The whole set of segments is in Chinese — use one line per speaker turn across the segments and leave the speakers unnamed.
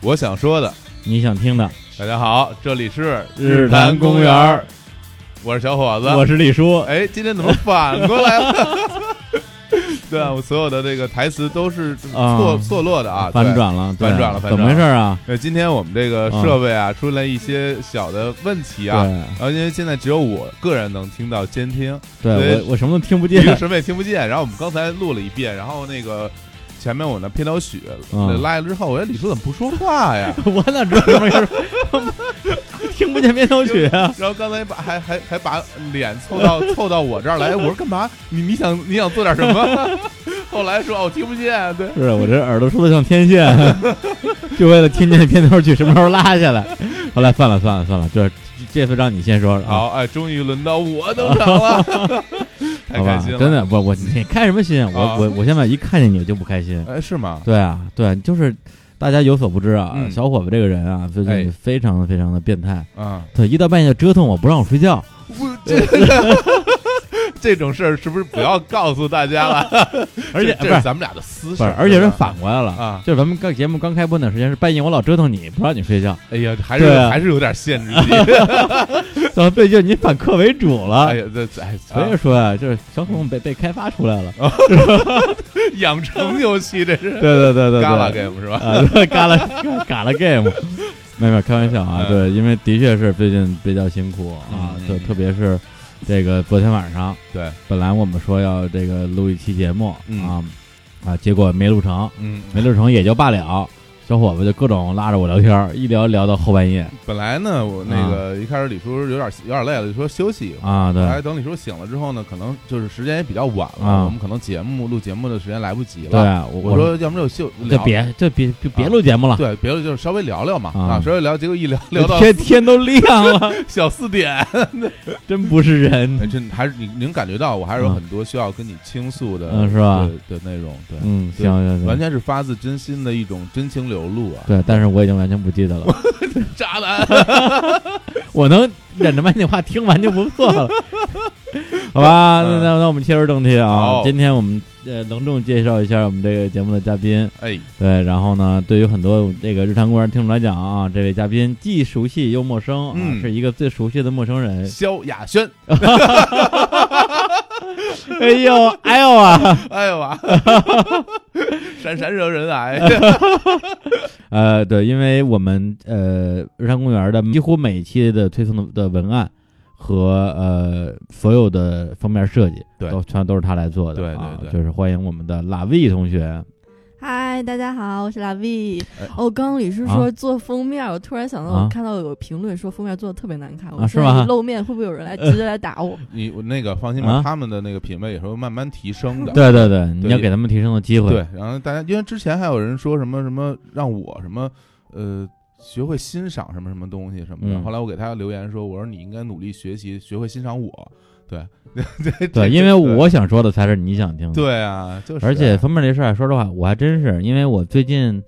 我想说的。
你想听的，
大家好，这里是
日坛
坛
公园
园
儿，
我是小伙子，
我是李叔，
哎，今天怎么反过来了？ 对啊，我所有的这个台词都是
啊
错错落的啊，对
反。转了，对
反转了反转了
怎么回事啊？
呃，今天我们这个设备啊，出了一些小的问题啊，然后因为现在只有我个人能听到监 听，
对
所以
对，我我什么都听不
一个
见，
设备听不见。然后我们刚才录了一遍，然后那个前面我那片头曲
嗯
拉了之后，我说李叔怎么不说话呀？
我哪知道什么事儿？听不见片头曲啊！
然后刚才把还还还把脸凑到凑到我这儿来，我说干嘛？你你想你想做点什么？ 后来说哦，我听不见，对，
是我这耳朵竖的像天线， 就为了听见片头曲什么时候拉下来。后来算了算了算了，这这次让你先说，啊
好，哎，终于轮到我登场了， 太
好
开
吧？
心了，
真，的，我我你开什么心啊？
啊
我我我现在一看见你我就不开心。
哎，是吗？
对啊，对啊，就是大家有所不知啊，
嗯
小伙子这个人啊，最
哎
近非常的非常的变态，
啊，
对，一到半夜折腾我不让我睡觉。
我这个 这种事儿是不是不要告诉大家了？
而且
这
不
这
是
是咱们俩的私
不是
事，，
而且
对
是
吧
反过来了
啊
就是咱们刚节目刚开播那段时间是半夜我老折腾你，不让你睡觉，
哎呀，还是
对啊
还是有点限制 级，
怎么最近你反客为主了？
哎呀，这哎，
所以说啊，就是小恐龙被被开发出来了。
哦养成游戏这是
对对对对对，
gala game 是吧？
啊，对，嘎啦 嘎啦 game，没有没有开玩笑啊，
嗯
对，因为的确是最近比较辛苦啊
嗯嗯，
对，
嗯
特别是这个昨天晚上，
对，
本来我们说要这个录一期节目
嗯
啊啊，结果没录成，
嗯，
没录成也就罢了，小伙子就各种拉着我聊天儿，一聊聊到后半夜
本来呢，我那
啊
个一开始李叔有点有点累了，就说休息一会儿。
啊，对
后来等李叔醒了之后呢，可能就是时间也比较晚了，
啊
我们可能节目录节目的时间来不及
对
了。，
我
我说要不然就休
就
聊
别就别就别
啊
录节目了，
对，别的就是稍微聊聊嘛
啊
稍微聊，结果一聊聊到
天天都亮了，
小四点，
真不是人，
哎真还是你能感觉到我还是有
嗯
很多需要跟你倾诉的，
嗯是吧
对的内容，对，
嗯，
对
行行行，
完全是发自真心的一种真情流露 啊，
对，但是我已经完全不记得了。
渣男，
我能忍着把你话听完就不错了， 好吧？那那那我们切入正题啊，
嗯好
今天我们呃隆重介绍一下我们这个节目的嘉宾，
哎，
对，然后呢，对于很多这个日常公园听众来讲啊，这位嘉宾既熟悉又陌生，啊，
嗯
是一个最熟悉的陌生 人。
萧亚轩，
哎呦，哎呦啊，
哎呦啊，闪闪惹人癌，
呃，对，因为我们呃日常公园的几乎每一期的推送的的文案。和呃，所有的封面设计
对
都全都是他来做的，
对对
啊
对
就是欢迎我们的拉维同学，
嗨，大家好，我是拉 V
哎。
哦，刚刚李叔
啊
说做封面，我突然想到，
啊
我看到有评论说封面做的特别难看，
啊
我
是
说
吗
你露面会不会有人来直接来打 我？
你我那个放心吧，
啊
他们的那个品味也是会慢慢提升的。
对对对，你
对
要给他们提升的机会。
对，然后大家因为之前还有人说什么什么让我什么呃学会欣赏什么什么东西什么的，
嗯
后来我给他留言说，我说你应该努力学习，学会欣赏我。 对对对
对因为我想说的才是你想听的。，
对啊，就是
而且封面这事儿，说实话，我还真是，因为我最近，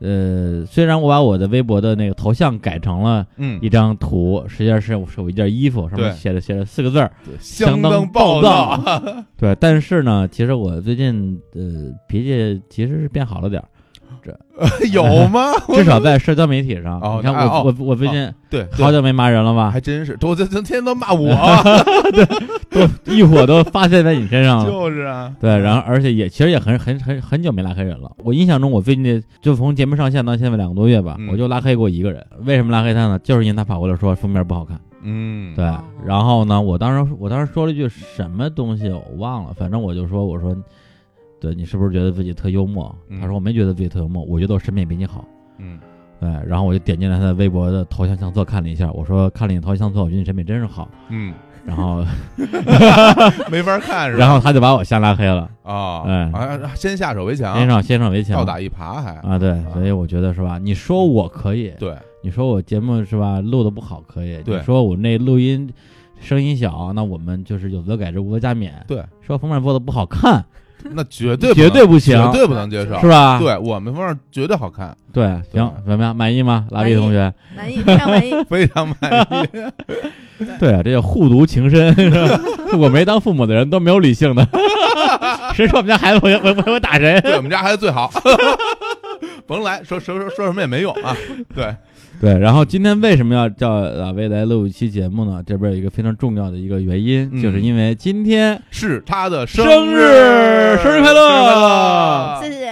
呃，虽然我把我的微博的那个头像改成了
嗯
一，张图，实际上是我是我一件衣服，上面
对
写着写着四个字儿，
对
相
相
当
当
暴
暴
躁
躁。
对。但是呢，其实我最近呃脾气其实是变好 了点儿，
有 吗？
至少在社交媒体上。
哦
你看我、
那哦
我我最近
对，
好久没骂人了
对
吧？
还真是，我这这天天都骂 我，
都一火都发泄在你身上了。
就是啊，
对，然后而且也其实也很很很很久没拉黑人了。我印象中，我最近就从节目上线到现在两个多月吧，
嗯
我就拉黑过一个人。为什么拉黑他呢？就是因为他跑过来说封面不好看。
嗯，
对
哦，
然后呢，我当时我当时说了一句什么东西我忘了，反正我就说我说，对你是不是觉得自己特幽默？
嗯
他说我没觉得自己特幽默，我觉得我审美比你好。
嗯，
对，然后我就点进了他的微博的头像相册看了一下，我说看了你头像相册，我觉得你审美真是好。
嗯，
然后
没法看是吧？
然后他就把我先拉黑了，
啊
哎
啊，先下手为强，
先上先上为强
倒。打一耙还
啊，对，所以我觉得是吧？你说我可以，
对，
你说我节目是吧录的不好可以，
对
你说我那录音声音小，那我们就是有则改之，无则加勉。
对，
说封面做的不好看，
那绝对不
绝
能
对不行，
绝对不能接受，
是吧？
对我们方式绝对好看，
对，
对
行，怎么样？满意吗，拉
满
力
意
同学？
满意，非常满意。
非常满意。
对啊，这叫互读情深。 是吧我没当父母的 人都没有理性的，谁说我们家孩子我我我我打人？
对我们家孩子最好， 甭来说说说说什么也没用啊。对，
对，然后今天为什么要叫老魏来录一期节目呢？这边有一个非常重要的一个原因，
嗯
就是因为今天
是他的
生日
日，
生
生
日快乐
乐
谢谢。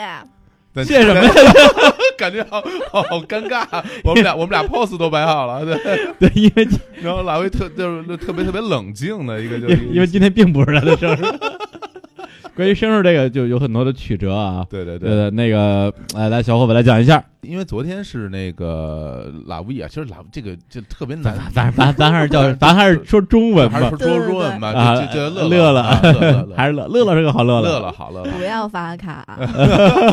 对
谢什么
对 感觉好好好尴尬，我们俩我们俩 pose 都摆好了，对。
对，因为今
然后老魏特就是特别特别冷静的一个，就是
因因为今天并不是他的生日。 关于生日这个就有很多的曲折啊。
对对
对对，那个哎来来，小伙伴来讲一下，
因为昨天是那个拉维啊，其实拉这个这特别
咱
难，
咱咱咱还是 叫咱还是说中文
还是
吧，
说说中文吧，
啊
就就就
乐
乐
了
啊乐乐
还是乐乐乐是个好乐
乐了，好乐了。
不要发卡，啊
呃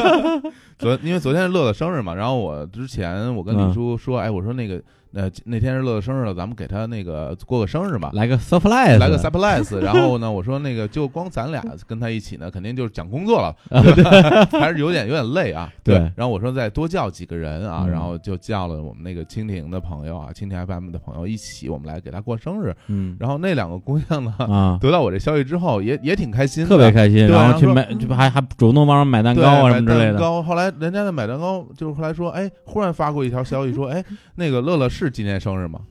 昨因为昨天是乐乐生日嘛，然后我之前我跟
嗯
李叔说，哎，我说那个呃那天是乐乐生日了，咱们给他那个过个生日吧。
来个 surprise，
来个 surprise，然后呢，我说那个就光咱俩跟他一起呢，肯定就是讲工作了，对吧 还是有点有点累啊。
啊对
然后我说再多叫几个人啊，
嗯
然后就叫了我们那个蜻蜓的朋友啊，蜻蜓 FM 的朋友一起，我们来给他过生日。
嗯
然后那两个姑娘呢，
啊，
得到我这消息之后也也挺开心的，
特别开心，
对
然
然
后
后
去
说
买，就还还主动帮人买蛋糕啊
对
什么之
买
类
蛋
的，
糕后来人家在买蛋糕，就是后来说，哎，忽然发过一条消息说，哎，那个乐乐是今天生日吗？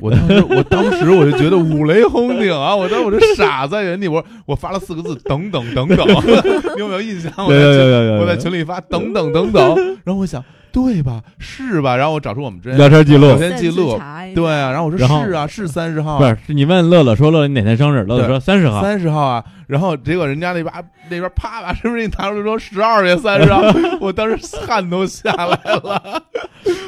我当时，我当时我就觉得五雷轰顶啊！我当时我就傻在原地，我我发了四个字，等等等 等，你有没有印象？我
对
在
对
群
对对，
我在群里发等等等等，然后我想，对吧？是吧？然后我找出我们之
聊
前
天记录
聊，天记录
再去查一下
对啊，然后我说
然后
是啊，是三十号
不
啊，
是是你问乐乐说乐乐你哪天生日，乐乐
对
说三十号，
三十号啊，然后结果人家那边啊那边啪把身份证拿出来说十二月三 十号，我当时汗都下来了。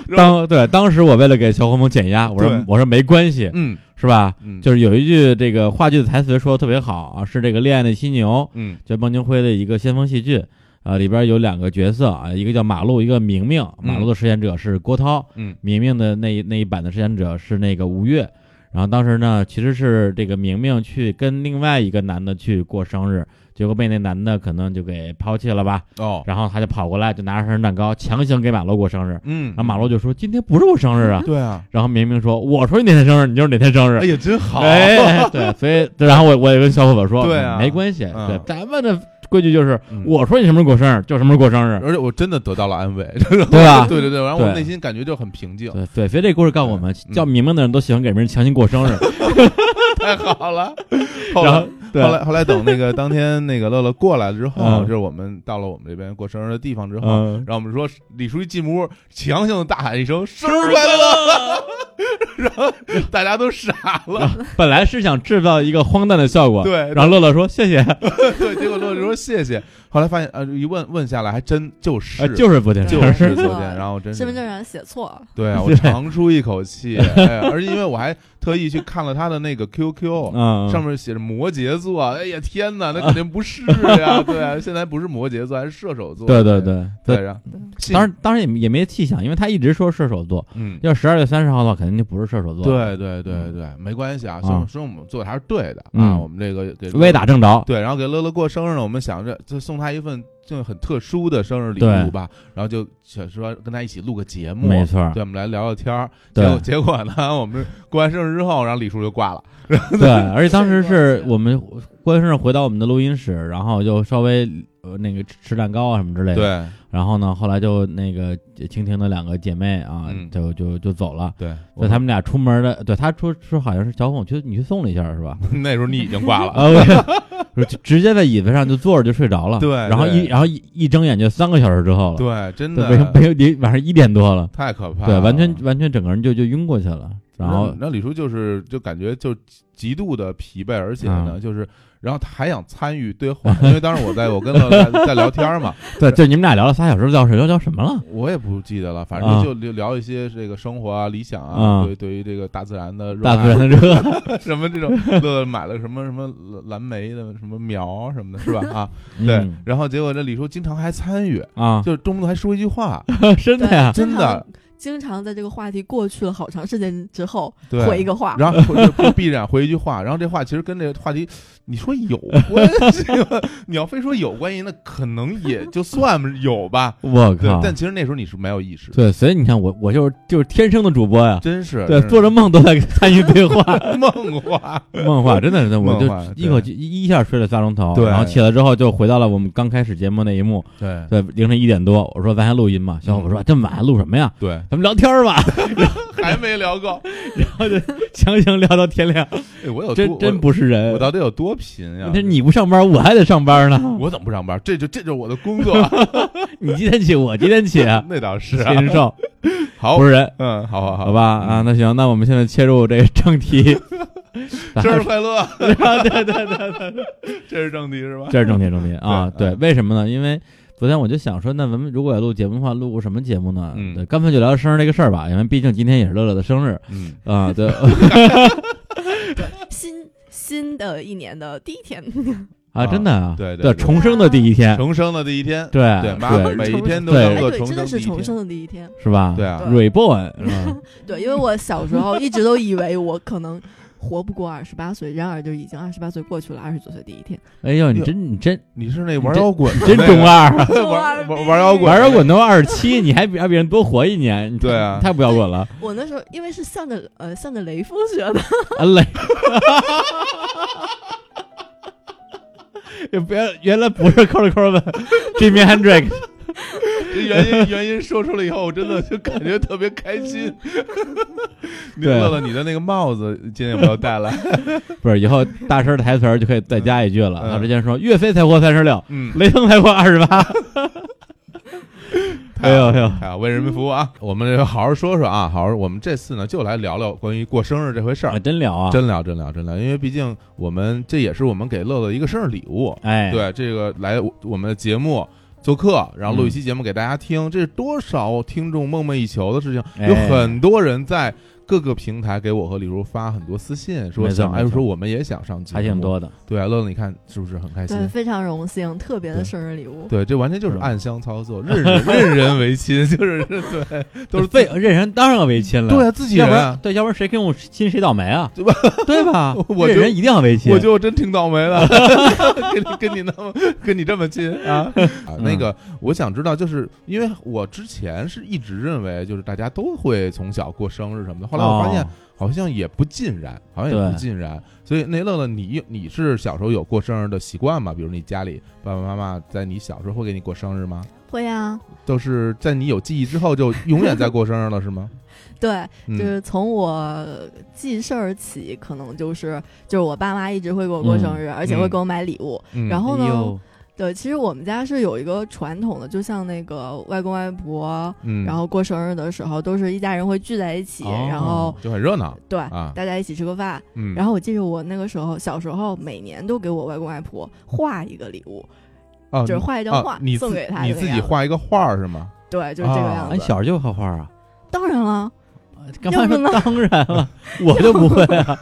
然后
当对当时我为了给小火猛减压，我说
对
我说没关系
嗯
是吧？
嗯，
就是有一句这个话剧的台词说的特别好啊，是这个《恋爱的犀牛
嗯》
就孟京辉的一个先锋戏剧啊，里边有两个角色啊，一个叫马路，一个明明。马路的饰演者是郭涛，
嗯
明明的那一那一版的饰演者是那个吴越。然后当时呢，其实是这个明明去跟另外一个男的去过生日，结果被那男的可能就给抛弃了吧。
哦
然后他就跑过来，就拿着生日蛋糕强行给马路过生日。
嗯
然后马路就说：“今天不是我生日啊。
对啊，”
然后明明说：“我说你哪天生日，你就是哪天生日。
哎呀真好，
哎，对，所以对然后我我也跟小伙伴说，
对啊
没关系，
嗯
对，咱们的规矩就是，
嗯
我说你什么时候过生日就什么时候过生日，
而且我真的得到了 安慰，
对吧？
对对对，然后我
啊对
内心感觉就很平静，
对对，所以这故事告诉我们，
嗯
叫明明的人都喜欢给别人强行过生日，
太好 了。后
然
来
后对
后来后来等那个当天那个乐乐过来之后，
嗯
就是我们到了我们这边过生日的地方之后，
嗯
然，后我们说李叔一进屋，强行地大喊一声“生
生
日
日
快乐”，
乐！
大家都傻了。
本来是想制造一个荒诞的效果，
对
然后乐乐说谢谢，
对，结果乐乐说谢谢，后来发现呃，一问问下来，还真就是、
呃，就是不听，
就
对
是
没
昨
错
天，然后真是
身份证上写错了，
对 啊，我长出一口气，哎呀而且因为我还特意去看了他的那个 QQ。
嗯，
上面写着摩羯座，哎呀天 哪，那肯定不是呀、对啊，现在不是摩羯座，还是射手座。
嗯对对对
对，，然后
当然当然也也没细想，因为他一直说射手座，
嗯，
要十二月三十号的话，肯定就不是射手座，，
对对对对，没关系啊，所以说我们做的还是对的啊，
嗯
我们这个给
歪打正着，
对，然后给乐乐过生日呢，我们想着就送他一份就很特殊的生日礼
对
物吧，然后就想说跟他一起录个节目，啊
没错儿，
对，我们来聊聊天儿。结
对
果结果呢， 我们过完生日之后，然后李叔就挂了。
对，而且当时
是
是我们关生日回到我们的录音室，然后就稍微呃那个吃吃蛋糕啊什么之类的。，
对
然后呢，后来就那个蜻蜓的两个姐妹啊，
嗯
就就就走了。
对，
就他们俩出门的，对他说说好像是小孔去你去送了一下是 吧？
那时候你已经挂了。
啊，我就 直接在椅子上就坐着就睡着了。
对
然后一
对
然后一一睁眼就三个小时之后了。
对，真
对，为
的哦
为你晚上一点多了，
太可怕了。
对，完全完全整个人就就晕过去了。然后
那李叔就是就感觉就极度的疲惫，而且
嗯
呢，就是然后他还想参与对话，因为当时我在我跟乐乐在在聊天嘛，
对，就你们俩聊了仨小时，聊聊聊什么了？
我也不记得了，反
啊
正就聊聊一些这个生活啊、理想
啊
啊，对对于这个大自然的热爱啊
大自然 的热，
什么这种，乐乐买了什么什么蓝莓的什么苗什么的，是吧？啊，对
嗯。
然后结果这李叔经常还参与，
啊，
就是动不动还说一句话，
真的呀，
啊真的
正常。经常在这个话题过去了好长时间之后
对，
回一个话，
然后就就必然回一句话，然 后这话其实跟这个话题，你说有关系吗？ 你要非说有关系，那可能也就算有吧。
我
对
靠，，
但其实那时候你是没有意识的，
对，所以你看我我就是就是天生的主播呀，
真是
对，
真是
做着梦都在参与对话，
梦话，
梦话真的是，我就
梦话
一口气一一下睡了仨钟头，
对
然后起来之后就回到了我们刚开始节目那一幕，
对
对，凌晨一点多，我说咱还录音吗？小
嗯
伙子说这么晚还录什么呀？
对，
咱们聊天儿吧，
还没聊够。
然后就强行聊到天亮，
哎，我有
真
多
真
我
不是人
我。到底有多贫呀？
那你不上班，我还得上班呢。
我怎么不上班？这就这就是我的工作啊，
你几点起？我几点起啊？
那倒是啊。
禽兽
好
不，是人，
嗯，好好
好
好，
吧？啊，那行，那我们现在切入这个正题。
生日快乐！
对对对对，
这是正题是吧？
这是正题正题啊！
对哎
对，为什么呢？因为昨天我就想说，那咱们如果要录节目的话，录个什么节目呢？
嗯
对，干脆就聊生日这个事儿吧，因为毕竟今天也是乐乐的生日
嗯，
啊。对，
新新的一年的第一天，
啊，真的啊，
对
对，
对对
重生的第一天，
重生的第一天，
对
对，妈妈
对，
每一天都
对
当
哎，
做
对，
重
真
生
的是
第一
重
天。
生的嗯第一天，
是吧？
对啊
reborn 是 吧？
对，因为我小时候一直都以为我可能活不过二十八岁，然而就已经二十八岁过去了，二十九岁第 一天，
哎呦，你真你真
你是那玩摇滚的
真
那个
中
啊
二，
玩玩玩摇滚，
玩摇滚都二十七，你还比还比人多活一年，你太
对啊
太不摇滚了，
我那时候因为是向着呃向着雷锋学的，
啊累。 也不要，原来不是 Cold Cold 的 Jimmy Hendrix，
这 原因原因说出来以后，我真的就感觉特别开 心。你乐乐，你的那个帽子今天有没有 带来？
不是以后大声的台词儿就可以再加一句了。
嗯
他之前说岳飞才活三十六，
嗯，
雷锋才活二十 八。哎呦哎呦，
哎呀，为人民服务啊！我们好好说说啊，好好，我们这次呢就来聊聊关于过生日这回事
哎
啊
儿，
真聊啊！
真聊真聊真聊，因为毕竟我们这也是我们给乐乐一个生日礼物。
哎，
对，这个来我我们的节目做客，然后录一期节目给大家听，这是多少听众梦寐以求的事情。
嗯哎
有很多人在各个平台给我和李如发很多私信，说
没错
想，哎，
没错
说我们也想上节目，
还挺。多的。
对啊，乐乐，你看是不是很开
对，
心？
非常荣幸，特别
对
的生日礼物。
对，这完全就是
嗯
暗箱操 作，任人任人唯亲，就是对，都是
被哎认识人当然要为亲了，
对啊，自己
要
人
不然
啊。
对，要不然谁跟我亲谁倒霉 啊，
对吧？？
对吧
我就
认识人一定要为亲，
我觉得我真挺倒霉 的，跟你跟你那么跟你这么亲啊啊！那个，我想知道，就是因为我之前是一直认为，就是大家都会从小过生日什么的，后来我发现
哦
好像也不尽然，好像也不尽然。所以那乐乐，你你是小时候有过生日的习惯吗？比如你家里爸爸妈妈在你小时候会给你过生日吗？
会啊，
都是在你有记忆之后就永远在过生日了，是吗？
对，
嗯
就是从我记事儿起，可能就是就是我爸妈一直会给我过生日，而且会给我买礼物。
嗯
然后呢
哎呦
对，其实我们家是有一个传统的，就像那个外公外婆，
嗯，
然后过生日的时候都是一家人会聚在一起，
哦
然后
就很热闹
对。
啊，
大家一起吃个饭，
嗯，
然后我记得我那个时候小时候，每年都给我外公外婆画一个礼物，
后
就是画一张画、
啊、你
送
自
给他，
你
就那
自己
样，
画一个画儿是吗？
对，就是这个
啊
样
哎，
子。
小时候就画画啊，
当然了，
干嘛
要不
说
呢
当然 了，我就不会啊，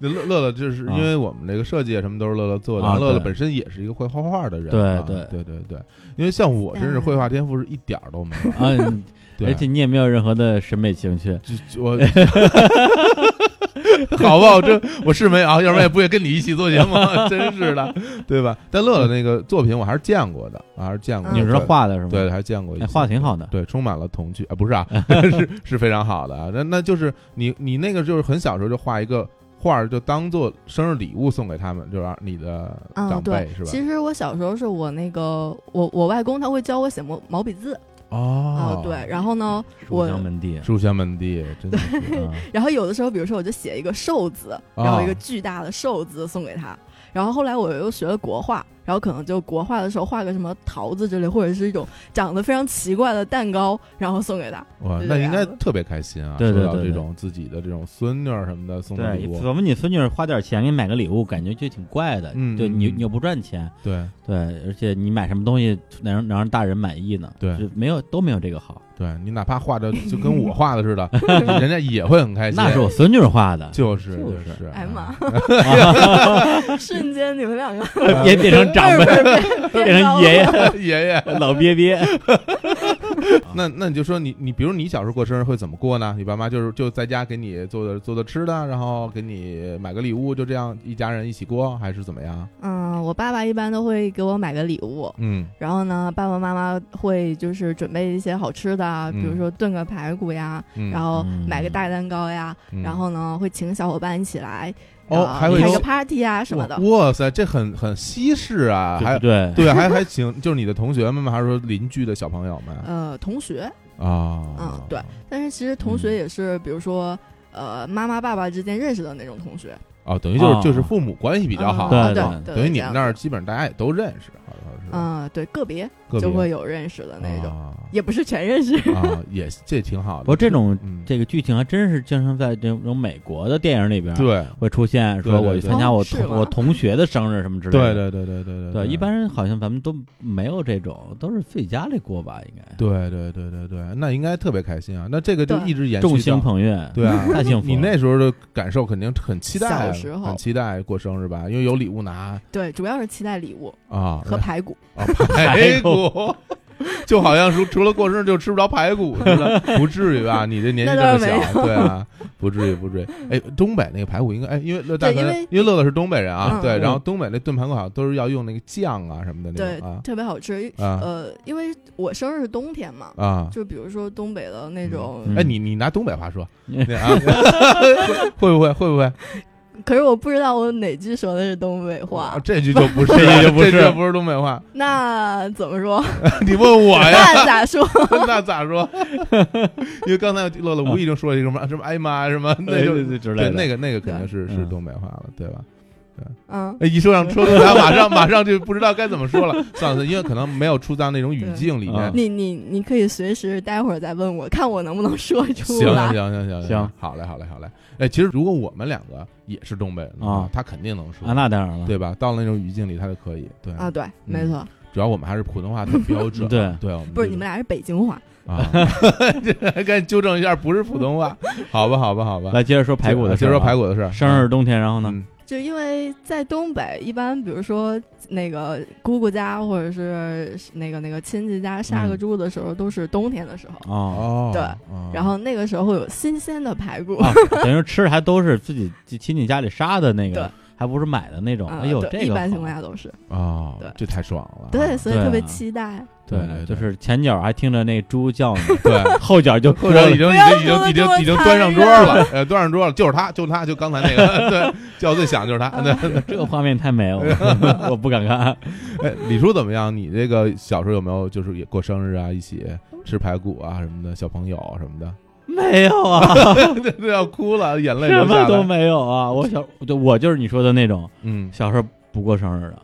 那乐乐乐，就是
啊
因为我们这个设计啊什么都是乐乐做的，
啊
然后乐乐
对
本身也是一个会画画的人
对
啊，
对
对对对，因为像我
嗯
真是绘画天赋是一点儿都没 有，
嗯，
对啊
而且你也没有任何的审美情趣，
就就我。 好吧，我这我是没有啊，要不然也不会跟你一起做 节目，真是的，对吧？但乐乐那个作品我还是见过的，啊还是
嗯
见过的。
你是说画的是吗？
对，对，还是见过一些
哎，画的挺好的，
对，充满了童趣啊，不是啊， 是是非常好的啊。那那就是你你那个就是很小时候就画一个画儿，就当做生日礼物送给他们，就是啊你的
嗯，
长辈、
对
是，吧？
其实我小时候是我那个我我外公他会教我写毛毛笔字
哦，
啊、对，，然后呢，
书
我
香门第，
书香门第，真的是
啊
然后有的时候，比如说我就写一个寿字，
哦
然后一个巨大的寿字送给他。然后后来我又学了国画，然后可能就国画的时候画个什么桃子之类，或者是一种长得非常奇怪的蛋糕，然后送给他。
哇，
就
那
这
应该
样子
特别开心啊！
对对
收到
对
这
对
种自己的这种孙女儿什么的送的
对
礼，物，
怎么你孙女儿花点钱给你买个礼物，感觉就挺怪的，
嗯
对你
嗯
你又不赚钱，
对
对，而且你买什么东西能让能让大人满意呢？
对
就没有都没有这个好，
对，你哪怕画的就跟我画的似 的，人家也会很开心。
那是我孙女儿画的，
就是
就
就是啊是，
哎呀 妈！瞬间你们两个
也变成长辈，
辈
啊
变成爷爷
爷爷，
老鳖鳖，啊
那那你就说你你比如你小时候过生日会怎么过呢？你爸妈就是就在家给你做的做的吃的，然后给你买个礼物，就这样一家人一起过，还是怎么样？
嗯，我爸爸一般都会给我买个礼物，
嗯
然后呢，爸爸妈妈会就是准备一些好吃的啊，比如
嗯
说炖个排骨呀，
嗯，
然后买个
嗯
大蛋糕呀，
嗯
然后呢会请小伙伴一起来，
哦
啊
还会
开
有
个 party 啊什么的。
哇哇塞，这很很西式啊，
对
还
不对？
对，还还行，就是你的同学们吗？还是说邻居的小朋友们
呃，同学，
啊？
嗯，对，但是其实同
嗯
学也是，比如说。呃，妈妈爸爸之间认识的那种同学，
哦，等于就是
啊
就是父母关系比较好，哦
对
嗯
对
对对，
等于你
这
们
样
那儿基本上大家也都认识，好像是
嗯，对，个别
个别
就会有认识的那种，
啊
也不是全认识。
啊，也这挺好的。
不过这种
嗯，
这个剧情还真是经常在这种美国的电影里边
对
会出现，说
对对
我去参加
对
我
是
同
吗
我同学的生日什么之类
对
的。
对对对对
对
对，
一般人好像咱们都没有这种，都是自己家里过吧，应该。
对对对对对，那应该特别开心啊！那这个就
对
一直延续到
众星捧月，
对啊，
太幸福了。
你那时候的感受肯定很期待，啊
小时候
很期待过生日吧，因为有礼物拿
对，主要是期待礼物
啊，
和排骨。
啊排骨。就好像说除了过生日就吃不着排骨似 的，不至于吧？你这年纪这么
那倒是
小，对啊，不至于，不至于。哎，东北那个排骨应该，哎，因为乐大
对因
哥
为，
因为乐乐是东北人啊，
嗯
对，
嗯
然后东北那炖排骨好像都是要用那个酱啊什么的那
对
种，
特别好吃。
啊啊
呃，因为我生日是冬天嘛，
啊！
就比如说东北的那种，
嗯
哎，你你拿东北话说， 那啊，会不会会不会？
可是我不知道我哪句说的是东北话，
啊这句就不是，
这句就不是
这句不是东北话。
那怎么说？
你问我哎呀，
那咋说？
那咋说？因为刚才乐乐无意中说了一个什么什么哎妈什么，那就
对对对之类的
对那个那个肯定是
对
是
嗯
东北话了，对吧？
嗯，
哎，一说让说东北话，马上马上就不知道该怎么说了。算了，因为可能没有出到那种语境里面
嗯。
你你你可以随时待会儿再问我，看我能不能说出
行行
来。
行行
行，
好嘞好嘞好嘞。哎，其实如果我们两个也是东北人的话
啊，
他肯定能说
啊，，那当然了，
对吧？到了那种语境里，他就可以。对
啊，对，没错，
主要我们还是普通话特标准。
嗯 对
对，我们
不是
这
你
种
们俩是北京话，
啊， 这还赶紧纠正一下，不是普 通话。好吧好吧好吧，
来接着说排骨的事
接
儿啊，
着说排骨的事儿。
生日冬天，然后呢？
嗯
就因为在东北，一般比如说那个姑姑家或者是那个那个亲戚家杀个
嗯
猪的时候，都是冬天的时候，
哦，
哦，
对
哦，
然后那个时候会有新鲜的排骨。
啊， 等于吃还都是自己亲戚家里杀的那个
对，
还不是买的那种。
啊，
哎呦，
对
这个
一般
好啊
情况下都是
哦
对，
这太爽了。
对，所以
对
特别
啊
期待。
对对
对，
对
嗯就是前脚还听着那猪 叫呢，
对，
后脚就
或者已
经
经已经已经已
不要
经已经
不要
端上桌
太热
了， 呃，端上桌了，就是他，就他，就刚 才那个，对，叫最响就是他。对，
嗯
这个画面太美了，我 不敢看。
哎，李叔怎么样？你这个小时候有没有就是也过生日啊，一起吃排骨啊什么的，小朋友什么的，
没有啊，
这都要哭了，眼泪
什
流
么
下
都
来。
没有啊。我小，对我就是你说的那种
嗯
小时候不过生日的。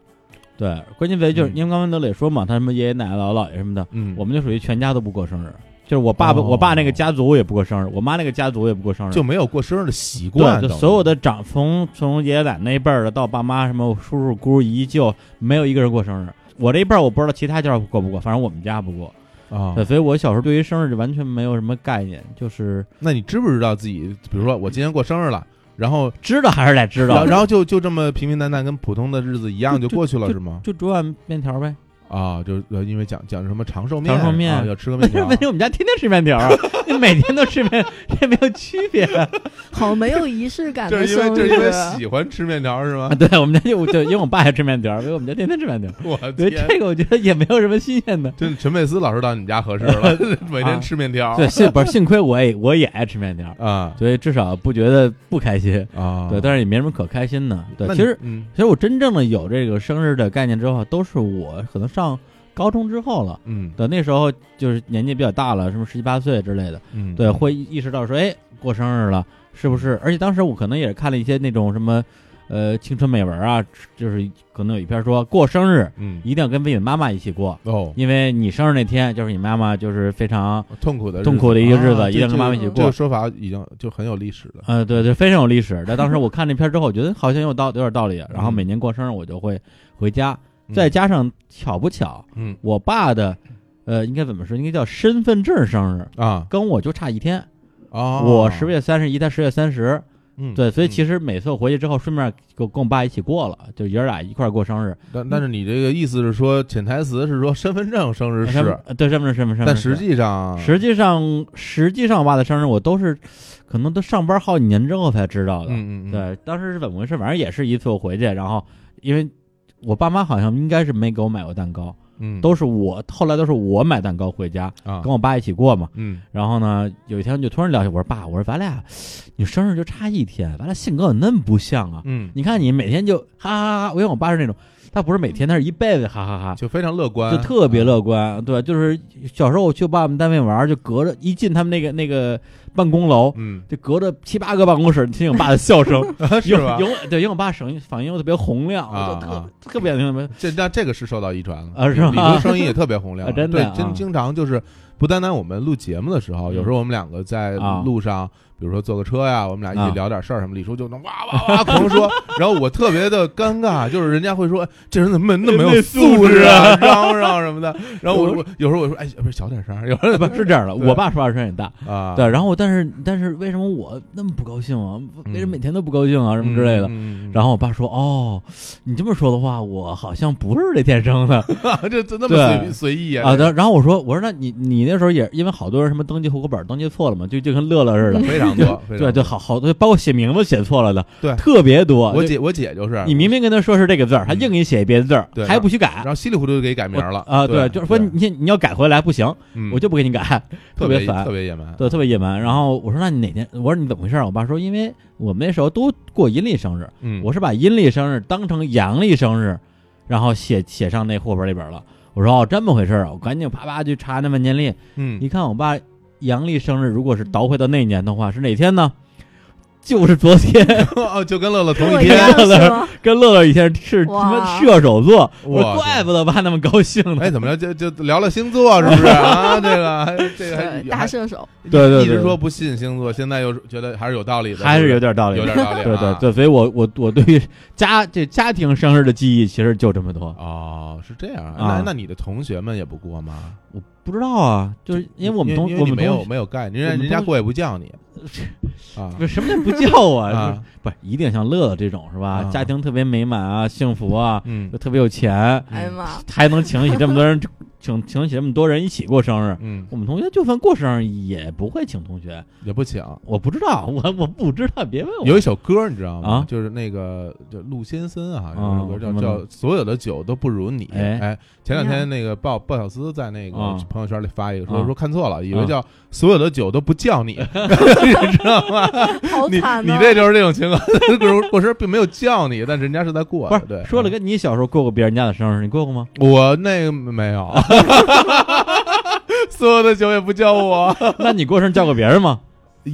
对，关键在于就是
嗯
因为刚刚德磊说嘛，他什么爷爷奶奶、姥姥姥爷什么的，
嗯，
我们就属于全家都不过生日。就是我爸爸，
哦
我爸那个家族也不过生日，我妈那个家族也不过生日，
就没有过生日的习惯，
嗯对，就
等于
所有的长从从爷爷奶奶那一辈儿的到爸妈什么叔叔姑姨舅，没有一个人过生日。我这一辈儿我不知道其他家过不过，反正我们家不过。
啊
对，，所以我小时候对于生日就完全没有什么概念，就是
那你知不知道自己，比如说我今天过生日了，然后
知道还是得知
然后
道，
然后就就这么平平淡淡，跟普通的日子一样就
就
过去了，是吗？
就煮碗面条呗。
啊，就呃因为讲讲什么长寿面，
长寿面
啊要吃个面 条
问题我们家天天吃面条 儿，你每天都吃面，这没有区别。啊
好没有仪 式感
这
的
是因为
生
这
日
是因为喜欢吃面条 是吗
啊，？ 对，我们家就就因为我爸也吃面条儿，所以我们家天天吃面条儿。
我
所以
天，
这个我觉得也没有什么新鲜的。
这陈佩斯老师到你们家合适 了，每天吃面条
对，幸不是幸亏我也我也爱吃面条儿，
啊
所以至少不觉得不开心。
啊，
对，但是也没什么可开心的。对，
那
其实
你嗯
其实我真正的有这个生日的概念之后，都是我可能上高中之后了。
嗯
对，那时候就是年纪比较大了，什么十七八岁之类的，
嗯
对，会意识到说，哎，过生日了，是不是？而且当时我可能也看了一些那种什么，呃，青春美文啊，就是可能有一篇说过生日
嗯
一定要跟自己的妈妈一起过，
哦，
因为你生日那天就是你妈妈就是非常，
痛苦的日
痛苦的一个日子
啊
一定要跟妈妈一
这
起
这
过
这个说法已经就很有历史了。
呃，对对，非常有历史。但当时我看那篇之后，我觉得好像有道有点道理。然后每年过生日我就会回家，
嗯
再加上巧不巧，
嗯
我爸的，呃，应该怎么说？应该叫身份证生日，
啊
跟我就差一天。
啊，
我十月三十一，他十月三十，
嗯，
对，所以其
实，
实每次我回去之后，顺便跟跟我爸一起过了，就爷儿俩一块儿过生日。
但但是你这个意思是说，潜台词是说身份证生日
身份
是，
呃对身份证身份证，
但实际上，
实际上实际上我爸的生日我都是可能都上班好几年之后才知道的。
嗯嗯嗯，
对，当时是怎么回事？反正也是一次我回去，然后因为我爸妈好像应该是没给我买过蛋糕，
嗯，
都是我后来都是我买蛋糕回家，
啊
跟，我爸一起过嘛。
嗯
然后呢，有一天就突然聊起，我说爸，我说咱俩你生日就差一天，咱俩性格怎么那么不像啊？
嗯，
你看你每天就哈哈哈哈，我因为我爸是那种，他不是每天，他是一辈子哈哈哈。
就非嗯常乐观，
就特别乐观，对，就是小时候我去爸爸们单位玩，就隔着一进他们那个那个办公楼，
嗯，
就隔着七八个办公室，听我爸的笑声，
嗯， 是
有
吧？
有对，因为我爸声音反应又特别洪亮，我
啊
就特特别明白，
这那这个是受到遗传了
啊是吗
李叔声音也特别洪亮，
啊真的
对
啊，
真经常就是不单单我们录节目的时候，
嗯
有时候我们两个在
啊
路上，比如说坐个车呀，我们俩一
啊
起聊点事儿什么，李叔就能哇哇哇狂说，然后我特别的尴尬，就是人家会说哎这人怎么那么没有素质啊，嚷嚷什么的，然后我我有时候我说哎，不是小点声儿，有时
不是这样的，
对
我爸说话声音很大，
候啊，
对，然后但是但是为什么我那么不高兴啊？为什么每天都不高兴啊？什么之类的。
嗯，
然后我爸说：“哦，你这么说的话，我好像不是这天 生的。”
后嗯这这那么
对
随随意
啊，然然后我说，我说那你你那时候也因为好多人什么登记户口本登记错了嘛，就就跟乐乐似的，
非常多，非常
对对，
多
好好多，包括写名字写错了的，
对
特别多。
我
就
姐我姐就是
你明明跟他说是这个字儿，他硬给你写一别的字儿
对，
还不许
然
改。
后稀里糊涂就给改名了
啊，
对，
就是说
对
你你要改回来不行，
嗯
我就不给你改，
特
别
别
烦
特，别野蛮，
对，特别野蛮。然后我说那你哪天？我说你怎么回事儿？我爸说因为我们那时候都过阴历生日，
嗯，
我是把阴历生日当成阳历生日，然后写写上那户口本里边了。我说哦，这么回事儿啊，我赶紧啪啪去查那万年历，
嗯
你看我爸阳历生日，如果是倒回到那一年的话，是哪天呢？就是昨天，
哦，就跟乐乐同
跟我
一
一
天
样。
乐乐
是 吗？
跟乐乐一天是他
哇
妈射手座，我
哇
说怪不得爸那么高兴呢。
哎，怎么着？就就聊聊星座是不是啊？这个还这个还
对，大射手，
还
对对对
一直说不信星座，现在又觉得还是有道理的，
还是有
有
点道理，
有点道理啊，
对对对，所以我我我对于家这家庭生日的记忆其实就这么多，
哦，是这样。
啊
那那你的同学们也不过吗？
我不知道啊，就是因为我们同
因
我
你
们
没有
同
没有概念，
我
人
们
家人家
同
过也不叫你啊
不是什么也不 叫我，
啊，
不是一定像乐乐这种是吧？
啊
家庭特别美满啊，幸福啊，
嗯
特别有钱，
哎 呀妈，
还能请起这么多人， 请请起这么多人一起过生日。
嗯，
我们同学就算过生日也不会请同学，
也不请。
我不知道，我我不知道，别问我。
有一首歌你知道吗
啊？
就是那个就陆先森啊，
啊
有一首歌
什么
叫
呢
叫所有的酒都不如你。
哎
哎，前两
哎呀
天那个鲍鲍小斯在那个
啊
朋友圈里发一个说
啊
说看错了，以为叫所有的酒都不叫 你，你知道吗？
好
你
啊
惨啊
你
呐！
这就是这种情况，过过生并没有叫你，但是人家是在过
不
的。
是
对，嗯
说了跟你小时候过过别人家的生日，你过过吗？
我那个没有，所有的酒也不叫我，
那你过生日叫过别人吗？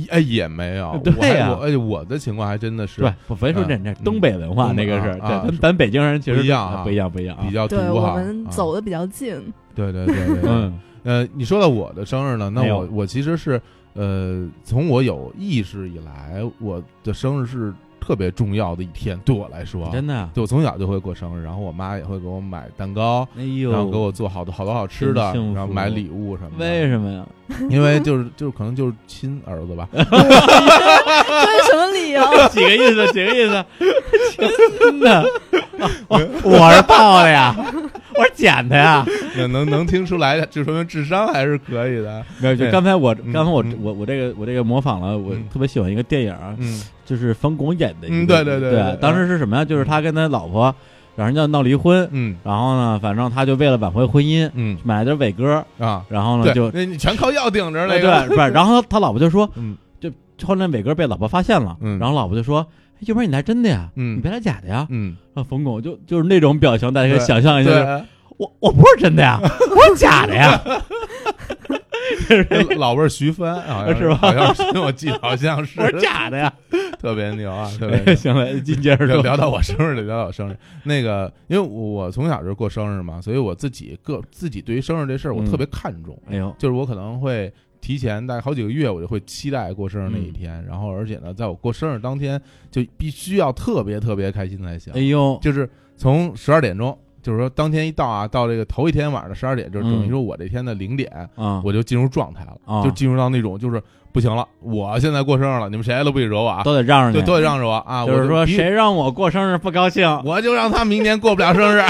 哎也没有。
对呀
我还我哎我的情况还真的是
对，我非说这这
嗯
东北文化
嗯
那个是，
啊
对，
啊
咱咱北京人其实
不一样啊
不一样，不一样啊
比。较毒
对我
哈。
们
啊
走的比较 近，
对对对对，对
嗯
呃，你说到我的生日呢，那
没有
我我其实是呃，从我有意识以来，我的生日是特别重要的一天，对我来说，
真的啊，
对我从小就会过生日，然后我妈也会给我买蛋糕，
哎
然后给
呦，
我做好多好多好吃的
真幸，福
然后买礼物什么的。
为什 么呀？
么？因为就是就是可能就是亲儿子吧，
这是什么理由？
几个意思？几个 意思？真的，我我是泡 的呀，我是捡的呀。
能能能听出来，就说明智商还是可以 的。
没有，就
对
刚才我
嗯
刚才我
嗯
我我这个我这个模仿了，我
嗯
特别喜欢一个电影啊，
嗯
就是冯巩演的一个。
嗯对对对
对
对对
当时是什么呀？就是他跟他老婆两人要闹离婚，
嗯
然后呢，反正他就为了挽回婚姻，
嗯
买了点伟哥，
啊，
然后呢
对，
嗯就哦
那你全靠药顶着那
哎对
个。
不是，然 后他老婆就说，
嗯
就后来伟哥被老婆发现了，
嗯
然后老婆就说。哎要不然你来真的呀？
嗯
你别来假的呀！
嗯，
啊，冯巩就就是那种表情，大家可以
对
想象一下，就是
对，
我我不是 真的呀，我是假的呀，就是这个
哎老味儿徐帆，好像
是吧
好像是，我记得好像是
我是假的呀。。
特别牛啊，特别牛
行了，紧接着
聊
说
聊到我生日，聊到我生日。那个，因为我从小就是过生日嘛，所以我自己个自己对于生日这事儿，我
嗯
特别看重。
哎呦，
就是我可能会提前大概好几个月，我就会期待过生日那
嗯
一天。然后，而且呢，在我过生日当天，就必须要特别特别开心才行。
哎呦，
就是从十二点钟就是说当天一到啊，到这个头一天晚上的十二点，就是等于
嗯
说我这天的零点，
啊，
我就进入状态了，
啊
就进入到那种就是不行了，我现在过生日了，你们谁都不许惹我啊，
都得让
对，
着
都得
你。
让着我啊，
就是
我
说，
必须
谁让我过生日不高兴，
我就让他明年过不了 生日，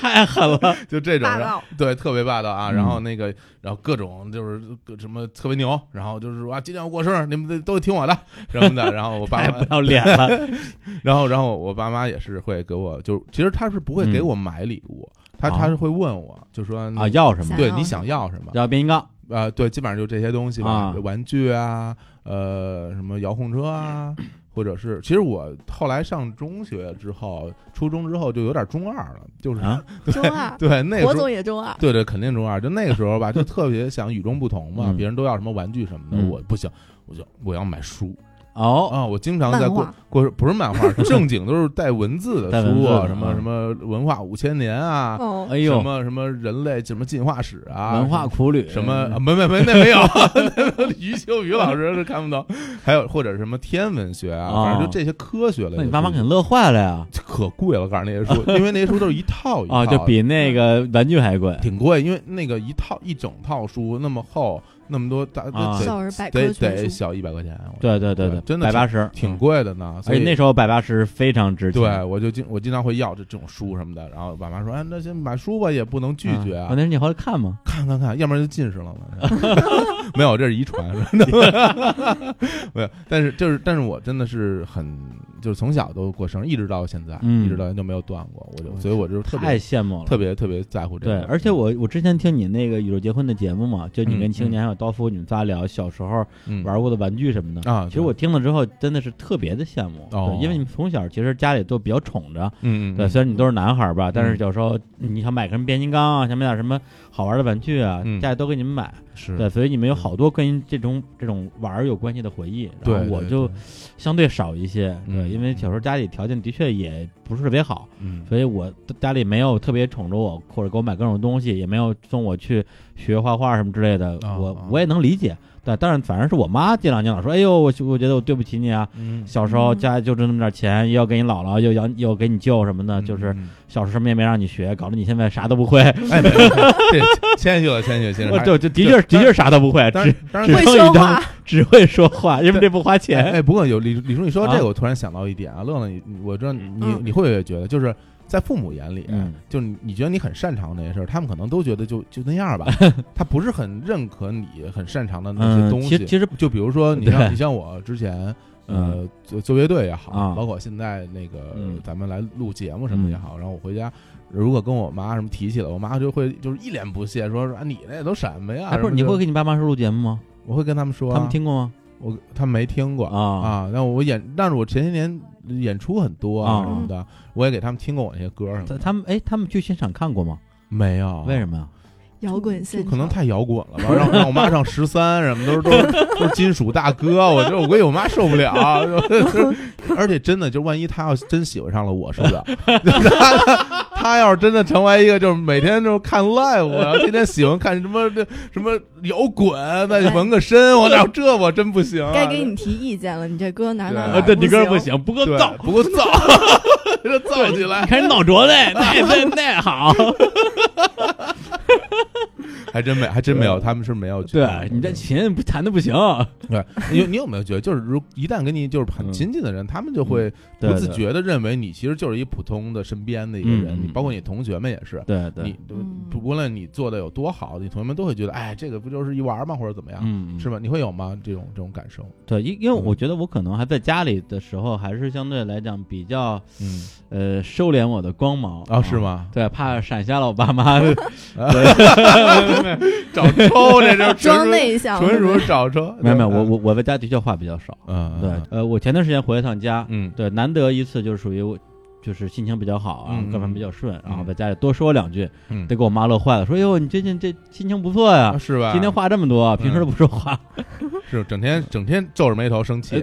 太狠了。
就这种
霸
人，
道，
对，特别霸道啊。
嗯
然后那个，然后各种就是各什么特别牛，然后就是说啊，今天我过生日，你们都都听我 的什么的。然后我爸
太
妈
不，要脸了，
然后然后我爸妈也是会给我，就其实他是不会给我买礼物，他他
啊
是会问我，就说
嗯啊！要什么？
对
想要
你
什
想
么
要什么？
要变形金刚，
啊，对，基本上就这些东西吧，
啊
玩具啊，呃，什么遥控车啊，或者是，其实我后来上中学之后，初中之后就有点中二了，就是、
啊
中二，
对那个
火
时候
总。也中二，
对对，肯定中二。就那个时候吧，就特别想与众不同嘛，
嗯
别人都要什么玩具什么的，
嗯
我不行，我就我要买书
哦，
啊！我经常在
漫
过
画
过不是漫画，正经都是带文字
带
的
文
书啊，
字的
什么
啊
什么文化五千年啊，
哦，
哎
什
呦，
么什么人类什么进化史啊，
文化苦旅
什么、啊没没没那没有，余秋雨老师是看不懂。还有或者什么天文学啊，
哦
反正就这些科学类的书。
那你爸妈肯定乐坏了呀！
可贵了，我告诉你那些书，因为那些书都是一套一套
啊，
的，
就比那个玩具还贵。
挺贵，因为那个一套一整套书那么厚，那么多大，
啊
得
少儿百科
得
全
得
书，
小一百块钱，我
对对对
对真的
百八十，嗯
挺。贵的呢。所
而且
以
那时候百八十非常值钱。
对我就经我经常会要这这种书什么的，然后爸妈说，哎，那先买书吧，也不能拒绝啊
啊我。那时候你后来看吗？
看看看，要不然就近视了嘛。 没有，这是遗传。真的没有，但是就是，但是我真的是很，就是从小都过生日，一直到现在，
嗯
一直到现在就没有断过。我就，所以我就是特
太
别
羡慕了。
特别特别在乎这
对
个。，
而且我我之前听你那个宇宙结婚的节目嘛，就你
嗯
跟青年还有刀夫，你们仨聊小时候
嗯
玩过的玩具什么的。
啊，
其实我听了之后真的是特别的羡慕，
哦
对因为你们从小其实家里都比较宠着，
嗯嗯
对，
嗯
虽然你都是男孩儿吧，但是有时候你想买个什么变形金刚啊，想买点什么好玩的玩具啊，
嗯
家里都给你们买，
是
对，所以你们有好多跟这种这种玩儿有关系的回忆。
对
然后，我
对
就
对
相对少一些，对，
嗯
因为小时候家里条件的确也不是特别好，
嗯
所以我家里没有特别宠着我，或者给我买各种东西，也没有送我去学画画什么之类的，
啊
我
啊
我也能理解。对，但是反正是我妈这两年老说，哎呦，我我觉得我对不起你啊。
嗯
小时候
嗯
家里就挣那么点钱，又要给你姥姥，又要又给你舅什么的，就是
嗯
小时候什么也没让你学，搞得你现在啥都不会。
哎，没有没有这 谦虚了，谦虚了，谦虚
我
了。
就就的确的
当
确啥都不会，
当
只
然当然
只剩
会说
哎一张
话，
只会说话，因为这不花
哎
钱。
哎，不过有李李叔，你说到这
啊
个，我突然想到一点啊，乐乐，你你我知道你你
嗯
你会不会觉得，就是在父母眼里啊
嗯，
就是你你觉得你很擅长那些事儿，他们可能都觉得就就那样 吧，他不是很认可你很擅长的那些
嗯，
东
其实
西。
其实
就比如说你
对嗯
像你像我之前呃做做乐队也好，
啊
包括现在那个
嗯
咱们来录节目什么也好，然后我回家。如果跟我妈什么提起来，我妈就会就是一脸不屑说说啊你那都什么呀？
哎，不
什
是
么
你
的
会跟你爸妈说录节目吗？
我会跟他们说啊，
他们听过吗？
我他们没听过
啊
啊，那我演，但是我前些年演出很多啊
啊
什么的，我也给他们听过我那些歌什么
他
的，
他们哎，他们去现场看过吗？
没有，
为什么呀？
摇滚
就
现场，
可能太摇滚了吧， 让让我妈上十三什么都是都是都是金属大哥，我觉得我估计我妈受不了， 而且真的就万一她要真喜欢上了我，受不了，她 她要是真的成为一个就是每天就是看 live，然后天天喜欢看什么这什么摇滚，那就纹个身，我操，这我真不行啊，
该给你提意见了，你这歌哪哪
对
哪
呃
啊
儿
歌
不，
行，不够
对，不够造， 这造起来。
开始脑浊 嘞，那那那好。
还真没，还真没有，他们是没有去看的。
对你这琴不弹的不行，
对，你有你有没有觉得，就是如一旦跟你就是
嗯
很亲近的人，他们就会不
对
自。觉的认为你其实就是一普通的身边的一个
嗯
人，你
嗯
包括你同学们也是，
对对
你啊
对，
嗯
不无论你做的有多好，你同学们都会觉得，哎，这个不就是一玩吗，或者怎么样，
嗯，
是吧？嗯你会有吗？这种这种感受？
对，因因为我觉得我可能还在家里的时候，还是相对来讲比较
嗯，
呃收敛我的光芒
啊，是？吗？
对，怕闪瞎了我爸 妈。哦
找抽，这就是纯
装
属
内向，
纯属找抽。
没有没有，我我我在家的确话比较少。
嗯，嗯
对，呃，我前段时间回了趟家，
嗯
对，难得一次就是属于我，就是心情比较好啊，
嗯
各方面比较顺，然后
嗯
在家里多说两句，
嗯
得给我妈乐坏了，说哎哟，你最近这心情不错呀
啊，，嗯是吧？
今天话这么多，平时都不说 话。
是整天整天皱着眉头生
呃
气。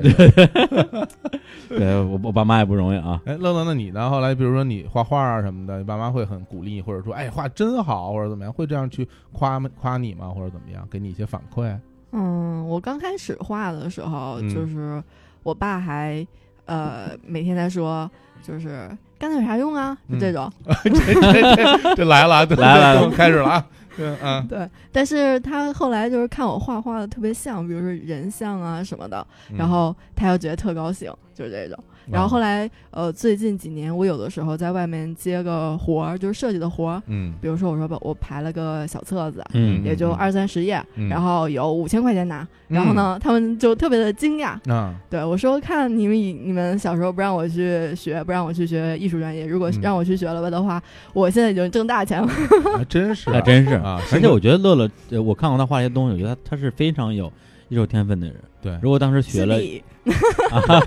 对我我爸妈也不容易啊。
哎，乐乐，那你呢？后来比如说你画画啊什么的，你爸妈会很鼓励，或者说，哎，画真好，或者怎么样，会这样去夸夸你吗？或者怎么样，给你一些反馈？
嗯，我刚开始画的时候，
嗯
就是我爸还呃每天在说，就是干它有啥用啊？
嗯
就这种。
这这这这来了啊，
来了来了
开始了啊，嗯啊，
对，但是他后来就是看我画画的特别像，比如说人像啊什么的，
嗯
然后他又觉得特高兴，就是这种。然后后来呃，最近几年我有的时候在外面接个活儿，就是设计的活儿，
嗯
比如说我说吧，我排了个小册子，
嗯
也就
嗯嗯
二三十页，
嗯
然后有五千块钱拿，然后呢，他们就特别的惊讶，
啊，
对我说：“看你们以你们小时候不让我去学，不让我去学艺术专业。如果
嗯
让我去学了吧的话，我现在已经挣大钱了。
还真是啊
还真是。
啊，
而且我觉得乐乐，呃我看过他画一些东西，我觉得他他是非常有艺术天分的人。
对
如果当时学了，
是你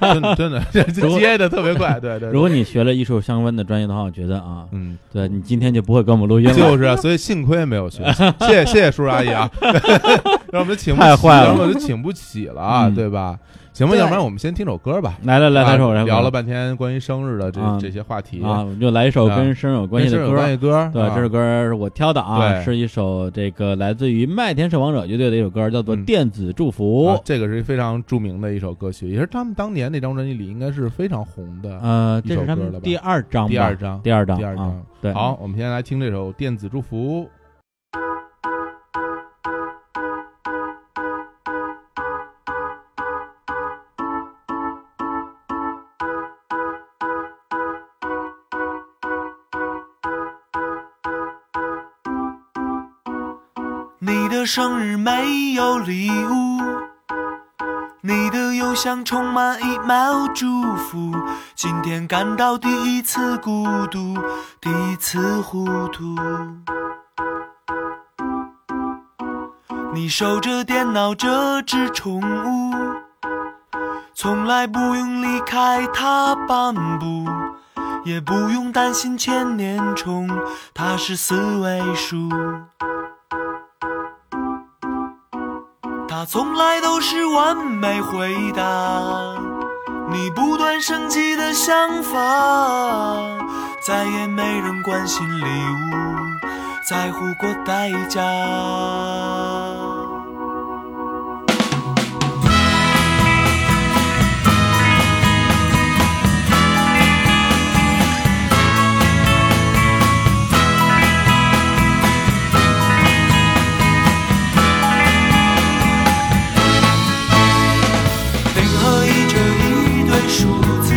真真的 这
如果
接的特别快，对对，对
如果你学了艺术相关的专业的话，我觉得啊，
嗯，
对你今天就不会跟我们录音了。
就是啊，所以幸亏没有学，谢谢谢谢叔叔阿姨 啊，要不就请不起
太坏了
要不就请不起了啊，
嗯
对吧？行吧，
对
要不然我们先听首歌吧。
来来来，来首
啊
来首
聊了半天关于生日的这
啊
这些话题
啊，，我们就来一首跟生日有关系
跟生
的
日
歌
有。关系歌，
对，
啊
这首歌是我挑的啊，
对
是一首这个来自于麦田守望者乐队的一首歌，叫做
嗯
《电子祝福》。
啊这个是非常著名的一首歌曲，也是他们当年那张专辑里应该是非常红的。
呃，
一
这
首
是他
歌
们
了吧
第二张吧，
第二张，
第二张，
第二
啊
张。
对，
好，我们先来听这首《电子祝福》。
你的生日没有礼物，你的邮箱充满 email 祝福。今天感到第一次孤独，第一次糊涂。你守着电脑这只宠物，从来不用离开它半步，也不用担心千年虫，它是四位数。他从来都是完美回答，你不断升级的想法，再也没人关心礼物，在乎过代价。零和一这一堆数字，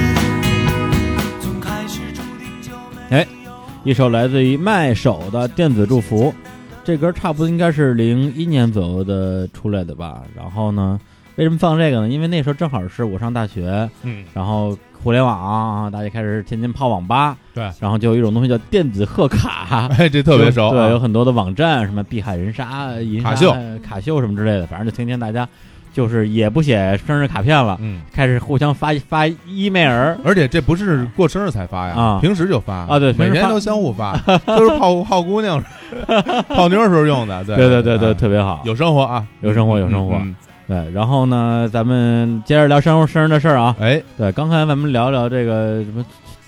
从开始注定就没
哎
有。
一首来自于麦手的《电子祝福》，这歌差不多应该是零一年左右的出来的吧。然后呢，为什么放这个呢？因为那时候正好是我上大学，
嗯，
然后互联网啊，大家开始天天泡网吧，
对
然后就有一种东西叫电子贺卡。
哎，这特别熟啊，
对，有很多的网站，什么碧海人沙、银沙
卡秀
呃卡秀什么之类的，反正就天天大家就是也不写生日卡片了，
嗯，
开始互相发发 email，
而且这不是过生日才发呀，
啊
平时就发
啊对平
每
时
年
发
都相互发，都是泡泡姑娘、泡妞儿时候用的。对
对
对
对对对，
啊
特别好，
有生活啊，
有生活有生活。
嗯
对，然后呢，咱们接着聊生生日的事儿啊。
哎，
对，刚才咱们聊聊这个什么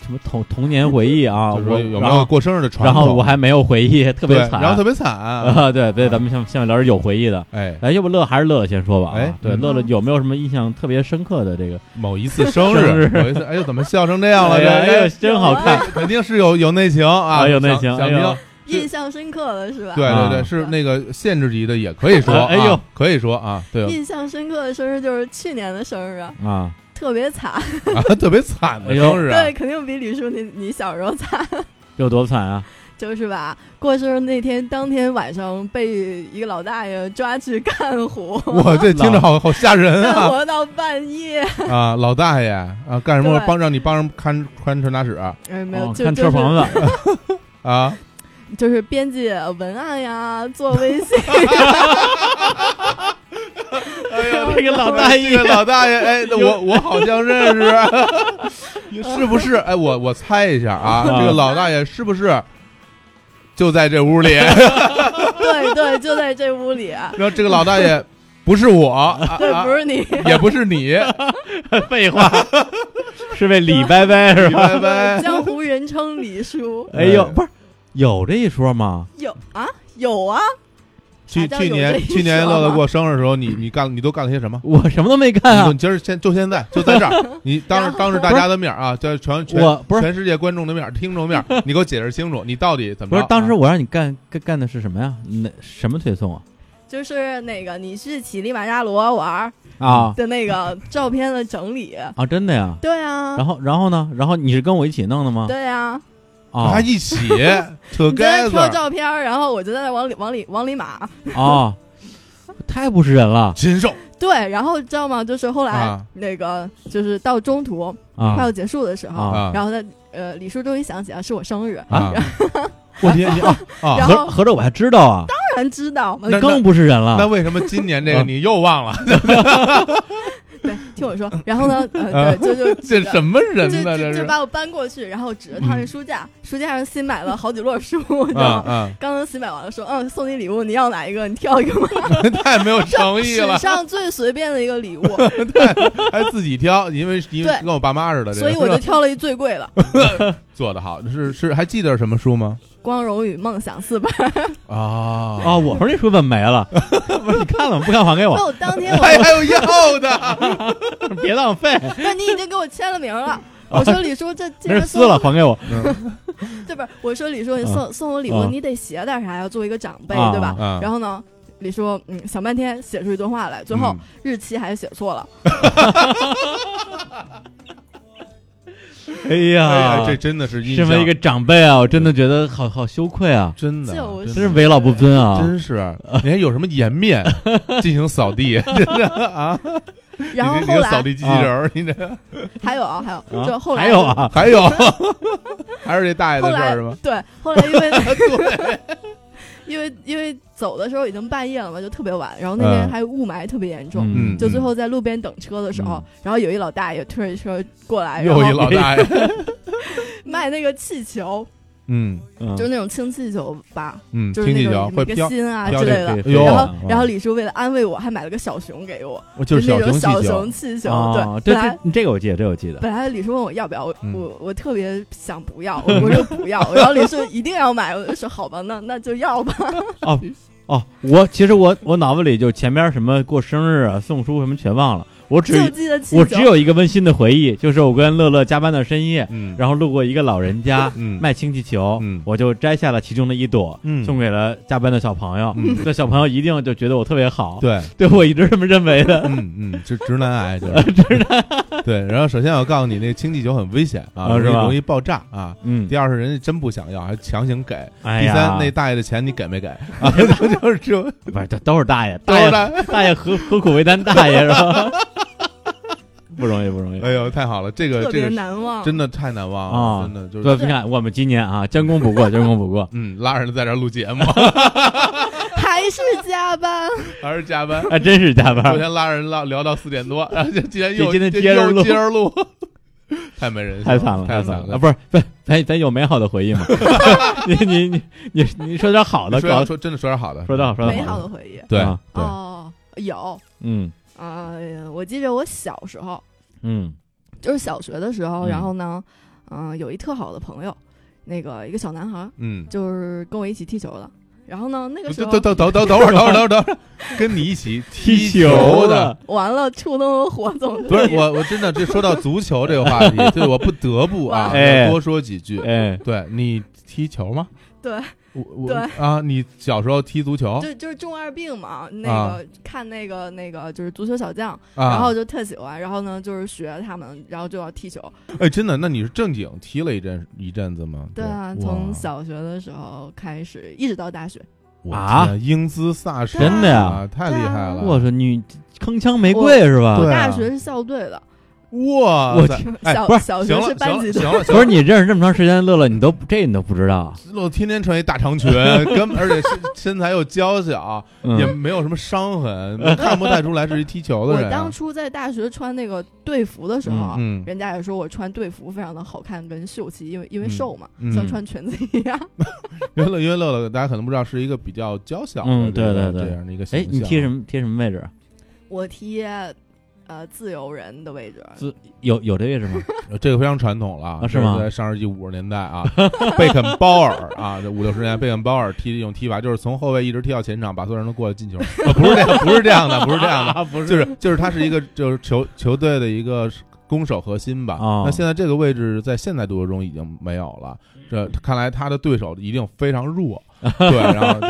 什么童童年回忆啊，
就是说
我
有没
然
有
后
过生日的传
然
统？
后我还没有回忆，
特
特别惨。
然后特
别
别惨啊，
啊， 对对，咱们下面下面聊点有回忆的。
哎，
哎，要不乐还是乐先说吧啊。
哎
对，
嗯
乐乐有没有什么印象特别深刻的这个？
某一次生
生日
某一次，哎呦，怎么笑成这样了？
哎
这
呀，哎呀，
哎，
真好看。
肯定是有有内情啊，
啊有内情
想想
哎呦
听。
印象深刻的是吧？
对对对，
啊
是那个限制级的，也可以说，
哎呦
啊，可以说啊，对
印象深刻的生日就是去年的生日，
啊，
特别惨。
啊，特别惨的
哎呦
生日啊
对，，肯定比李叔你你小时候惨，
有多惨啊！
就是吧？过生日那天，当天晚上被一个老大爷抓去干活，
哇，这听着好好吓人啊！
干活到半夜。
啊，老大爷啊，干什么
对
帮让你帮人看看传达室啊
哎，没有，
哦
就
看车
就是
棚子，
啊？
就是编辑文案呀，做微信。
哎呀，
哦这个老大
这
爷
个老大爷，哎，那我我好像认识， 是不是？哎，我我猜一下啊，
啊
这个老大爷是不是就在这屋里？
对对，就在这屋里，啊
然后这个老大爷不是我，啊
对，
啊
不是你。
也不是 你，
废话，是为李拜拜是
李
吧？
拜拜。
江湖人称李叔，
哎呦，不是有这一说吗？
有啊有啊，
去
叫
去
有
年
这一
去年
说
乐乐
吗
过生日的时候，你你干你都干了些什么？
我什么都没干
你
啊
说，你今儿现就现在就在这 儿，你当
然
着
后
当着大家的面啊，这全全
我不是
全世界观众的面儿、听众的面儿，你给我解释清楚，你到底怎么
不
着
是
啊？
当时我让你干干干的是什么呀？那什么推送啊？
就是那个你去乞力马扎罗玩
啊
的那个照片的整理。
啊，真的呀。
对啊，
然后然后呢？然后你是跟我一起弄的吗？
对啊，
啊
还一起
你在那
together，
挑照片儿，然后我就在那往里往里往里码。
啊，太不是人了
禽兽
对，然后知道吗？就是后来
啊
那个、就是到中途快
啊
要结束的时候，
啊
啊
然后呢，呃，李叔终于想起来是我生日，
啊！
我天啊
然
啊！
后
哦合合着我还知道啊，
当然知道嘛。
那
更不是人
那
了。
为什么今年这个
啊
你又忘了？
对，听我说，然后呢，呃，对，就就
嗯啊这什么人
就
呢？
就
是
就把我搬过去，然后指着他那书架，书架上新买了好几摞书，你知
啊
道吗？
啊！
刚刚新买完了，说嗯，送你礼物，你要哪一个？你挑一个吧。
太没有诚意
史
了，
上最随便的一个礼 物，
还自己挑，因为因为
对
跟我爸妈似的，这
所
个
以我就挑了一最贵的《
做的好。是是，还记得什么书吗？
光荣与梦想》四本。
啊
啊，我说那书怎么没 了？不是你看了吗不敢还给
那
我，
我当天我
还还有要的，
别 浪费。
那你已经给我签了名
啊
了。我说李叔，这这
那
个
是撕了，
送
还给我。
对吧？我说李叔，你送送我礼物，
啊
你得写点啥，要做一个长辈，
啊
对吧
啊？
然后呢，李叔，嗯，想半天写出一段话来，最后
嗯
日期还是写错了。
哎
哎呀
呀，，
这真的是印象
身为一个长辈啊，我真的觉得好好羞愧啊，
真的
就，
真
真
的
是为老不尊啊。
真是，你还有什么颜 面进行扫地？真的啊！
然后
你这
后
你这扫
来
地机器人儿，你这
还有啊，还有，
啊
就后来
还有，啊，
还 有还是这大爷的
后
事
来
儿是吗？
对，后来因为
对，
因为因为走的时候已经半夜了嘛，就特别晚，然后那
嗯
天还雾霾特别严重。
嗯
就最后在路边等车的时候
嗯，
然后有一老大爷推着车过来，然
又一
后
老大爷，
卖那个气球，
嗯
嗯
就是那种氢气球吧，
嗯，
就是
听
那
几脚
种
会
一个
飘。
心啊
飘
之
这
类的
可以。哟
然
啊
后，然
哦
后李叔为了安慰我，还买了个小熊给我，
我就是
那种
熊
小
气
熊
球，
气球。
啊
对，
这
本来
这这个我记得，这个我记得。
本来李叔问我要不要，我
嗯
我我特别想不要， 我我说不要，然后李叔一定要买，我就说好吧，那那就要吧。
哦，我其实我我脑子里就前边什么过生日啊、送书什么全忘了，我只
就记得气球，
我只有一个温馨的回忆，就是我跟乐乐加班到深夜，
嗯，
然后路过一个老人家
嗯
卖氢气球
嗯，
我就摘下了其中的一朵，
嗯
送给了加班的小朋友
嗯。
那小朋友一定就觉得我特别好，
对，
对我一直这么认为的。
嗯嗯，直直男癌，就是 直男。对，然后首先我告诉你，那个氢气球很危险啊，
啊
容易
是吧
容易爆炸啊。
嗯，
第二是人家真不想要，还强行给。
哎
第
呀
三，那大爷的钱你给 没给啊？ 就是就
不是都都是大爷，
都
大
是
爷
大爷
大爷何何苦为难大爷是 吧？不容易，不容易。
哎呦，太好了，这个
特
这
别
个是
难忘。
真的太难忘了，
啊
真的就是
对，你看我们今年啊，将功补 过，将功补过。
嗯，拉着他在这儿录节 目，
还是加 班，
还是加班。
还哎真是加班
昨
儿。
天拉着人唠聊到四点多，然后就今天又
啊今天
这
接着
又
录
接着录， 太没人性，
太惨了，
太
惨
了。
啊！不是，不，咱咱有美好的 回忆吗？你你你你你说点好的，
说点
搞
说真的说点好的，
说点好，说
美
点
好的
的。
回忆。
对
啊
嗯对，
哦，有
嗯
啊、我记着我小时候，
嗯
就是小学的时候，
嗯
然后呢，嗯、有一特好的朋友，那个一个小男孩，
嗯。
就是跟我一起踢球的。然后呢，那个时
等
候
等等等等等会儿，等会儿，等会儿，等会儿，跟你一 起踢
球
的，
完了，触动了火总
不是我，我真的这说到足球这个话 题，对我不得不啊，
哎
要多说几句。
哎，
对你踢球吗？
对，
我我
对
啊，你小时候踢足球
就就是中二病嘛，那
哦
个、
啊
看那个那个就是足球小将，
啊？
然后就特喜欢，然后呢就是学他们，然后就要踢球。
哎，真的，那你是正经踢了一阵一阵子吗？
对啊，
哇
从小学的时候开始，一直到大学。
我
啊
天英姿飒爽，
真的呀
啊，太厉害了！
我说你铿锵玫瑰是吧？
对啊
大学是校队 的，
哇
我
塞
听
哎，
小
不是
小
行
学
了
是班级
行
的。
了行
不
了
是你认识这么长时间，乐乐你都这你都不知道？啊
行了，我天天穿一大长裙，根本 而且身身材又娇小，也
嗯，
没有什么伤痕，看不太出来是一踢球的
我
人啊。
当初在大学穿那个队服的时候啊，
嗯，
人家也说我穿队服非常的好看跟秀气，因为因为
嗯
瘦嘛，
嗯
像穿裙子一样。
因为乐因为乐乐，大家可能不知道是一个比较娇小的
嗯
这个
对对对
这样的一个形
哎
象。，
你踢什
么？
么踢什么位置？
我踢，呃自由人的位置，
自有有这位置 吗？
这个非常传统了，
啊是吗
这在上世纪五十年代啊，贝肯鲍尔啊，这五六十年代贝肯鲍尔踢这种踢法，就是从后卫一直踢到前场，把所有人都过来进球、啊不是这样，不是这样的，不是这样的，
啊，不是，
就是就是他是一个就是球球队的一个攻守核心吧。
哦
那现在这个位置在现代足球中已经没有了，这看来他的对手一定非常 弱，对，然后就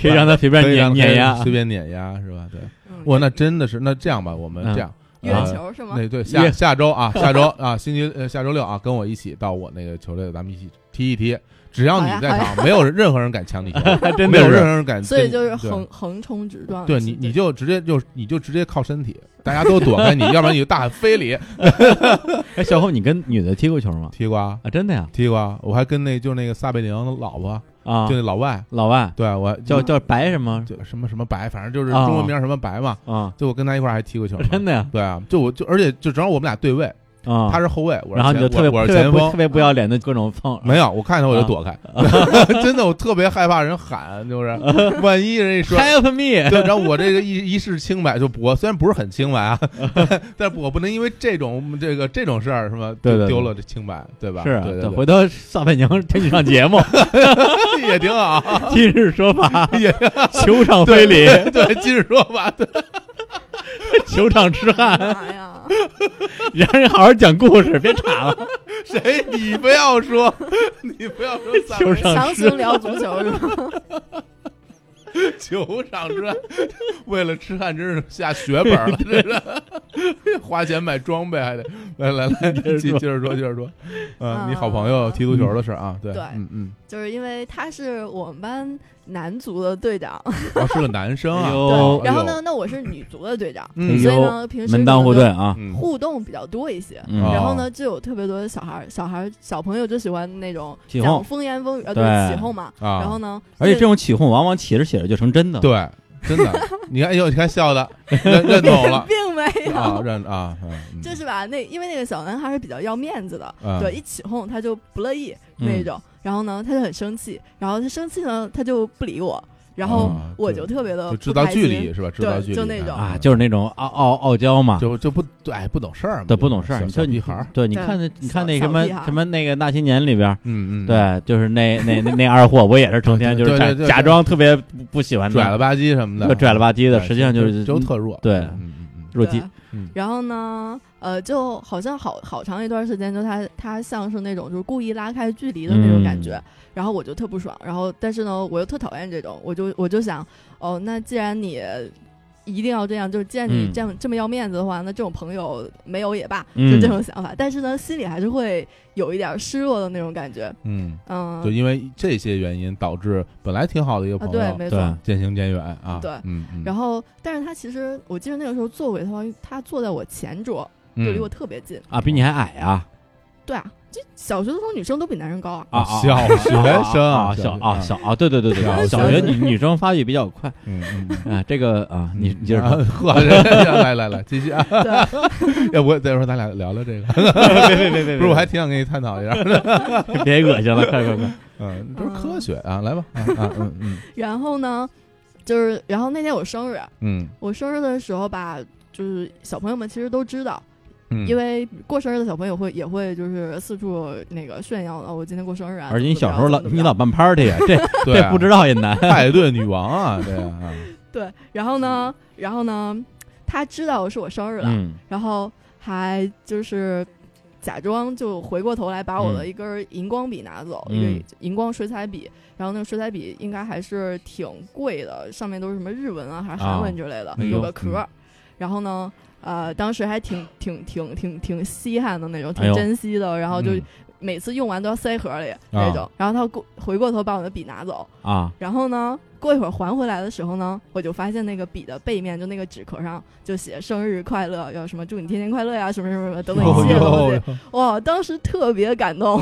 可以让他随便
可以让
碾
他
碾压
随便碾压是吧？对，
嗯
哇，那真的是那这样吧，我们
嗯
这样。
月
呃
球是吗？
那对下
也
下周 啊，下周啊，星期呃下周六啊，跟我一起到我那个球队，咱们一起踢一踢。只要你
好呀
在
好
场，没有任何人敢抢你 球，
真
没
的
有
是
任何人敢跟。
所以就是
对
横横冲直撞。
对
是
你，
不是
你就直接就你就直接靠身体，大家都躲开你，要不然你就大喊非礼。
哎，小侯，你跟女的踢过球吗？
踢过啊，
啊，真的呀，
踢过啊，我还跟那就那个撒贝宁的老婆，
啊
就，那老外，
老外
对我
叫叫白什么
就什么什么白，反正就是
啊
中文名什么白嘛，
啊？
就我跟他一块儿还踢过球嘛。
真的呀，
对啊，就我就而且就正好我们俩对位，
啊，
他是后卫，我
然后
是
你
前
就特别
我我是
特别
前
不
锋
特，别不要脸的各种碰，
没有，我看见我
啊
就躲开， 真的，我特别害怕人喊， 就是万一人一说。
Help me！
对，然后我这个一一世清白，就我虽然不是很清白 啊，但是我不能因为这种这个这种事儿什么
对
就
对对
丢了这清白，对吧？
是啊，
对
等
对
回头撒贝宁听你上节 目，
对，也挺好，
今日说法，
也
球场非礼，
对，今日说法，对，
球场痴汉，
妈哎呀！
让人好好讲故事，别岔了。
谁你不要说， 你不 要说撒
球
贝
上
强行聊足球是吧？
球场之汉，为了吃汉真是下血本 了，这是花钱买装备还得来来 来，
着
接
说
接着说接着说，嗯，
啊
你好朋友踢足球的事儿啊，对
对
嗯嗯，
就是因为他是我们班男足的队长，
哦是个男生
哎
啊，
呦哎
哦
对，然后呢，，那我是女足的队长，
嗯
所以呢，平时
门当户对，啊，
嗯
互动比较多一些。
嗯
哦
然后呢，就有特别多的小孩儿、小孩儿、小朋友就喜欢那种
起哄
讲风言风语，呃，
对
对，起哄嘛。
啊，
然后呢，
而且这种起哄往往写着写着就成真的，，
对，真的，你看，哎呦，你看笑的认认懂 了
并没
啊，
有，
认啊，嗯
就是吧？那因为那个小男孩是比较要面子的，
嗯
对，一起哄他就不乐意那种。然后呢，他就很生气，然后他生气呢，他就不理我，然后
啊
我
就
就特别的
就制造距离，是吧？制
对
造距离嗯
就那种
啊，就是那种傲傲傲娇嘛，
就就不对，哎不懂事儿嘛，
对，不懂事儿。
小
你说
小
你
屁孩儿，
对，你
对
看那你看那
小
什么
小屁孩儿
什么那个《那些年》里边儿，
嗯嗯，。
对，就是那那那那二货，我也是成天就是
对
假
对对对
假装特别不不喜欢
拽了
他，
吧唧什么的，
就拽了吧唧的，
对
实际上就是
哎就特弱，
对
嗯嗯嗯
弱鸡
对
嗯
然后呢，呃，就好像好好长一段时间，就他他像是那种就是故意拉开距离的那种感觉，
嗯
然后我就特不爽，然后但是呢，我又特讨厌这种，我就我就想，哦，那既然你。一定要这样，就是既然你
嗯
这样、这么要面子的话，那这种朋友没有也罢，
嗯
就这种想法。但是呢，心里还是会有一点失落的那种感觉。
嗯，
嗯，
就因为这些原因导致本来挺好的一个
啊，
朋
对，
友，
没错。
对，
渐行渐远啊，
对
嗯嗯，
然
后
后，但是他其实，我记得那个时候座位的话，他坐在我前桌，
嗯
就离我特别近。
啊，比你还矮啊
对啊，这小学的时候女生都比男 生高啊。
啊！啊
小
啊
学生
啊，
啊
小
小
啊小啊，对对对对对，
小
小学
学
女女生发育比较快
嗯 嗯嗯。
啊，这个啊， 你你接着说，
啊呵， 来来来，继续啊！
对，
要不再说咱俩聊聊这个，
别别别 别，
不是我还挺想跟你探讨一下的。
别恶心了，快快快，
嗯，这是科学啊，来吧，啊啊嗯嗯
然后呢，就是然后那天我生日，
嗯
我生日的时候吧，就是小朋友们其实都知道，
嗯，
因为过生日的小朋友会也会就是四处那个炫耀哦，我今天过生日啊。
而且你小时
怎
候
么
老
着怎么着
你老办 party 啊，这
对
这
啊
不知道也难，
派对女王啊，对啊，
对，然后呢，然后呢，他知道是我生日了，
嗯
然后还就是假装就回过头来把我的一根荧光笔拿走，
嗯
一个荧光水彩笔，然后那个水彩笔应该还是挺贵的，上面都是什么日文啊还是韩文之类的，
哎呦
有个壳儿，然后呢。呃，当时还挺挺挺挺挺稀罕的那种，
哎
挺
呦
珍惜的，然后就
嗯
每次用完都要塞盒里、那种。然后他过回过头把我的笔拿走，
啊
然后呢，过一会儿还回来的时候呢，我就发现那个笔的背面，就那个纸壳上就写“生日快乐”，要什么“祝你天天快乐”呀，什么什么什么等等
哦
一系列东
哟
西。，哇，当时特别感动。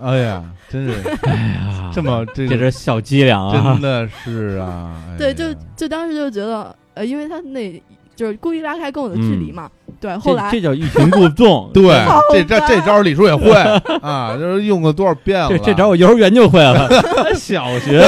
哎呀，真是
啊，
这么 这
这
个
是小伎俩啊
真，的是啊，哎呀
对，就就当时就觉得，呃，因为他那就是故意拉开跟我的距离嘛。对，
这
后来
这叫欲擒故纵
。对
好，
这这
吧
这招李叔也会啊，就是用过多少遍了。
这这招我幼儿园就 会了，小 学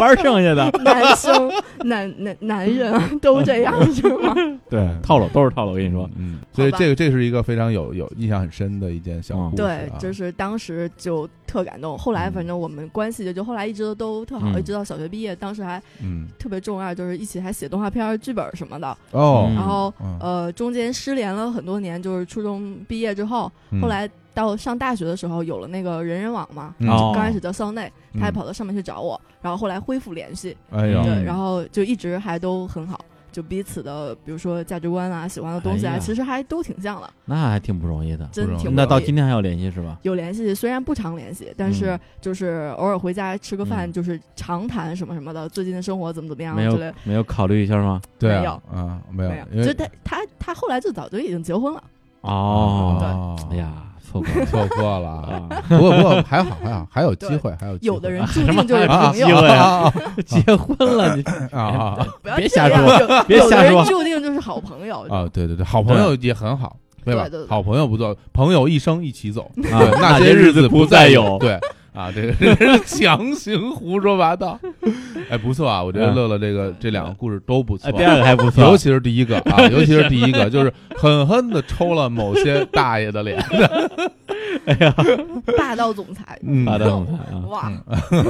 玩剩下的，
男生、 男男男人啊都这样是 吗？
对，套路都是套路。我跟你说，
嗯，所以
好吧
这个这是一个非常有有印象很深的一件小故事、啊
对，就是当时就特感动。后来
嗯
反正我们关系就就后来一直都特好，
嗯
一直到小学毕业，当时还
嗯
特别重二，就是一起还写动画片儿、剧本儿什么的。
哦，
嗯
然后
嗯
呃，中间失联了很多年，就是初中毕业之后，
嗯
后来到上大学的时候有了那个人人网嘛，
嗯
哦
刚开始叫校内，他还
嗯
跑到上面去找我，然后后来恢复联系，
哎呦，
对，
嗯
然后就一直还都很好，就彼此的比如说价值观啊、喜欢的东西
哎
啊，
呀
其实还都挺像的，
那还挺不容易的。
真
容易
挺不
那到
容易
今天还有联系是吧？
有联系，虽然不常联系，但是
嗯
就是偶尔回家吃个饭，
嗯
就是常谈什么什么的，最近的生活怎么怎么样
没
之
有
类的，
没有考虑一下吗？
对
没
啊
有，
啊没
没
因
有。就
为
他他他后来就早就已经结婚了，
哦，
哦
哎，呀，错过了
错过了 啊。
啊！
不过不过还好还好，还有机会，还有机会
有的人注定就是
啊
朋友，
机会
啊啊
结婚了，你
啊 啊啊
不要
别
这
瞎
样
说
有
别
有的
瞎
人
说
注定就是好朋友。
啊！对对对，好朋友也很好，对吧
对对对？
好朋友不错，朋友一生一起走，
啊
对那
些
日
子
不
再
有，。对。啊，这个 这是强行胡说八道，哎，不错啊！我觉得
嗯
乐乐这个这两个故事都不错
哎，，第二个还不错，
尤其是第一个 啊，尤其是第一个，就是狠狠的抽了某些大爷的脸。
霸道总裁，
嗯
霸道总裁啊！
哇，
嗯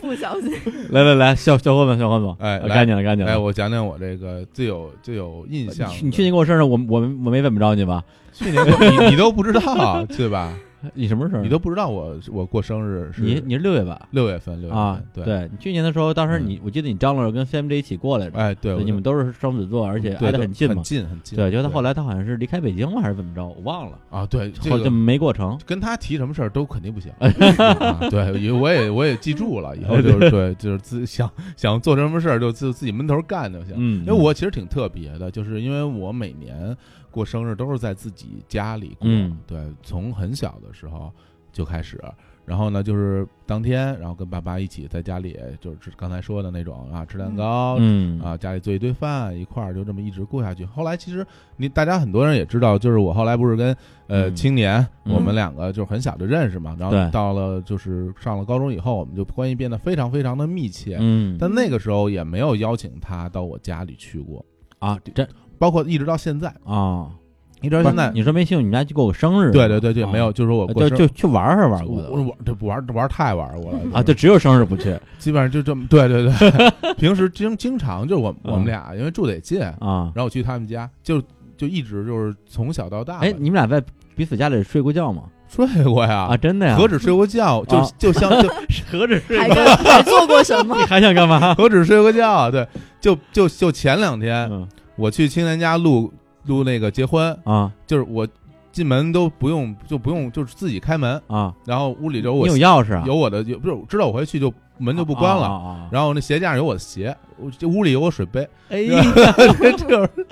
不小 心
来来来，小小伙伴，小伙伴，
哎
呃
来
干净了，干净
哎，
了。
我讲讲我这个最有最有印象的。
呃你去年跟我生日，我我我没怎么着你吧？
去年过你你都不知道对吧？
你什么时候？
你都不知道我我过生日是
嗯你你是六月吧？
六月份六月份
啊，
对，嗯
你去年的时候，当时你我记得你张罗着跟 CMJ 一起过来着，
哎对，我
对你们都是双子座，而且
对
挨得
对
很近嘛
很。近很近。
对，就他后
来
来他好像是离开北京了还是怎么着，我忘了，
啊，对这
后就
个
没过成。
跟他提什么事儿都肯定不行。
哎
啊 对，因为我也我也记住了，以后就是对，就是自 想想做什么事儿就自自己闷头干就行。
嗯，
啊因为我其实挺特别的，就是因为我每年过生日都是在自己家里过，
嗯
对，从很小的时候就开始。然后呢，就是当天，然后跟爸妈一起在家里，就是刚才说的那种啊，吃蛋糕、
嗯
啊，家里做一堆饭，一块儿就这么一直过下去。后来其实你大家很多人也知道，就是我后来不是跟呃、
嗯
青年、
嗯
我们两个就是很小就认识嘛，然
对
后到了就是上了高中以后，我们就关系变得非常非常的密切。
嗯
但那个时候也没有邀请他到我家里去过，
啊这
包括一直到现在，
啊，
一直到
不是
现在，
你说没幸你们家去过我生日，
对对对对，
啊
没有，就是我过
就
生
就去玩是玩过
我
的
我这玩玩太玩过了
啊，就只有生日不去
基本上就这么，对对 对，平时经经常就我我们俩因为住得也近，然
啊。
后我去他们家就。就一直就是从小到大吧，
哎，你们俩在彼此家里睡过觉吗？
睡过呀
啊，？真的呀？
何止睡过觉，就
啊
就像就？
何止睡
还
过
干
觉？
还做过什 么
你？还想干嘛
何止睡过觉，对，就就就前两天
嗯
我去青年家录录那个结婚，
啊
就是我进门都不用就不用就是自己开门，
啊！
然后屋里有我
你有钥匙啊？哦
有我的有不是知道我回去就门就不关了，
了。
然后那鞋架上有我的鞋，我这屋里有我水杯，
哎
呀就是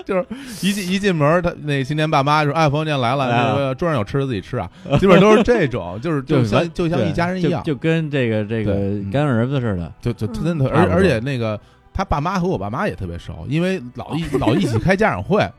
就是一进一进门，他那新年爸妈就说：“哎，冯建来了，
来了
那个桌上有吃的自己吃啊。”基本都是这种，就是就像 就像一家人一样，
就就跟这个这个
对嗯
干儿子似的。
就就真的，
差不
而
多
而且那个。他爸妈和我爸妈也特别熟，因为老一老一起开家长会，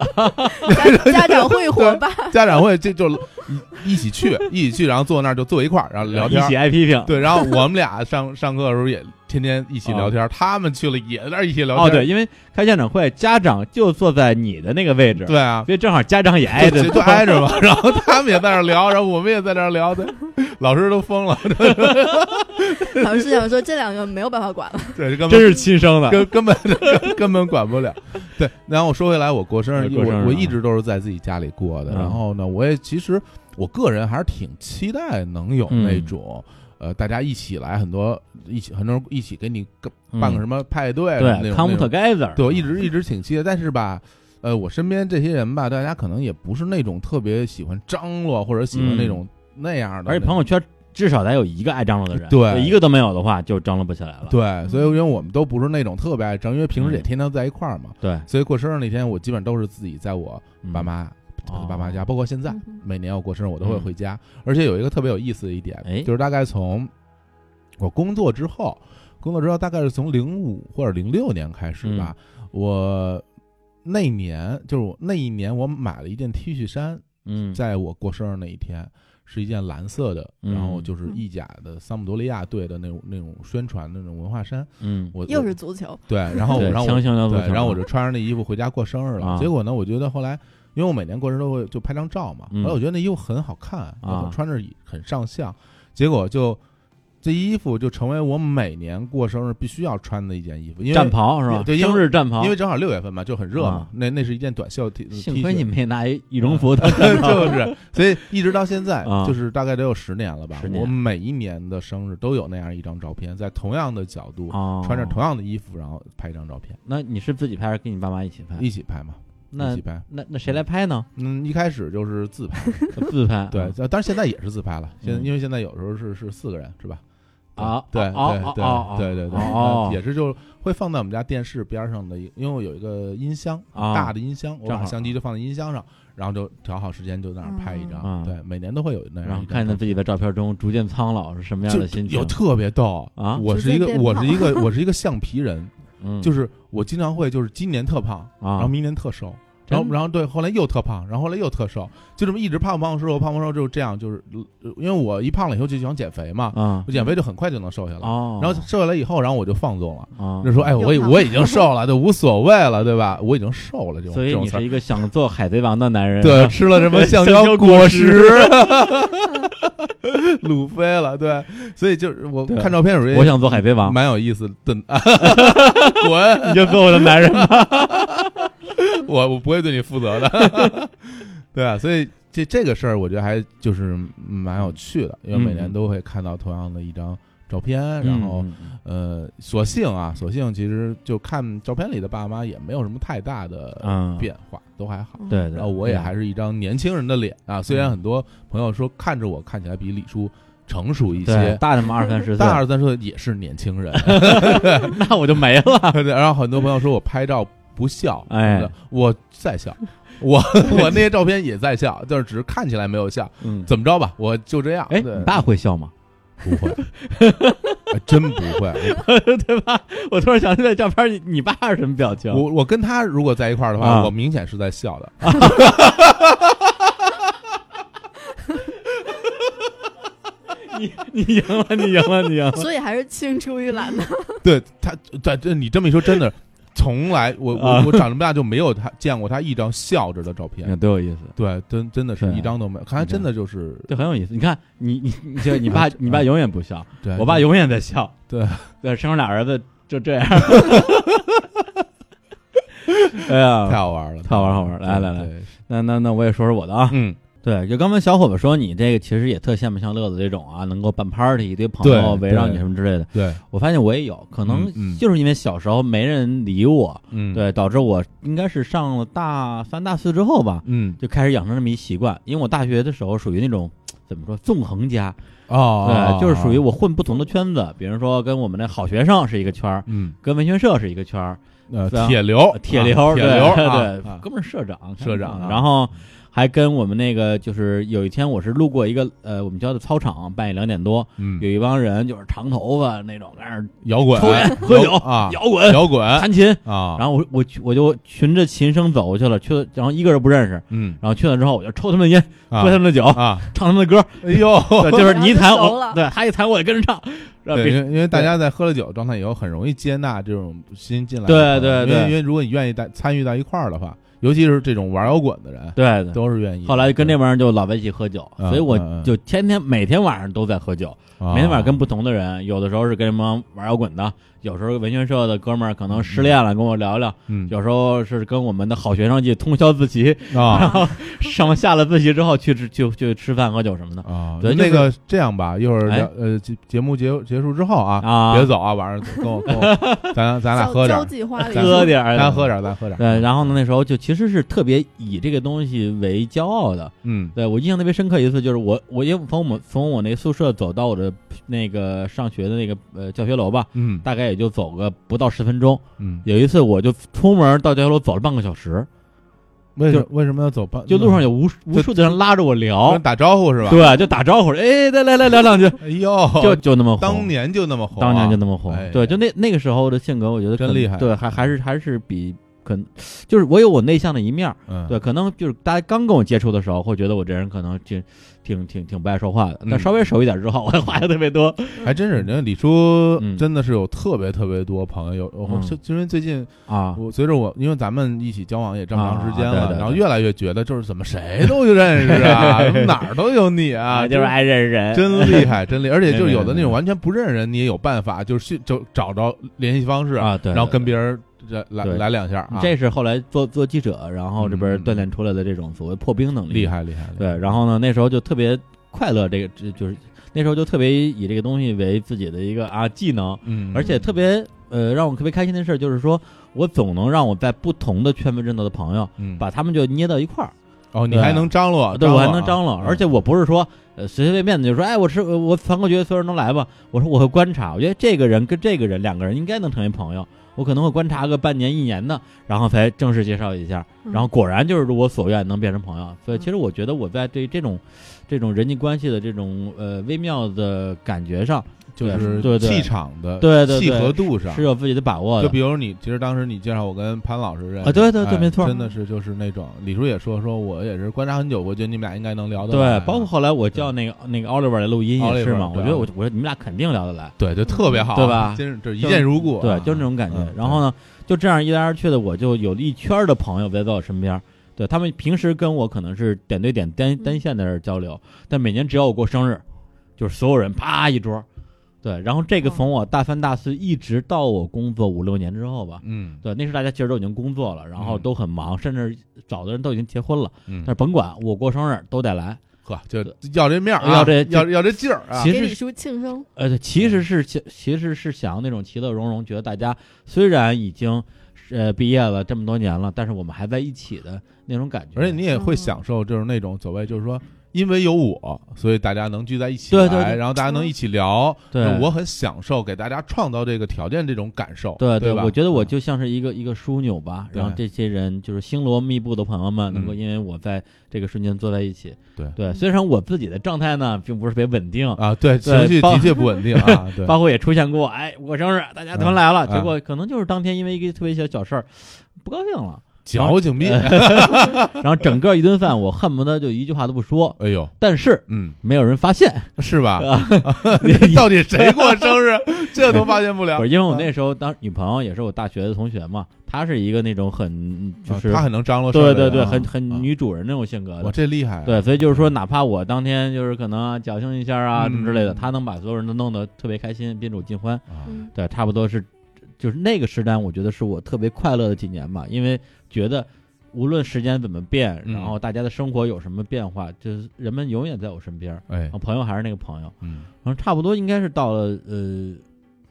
家家长会伙伴，
家长会就就一一起去，一起去，然后坐那儿就坐一块儿，然后聊天
一起，挨批评。
对，然后我们俩上上课的时候也天天一起聊天，他们去了也在那儿一起聊天，
哦哦，对，因为开家长会，家长就坐在你的那个位置，
对啊，
所以正好家长也挨着
就，就挨着嘛。 然后他们也在那儿聊，然后我们也在那儿聊，对， 老师都疯了，
老师想说这两个没有办法管了，
对，就根 本
真是亲生的。
根根本根本管不了。对，然后说回来，我过生日，
过生日啊
我我一直都是在自己家里过的。
嗯
然后呢，我也其实我个人还是挺期待能有
嗯
那种。呃，大家一起来，很多一起，很多人一起给你个办个什
么？
么派对，那
嗯对
种
，come
那种
together。
对，我一直一直挺期待，但是吧，呃，我身边这些人吧，大家可能也不是那种特别喜欢张罗或者喜欢那种那样的那种，
嗯而且朋友圈至少得有一个爱张罗的人，
对
一个都没有的话，就张罗不起来了。
对，所以因为我们都不是那种特别爱张，因为平
嗯
时也天天在一块儿嘛，
对，
所以过生日那天我基本都是自己在我
嗯
爸妈、
哦
爸妈家，包括现在
嗯哼
每年我过生日我都会
嗯
回家，而且有一个特别有意思的一点，
哎
就是大概从我工作之
嗯
后，工作之后大概是从零五或者零六年开始吧，我那年就是我那一年，我买了一件 T 恤衫，
嗯，
在我过生日那一天，是一件蓝色的，
嗯
然后就是意甲的桑普多利亚队的那种那种宣传那种文化衫，
嗯，
我
又是足球，
对，然后
对
然后
强
我
行要
对，然后我就穿上那衣服回家过生日
啊
了。结果呢，我觉得后来。因为我每年过生日都会就拍张照嘛，
嗯
后来我觉得那衣服很好看，
啊
很穿着很上相，结果就这衣服就成为我每年过生日必须要穿的一件衣服，因为
战袍是吧？
对因为
生日战袍，
因为正好六月份嘛，就很热嘛。
啊
那那是一件短袖 T 呃 T
幸亏 你
恤，
没拿一羽绒服的
就是，所以一直到现在，
啊
就是大概得有十年了吧
十。年
我每一年的生日都有那样一张照片，在同样的角度，
哦，
穿着同样的衣服，然后拍一张照片，
那你是自己拍还是跟你爸妈一起拍？
一起拍嘛，一
哎那
起拍。
那那谁来 拍呢？
嗯，一开始就是自拍，啊
自拍。
对，当然现在也是自拍了。现在
嗯
因为现在有时候是是四个人，是吧？
啊
对对
哦哦
对
哦
对对对，
哦
那也是就会放在我们家电视边上的一，因为我有一个音箱，
啊
大的音箱，我
正
把
好
相机就放在音箱上，然后就调好时间就在那儿拍一
嗯
张。对，每年都会有那样一张。
然后看见自己的照片中逐渐苍老是什么样的心
就
情
有？特别逗
啊
我是一个
逐渐变
我是
胖
一 个我是一个橡皮人，
嗯，
就是我经常会就是今年特胖，然后
啊，
明年特瘦。
真
然后，然后对，后来又特胖，然后后来又特瘦，就这么一直胖胖瘦瘦，胖胖瘦瘦就是这样，就是呃因为我一胖了以后就想减肥嘛，
啊
我减肥就很快就能瘦下来，
哦，
然后瘦下来以后，然后我就放纵了，
啊
就，说哎，我已
又胖
我已经瘦了，就无所谓了，对吧？我已经瘦了，这种
所以
这种
你
词儿
是一个想做海贼王的男人，啊
对，吃了什 么橡
橡胶
胶
果
果 实，鲁飞了，对，所以就是我
对
看照片有时候
我
也
想做海贼王，
蛮有意思的， 啊滚，
你就做我的男人吧。
我我不会对你负责的，对啊，所以这这个事儿我觉得还就是蛮有趣的，因为每年都会看到同样的一张照片， 然后
嗯嗯
呃，所幸啊，所幸其实就看照片里的爸妈也没有什么太大的
嗯，
变化，都还好。
嗯
对对，
然后我也
对
还是一张年轻人的脸啊，虽然很多朋友说看着我看起来比李叔成熟一
对
些，
大那么二三十岁，
但二三十岁也是年轻人。
那我就没了。
对然后很多朋友说我拍照不笑，
哎
什么的，我在笑， 我我那些照片也在笑，就是只是看起来没有笑。
嗯，
怎么着吧，我就这样。
哎，
对
你爸会笑吗？
不会，还 真不会。
对吧？ 我突然想起来照片，你你爸是什么表情？
我我跟他如果在一块儿的话，
啊
我明显是在笑的。
你你赢了，你赢了，你赢 了。
所以还是青出于蓝的。
对他，对对，你这么一说，真的，从来我
啊
我我长这么大就没有他见过他一张笑着的照
那
片。
多有意思，
对，真真的是
对
一张都没有。看来真的就是
这很有意思。你看，你你你这 你爸，你爸永远不笑，
对，
我爸永远在笑。
对
对，生了俩儿子就这 样。哎
太
呀，
好玩了，
好玩好玩来来来
对，
那那那我也说说我的啊。
嗯，
对，就刚才小伙子说你这个其实也特羡慕像乐子这种啊，能够办 party，一堆朋友
对
围绕你
对
什么之类的。
对，
我发现我也有，可
嗯
能
嗯
就是因为小时候没人理我，
嗯，，
对，导致我应该是上了大三、大四之后吧，
嗯，
就开始养成这么一习惯。因为我大学的时候属于那种怎么说纵横家，
哦
对，，就是属于
哦，
我混不同的圈子，比如说跟我们那好学生是一个圈儿，
嗯，
跟文学社是一个圈儿，
呃，
咱
铁流
呃，铁
啊
流，
铁
对
流，
对，
啊
哥们儿社长，
社长啊
然后。还跟我们那个，就是有一天我是路过一个呃我们学校的操场，半夜两点多，
嗯
有，一帮人就是长头发那种，在那儿
摇滚，
抽烟喝酒
啊，
摇滚、
摇滚
弹琴，
啊，
然后我我我就循着琴声走去了，去了，然后一个人不认识，
嗯，
然后去了之后我就抽他们的烟，
啊
喝他们的酒，
啊，
唱他们的歌，
哎呦，
对，就是你一弹
然后就熟
我，
了
对他一弹我也跟着唱，然后
对，
别
因为因为大家在喝了酒状态以后，很容易接纳这种新进来的
对
朋友
对
因为
对
因为如果你愿意带参与到一块儿的话，尤其是这种玩摇滚的人，
对对。
都是愿意的。
后来跟这帮人就老在一起喝酒，
嗯
所以我
嗯嗯
就天天每天晚上都在喝酒，
啊
每天晚上跟不同的人，有的时候是跟什么玩摇滚的，有时候文学社的哥们儿可能失恋了跟我聊聊，
嗯
有时候是跟我们的好学生去通宵 自习，然
啊
后上下了自习之后去吃去去吃饭喝酒什么的
啊，
对
那
就
个这样吧，一会儿
哎
聊呃节节目结结束之后啊，
啊，
别走啊，晚上跟我跟 我咱咱俩
交
喝点
交
儿，
际花里
咱
喝点儿，
咱喝点儿，咱喝点儿。
对，然后呢，那时候就其实是特别以这个东西为骄傲的。
嗯
对我印象特别深刻一次，就是我我因为从我们从我那宿舍走到我的那个上学的那个呃教学楼吧，
嗯
大概也就走个不到十分钟。
嗯，
有一次我就出门到教学楼走了半个小时，
为什
就
为什么要走半？
就路上有无
嗯
数无数的人拉着我
跟
聊
人，打招呼是吧？
嗯对，就打招呼，哎，来来来聊两句，
哎呦，
就就那么红
当年就那么红啊，
当年就那么红
哎，
对，就那那个时候的性格，我觉得
真
可能
厉害
对，还还是还是比可能就是我有我内向的一面儿，
嗯，
对，可能就是大家刚跟我接触的时候，会觉得我这人可能挺挺挺挺不爱说话的，但
嗯
稍微熟一点之后，我的话就特别多。
还真是，那李叔
嗯
真的是有特别特别多朋友，我
嗯
就因为最近
啊，
我随着我，因为咱们一起交往也这么长时间
啊对对
了，
对
然后越来越觉得就是怎么谁都认识 啊，怎么哪儿都有你啊，
就是爱认识人，
真厉害，真厉害，而且就
没
有的那
没没
种完全不认识人，你也有办法，就是去就找着联系方式，
啊，对，
然后
对
跟别人来来
对
来两下啊，
这是后来做做记者，然后这边
嗯嗯
锻炼出来的这种所谓破冰能力，啊
厉。害厉害，厉害
对，然后呢，那时候就特别快乐，这个这就是那时候就特别以这个东西为自己的一个啊技能，
嗯，
而且特别呃让我特别开心的事就是说我总能让我在不同的圈子认到的朋友，
嗯
把他们就捏到一块儿，
哦，你
对
还能张罗，
对我还
啊
能张罗，
嗯
而且我不是说呃随随便便的就说，哎，我是我我反过觉得所有人都来吧，我说我会观察，我觉得这个人跟这个人两个人应该能成为朋友，我可能会观察个半年一年的，然后才正式介绍一下，
嗯
然后果然就是如我所愿能变成朋友，所以
嗯
其实我觉得我在对这种这种人际关系的这种呃微妙的感觉上
就
对
是
对对
气场的
对对对
契合度上
是有自己的把握
啊就
的
比如你，其实当时你介绍我跟潘老师认识
啊对对对
哎
没错
真的是就是那种李叔也说说我也是观察很久，我觉得你们俩应该能聊得来
对
啊，
包括后来我叫那个那个 Oliver 来录音也是嘛
Oliver，，对啊
我觉得我我说你们俩肯定聊得来。
对，就特别好，
对吧
真是 就是一见如故，
对
啊，
就是那种感觉
嗯。
然后呢，就这样一来二去的，我就有了一圈儿的朋友围在我身边儿。对他们平时跟我可能是点对点单
嗯
单线在这儿交流，但每年只要我过生日，就是所有人啪一桌。对，然后这个
哦
从我大三大四一直到我工作五六年之后吧，
嗯
对，那时候大家其实都已经工作了，然后
嗯
都很忙，甚至找的人都已经结婚了。但
嗯
是，甭管我过生日都得来，
呵，就要这面儿啊，
要这
要要这劲儿啊
其，
给
实
李叔庆生，
呃，对其实是其其实是想那种其乐融融，觉得大家虽然已经呃毕业了这么多年了，但是我们还在一起的那种感觉。
而且你也会
嗯
享受就是那种所谓就是说。因为有我，所以大家能聚在一起
对对
来
对
然后大家能一起聊。
对
就我很享受给大家创造这个条件，这种感受。
对
对吧，嗯
我觉得我就像是一个一个枢纽吧，
对
让这些人就是星罗密布的朋友们，能够
嗯
因为我在这个瞬间坐在一起。
对
对，虽然我自己的状态呢并不是特别稳定，
啊，对
对
情绪
包
的确不稳定 啊。对，
包括也出现过，哎，我生日大家都
嗯
来了，结
嗯
果可能就是当天因为一个特别小小事儿不高兴了，
矫情病。
然后整个一顿饭我恨不得就一句话都不说，
哎呦，
但是
嗯，
没有人发现。
是吧？
呃 也
啊到底谁过生 日，这都发现不了啊
不。是，因为我那时候当女朋友也是我大学的同学嘛，她是一个那种很就是、
啊他很能张罗事儿
对
的
对
人
对，
啊
很很女主人那种性格
我
的。
这厉害啊，
对，所以就是说，哪怕我当天就是可能啊侥幸一下啊
嗯
什么之类的，她能把所有人都弄得特别开心，宾主尽欢。
啊
嗯
对，差不多是，就是那个时段，我觉得是我特别快乐的几年吧，因为觉得无论时间怎么变，
嗯
然后大家的生活有什么变化，就是人们永远在我身边儿，
哎
然后，朋友还是那个朋友。
嗯，
然后差不多应该是到了呃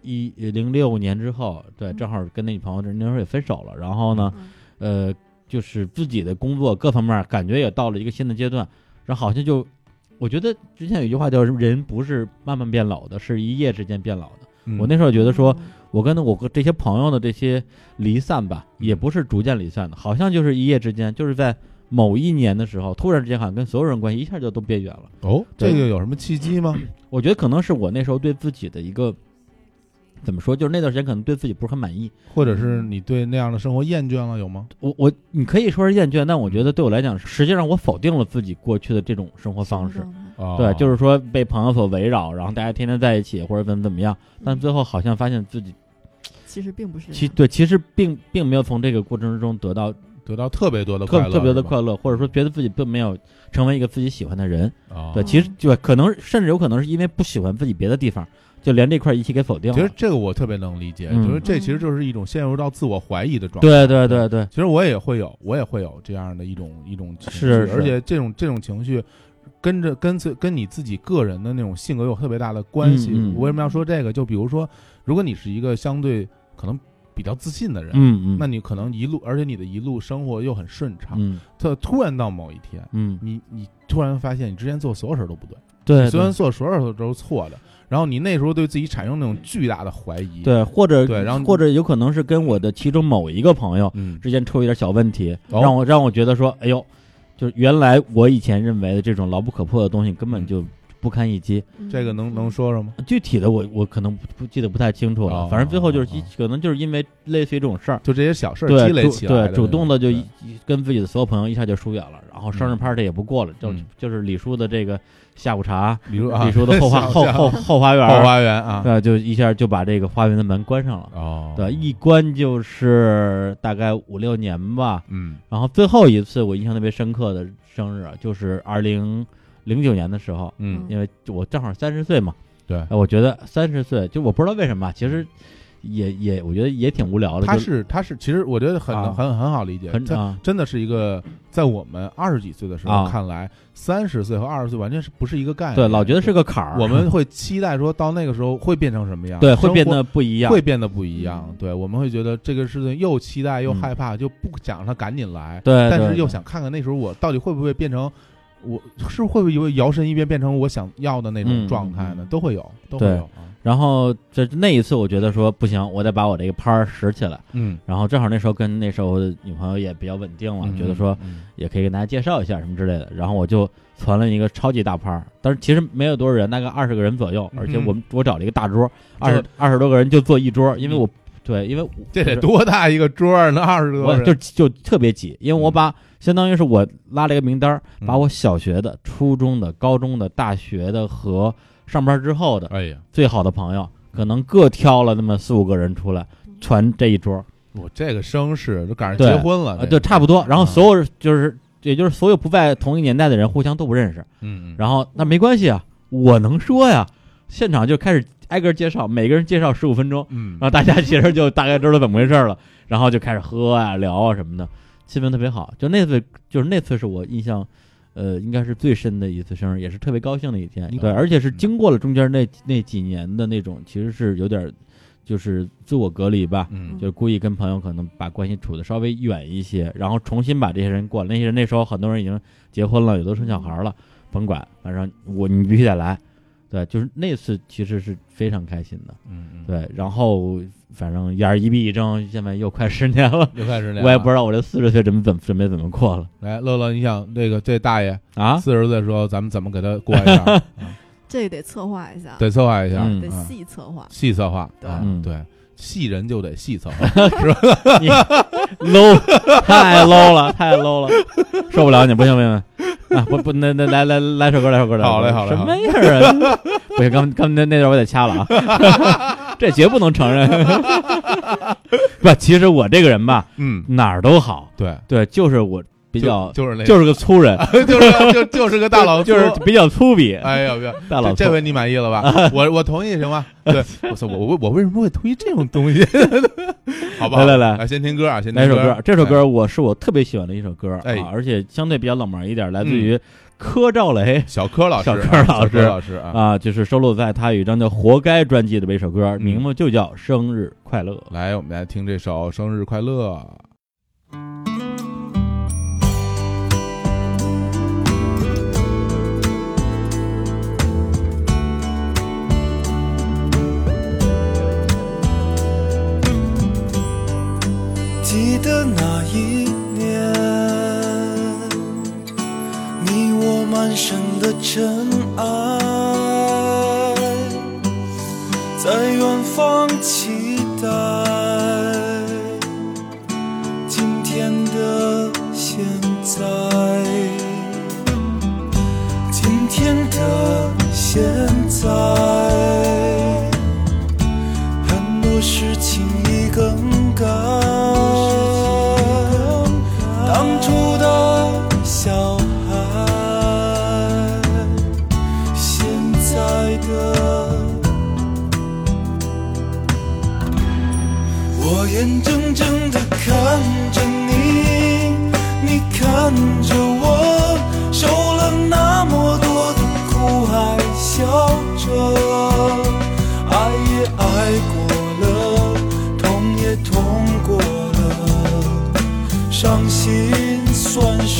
一呃零六年之后，对，
嗯
正好跟那女朋友那时候也分手了，然后呢，
嗯
呃，就是自己的工作各方面感觉也到了一个新的阶段，然后好像就我觉得之前有一句话叫“人不是慢慢变老的，是一夜之间变老的”
嗯
我那时候觉得说，，我跟我这些朋友的这些离散吧，也不是逐渐离散的，好像就是一夜之间，就是在某一年的时候，突然之间好像跟所有人关系一下就都变远了。
哦，
对
这个有什么契机吗？
我觉得可能是我那时候对自己的一个怎么说，就是那段时间可能对自己不是很满意。
或者是你对那样的生活厌倦了，有吗？
我我你可以说是厌倦，但我觉得对我来讲，实际上我否定了自己过去的这种生活方
嗯
式。
啊，
对，就是说被朋友所围绕，然后大家天天在一起，或者怎么怎么
嗯
样，但最后好像发现自己
其实并不是这样，
其对其实并并没有从这个过程之中得到
哦得到特别多的
特
快乐，
特别的
是吧
快乐，或者说觉得自己并没有成为一个自己喜欢的人。
啊。
对，
嗯
其实就可能甚至有可能是因为不喜欢自己别的地方，就连这块一起给否定
其实
了。
这个我特别能理解，
嗯
就是这其实就是一种陷入到自我怀疑的状态。
对对对对，
其实我也会有，我也会有这样的一种一种情绪，
是是
而且这种这种情绪跟着跟自跟你自己个人的那种性格有特别大的关系。
嗯嗯
我为什么要说这个？就比如说，如果你是一个相对可能比较自信的人，
嗯嗯，
那你可能一路，而且你的一路生活又很顺畅，
嗯
特突然到某一天，
嗯，
你你突然发现你之前做所有事儿都不对，
对，
你虽然
对
做所有事儿都是错的，然后你那时候对自己产生那种巨大的怀疑，，
对，或者
对然后
或者有可能是跟我的其中某一个朋友
嗯，
之间出一点小问题，
哦
让我
嗯
让我觉得说，哎呦，就是原来我以前认为的这种牢不可破的东西根本就不堪一击。
嗯
这个能能说说吗？
具体的我我可能不不记得不太清楚了，
哦
反正最后就是
哦
一
哦
可能就是因为类似于这种事儿，
就这些小事儿
对
积累
主
起来的那种，
对，主动的就
对
一一跟自己的所有朋友一下就疏远了，然后生日
嗯
party 也不过了，就
嗯
就是李叔的这个下午茶，
比如啊，
李叔的后花
小
后后后花园，
后花园啊，
对，呃就一下就把这个花园的门关上了。
哦，
对，一关就是大概五六年吧。
嗯
然后最后一次我印象特别深刻的生日啊，就是二零零九年的时候，
嗯
因为我正好三十岁嘛，
对，
呃我觉得三十岁就我不知道为什么啊，其实也也我觉得也挺无聊的，
他
就是
他是，其实我觉得很
啊
很很好理解，
很
他
啊
真的是一个在我们二十几岁的时候
啊
看来，三十岁和二十岁完全是不是一个概念，
对，老觉得是个坎儿，
哎 我们会期待说到那个时候会变成什么样，
对
生活
会变得不一样，
会变得不一样
嗯，
对，我们会觉得这个事情又期待又
嗯
害怕，就不想让它赶紧来，
对，
但是
对
又想看看那时候我到底会不会变成。我是会不会有摇身一变变成我想要的那种
嗯
状态呢？
嗯嗯
都会有，都会
对
有啊。
然后这那一次我觉得说不行，我得把我这个拍儿拾起来。
嗯，
然后正好那时候跟那时候的女朋友也比较稳定了，
嗯
觉得说，
嗯
也可以给大家介绍一下什么之类的。然后我就攒了一个超级大拍儿，但是其实没有多少人，大概二十个人左右，
嗯
而且我们我找了一个大桌，
这
二十二十多个人就坐一桌，
嗯
因为我对，因为我
这得多大一个桌儿呢？二十多
我
人，
就就特别挤，因为我把相当于是我拉了一个名单儿，
嗯
把我小学的、初中的、高中的、大学的和上班之后的
哎呀，
最好的朋
嗯
友，可能各挑了那么四五个人出来，传这一桌，
我这个声势都赶上结
对
婚了，
啊，
这个
对，差不多。然后所有就是，也就是所有不在同一年代的人，互相都不认识。
嗯，嗯
然后那没关系啊，我能说呀。现场就开始挨个介绍，每个人介绍十五分钟，
嗯
然，后大家其实就大概知道怎么回事了，然后就开始喝啊、聊啊什么的，气氛特别好。就那次，就是那次是我印象，呃，应该是最深的一次生日，也是特别高兴的一天。
嗯
对，而且是
嗯
经过了中间那那几年的那种，其实是有点就是自我隔离吧，
嗯
就是故意跟朋友可能把关系处的稍微远一些，然后重新把这些人过来。那些人那时候很多人已经结婚了，有的生小孩了，甭管，反正我你必须得来。对，就是那次其实是非常开心的。
嗯，
对，然后反正眼儿一闭一睁，现在又快十年了，
又开始那样了，
我也不知道我这四十岁怎么怎么准备怎么过了
来乐乐，你想这个这大爷
啊。
四十岁的时候，咱们怎么给他过一下？ 啊
这得策划一下，
得策划一下，
嗯
得
啊
细策划。
细策划，
对
啊
嗯
对，细人就得细策 划，是吧？
low，太 low 了，太 low 了，受不了你，不行不行。不行啊，不不，那那来来来首歌，来首歌，来首歌
好嘞好嘞
什么样啊？不行，刚刚那那段我得掐了啊， 这绝不能承认。不，其实我这个人吧，
嗯，
哪儿都好，
对，
对，就是我比较
就就是那，
就是个粗人，
是 就是个就就是个大佬，
就是比较粗鄙，
哎呀，不要
大佬
这
粗。啊
这回你满意了吧？我我同意行吗？ 对，我操，我我我为什么会同意这种东西？ 好吧，
来来来
先听歌啊，先听
来一首歌，这首
哎
歌我是我特别喜欢的一首歌，
哎嗯
啊，而且相对比较冷门一点，来自于柯兆雷
小柯老师啊，
小柯老
小柯
师
老师啊，
啊，就是收录在他有一张叫《活该》专辑的一首歌，
嗯
名字就叫《生日快乐》。
来，我们来听这首《生日快乐》。
记得那一年，你我满身的尘埃，在远方期待今天的现在，今天的现在。很多事情已更改，当初的小孩，现在的我眼睁睁地看着你，你看着我，受了那么多的苦，还笑着，爱也爱过了，痛也痛过了，伤心算什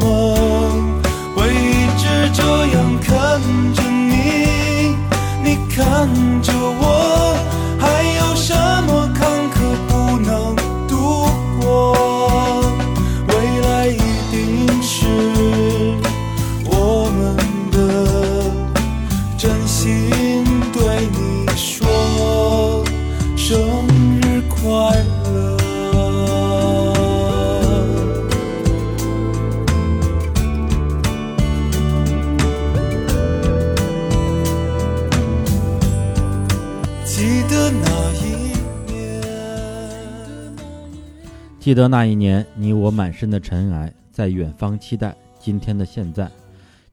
么？会一直这样看着你，你看着我，还有什么坎坷不能度过？未来一定是我们的
记得那一年，你我满身的尘埃，在远方期待今天的现在。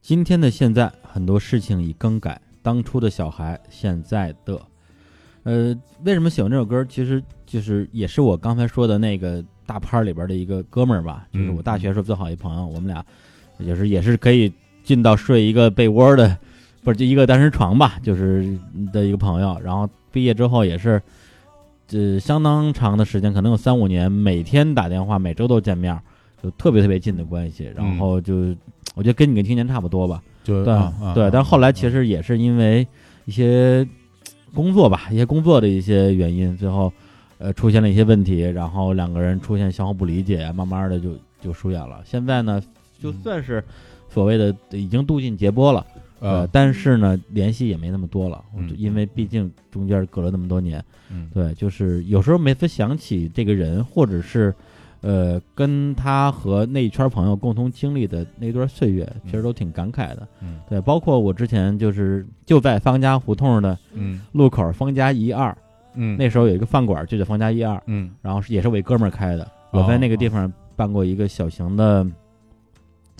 今天的现在，很多事情已更改。当初的小孩，现在的，呃，为什么喜欢这首歌？其实就是也是我刚才说的那个大拍儿里边的一个哥们儿
嗯
吧，就是我大学时候最好一朋友，我们俩也是也是可以进到睡一个被窝的，不是就一个单人床吧，就是的一个朋友。然后毕业之后也是，呃，相当长的时间，可能有三五年，每天打电话，每周都见面儿，就特别特别近的关系。然后就、我觉得跟你跟青年差不多吧，
就
对、
啊啊
对，但后来其
啊
实也是因为一些工作吧，一些工作的一些原因，最后呃出现了一些问题，然后两个人出现相互不理解，慢慢的就就疏远了。现在呢，就
嗯
算是所谓的已经渡尽劫波了，呃，
呃，
但是呢联系也没那么多了，我就
嗯
因为毕竟中间隔了那么多年，
嗯
对，就是有时候每次想起这个人，或者是。呃，跟他和那一圈朋友共同经历的那段岁月，其实都挺感慨的。
嗯
对，包括我之前就是就在方家胡同的
嗯
路口方家一二，
嗯，
那时候有一个饭馆就叫方家一二，
嗯
然后是也是我一哥们儿开的，我在那
哦
个地方办过一个小型的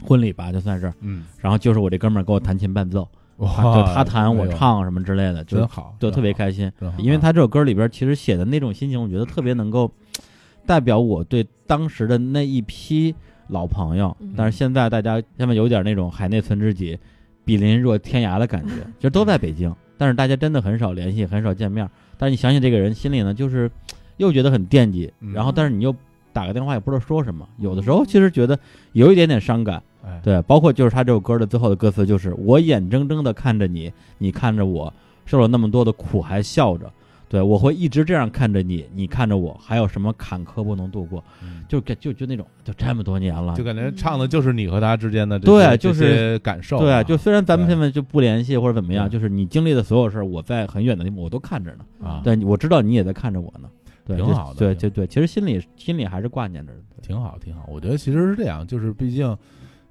婚礼吧，就算是，
嗯，
然后就是我这哥们儿给我弹琴伴奏，
哇
他就他弹我
哎呦哎
唱什么之类的，就
真好，
就
真
特别
好，
开心，
真好啊
因为他这首歌里边其实写的那种心情，我觉得特别能够代表我对当时的那一批老朋友
嗯。
但是现在大家现在有点那种海内存知己，比邻若天涯的感觉，就都在北京，但是大家真的很少联系，很少见面。但是你想起这个人，心里呢就是又觉得很惦记
嗯，
然后但是你又打个电话也不知道说什么，有的时候其实觉得有一点点伤感。
哎
对，包括就是他这首歌的最后的歌词就是“我眼睁睁的看着你，你看着我，受了那么多的苦还笑着。”对，我会一直这样看着你，你看着我，还有什么坎坷不能度过？
嗯
就给就就那种，就这么多年了
就，感觉唱的就是你和他之间的这
对
些
就
这些感受啊，
对，就虽然咱们
对
现在就不联系或者怎么样，
对
就是你经历的所有事儿，我在很远的地方我都看着呢，
啊，
对，我知道你也在看着我呢，对，
挺
就
好的
对
挺
对对，其实心里心里还是挂念着的，对
挺好，挺好。我觉得其实是这样，就是毕竟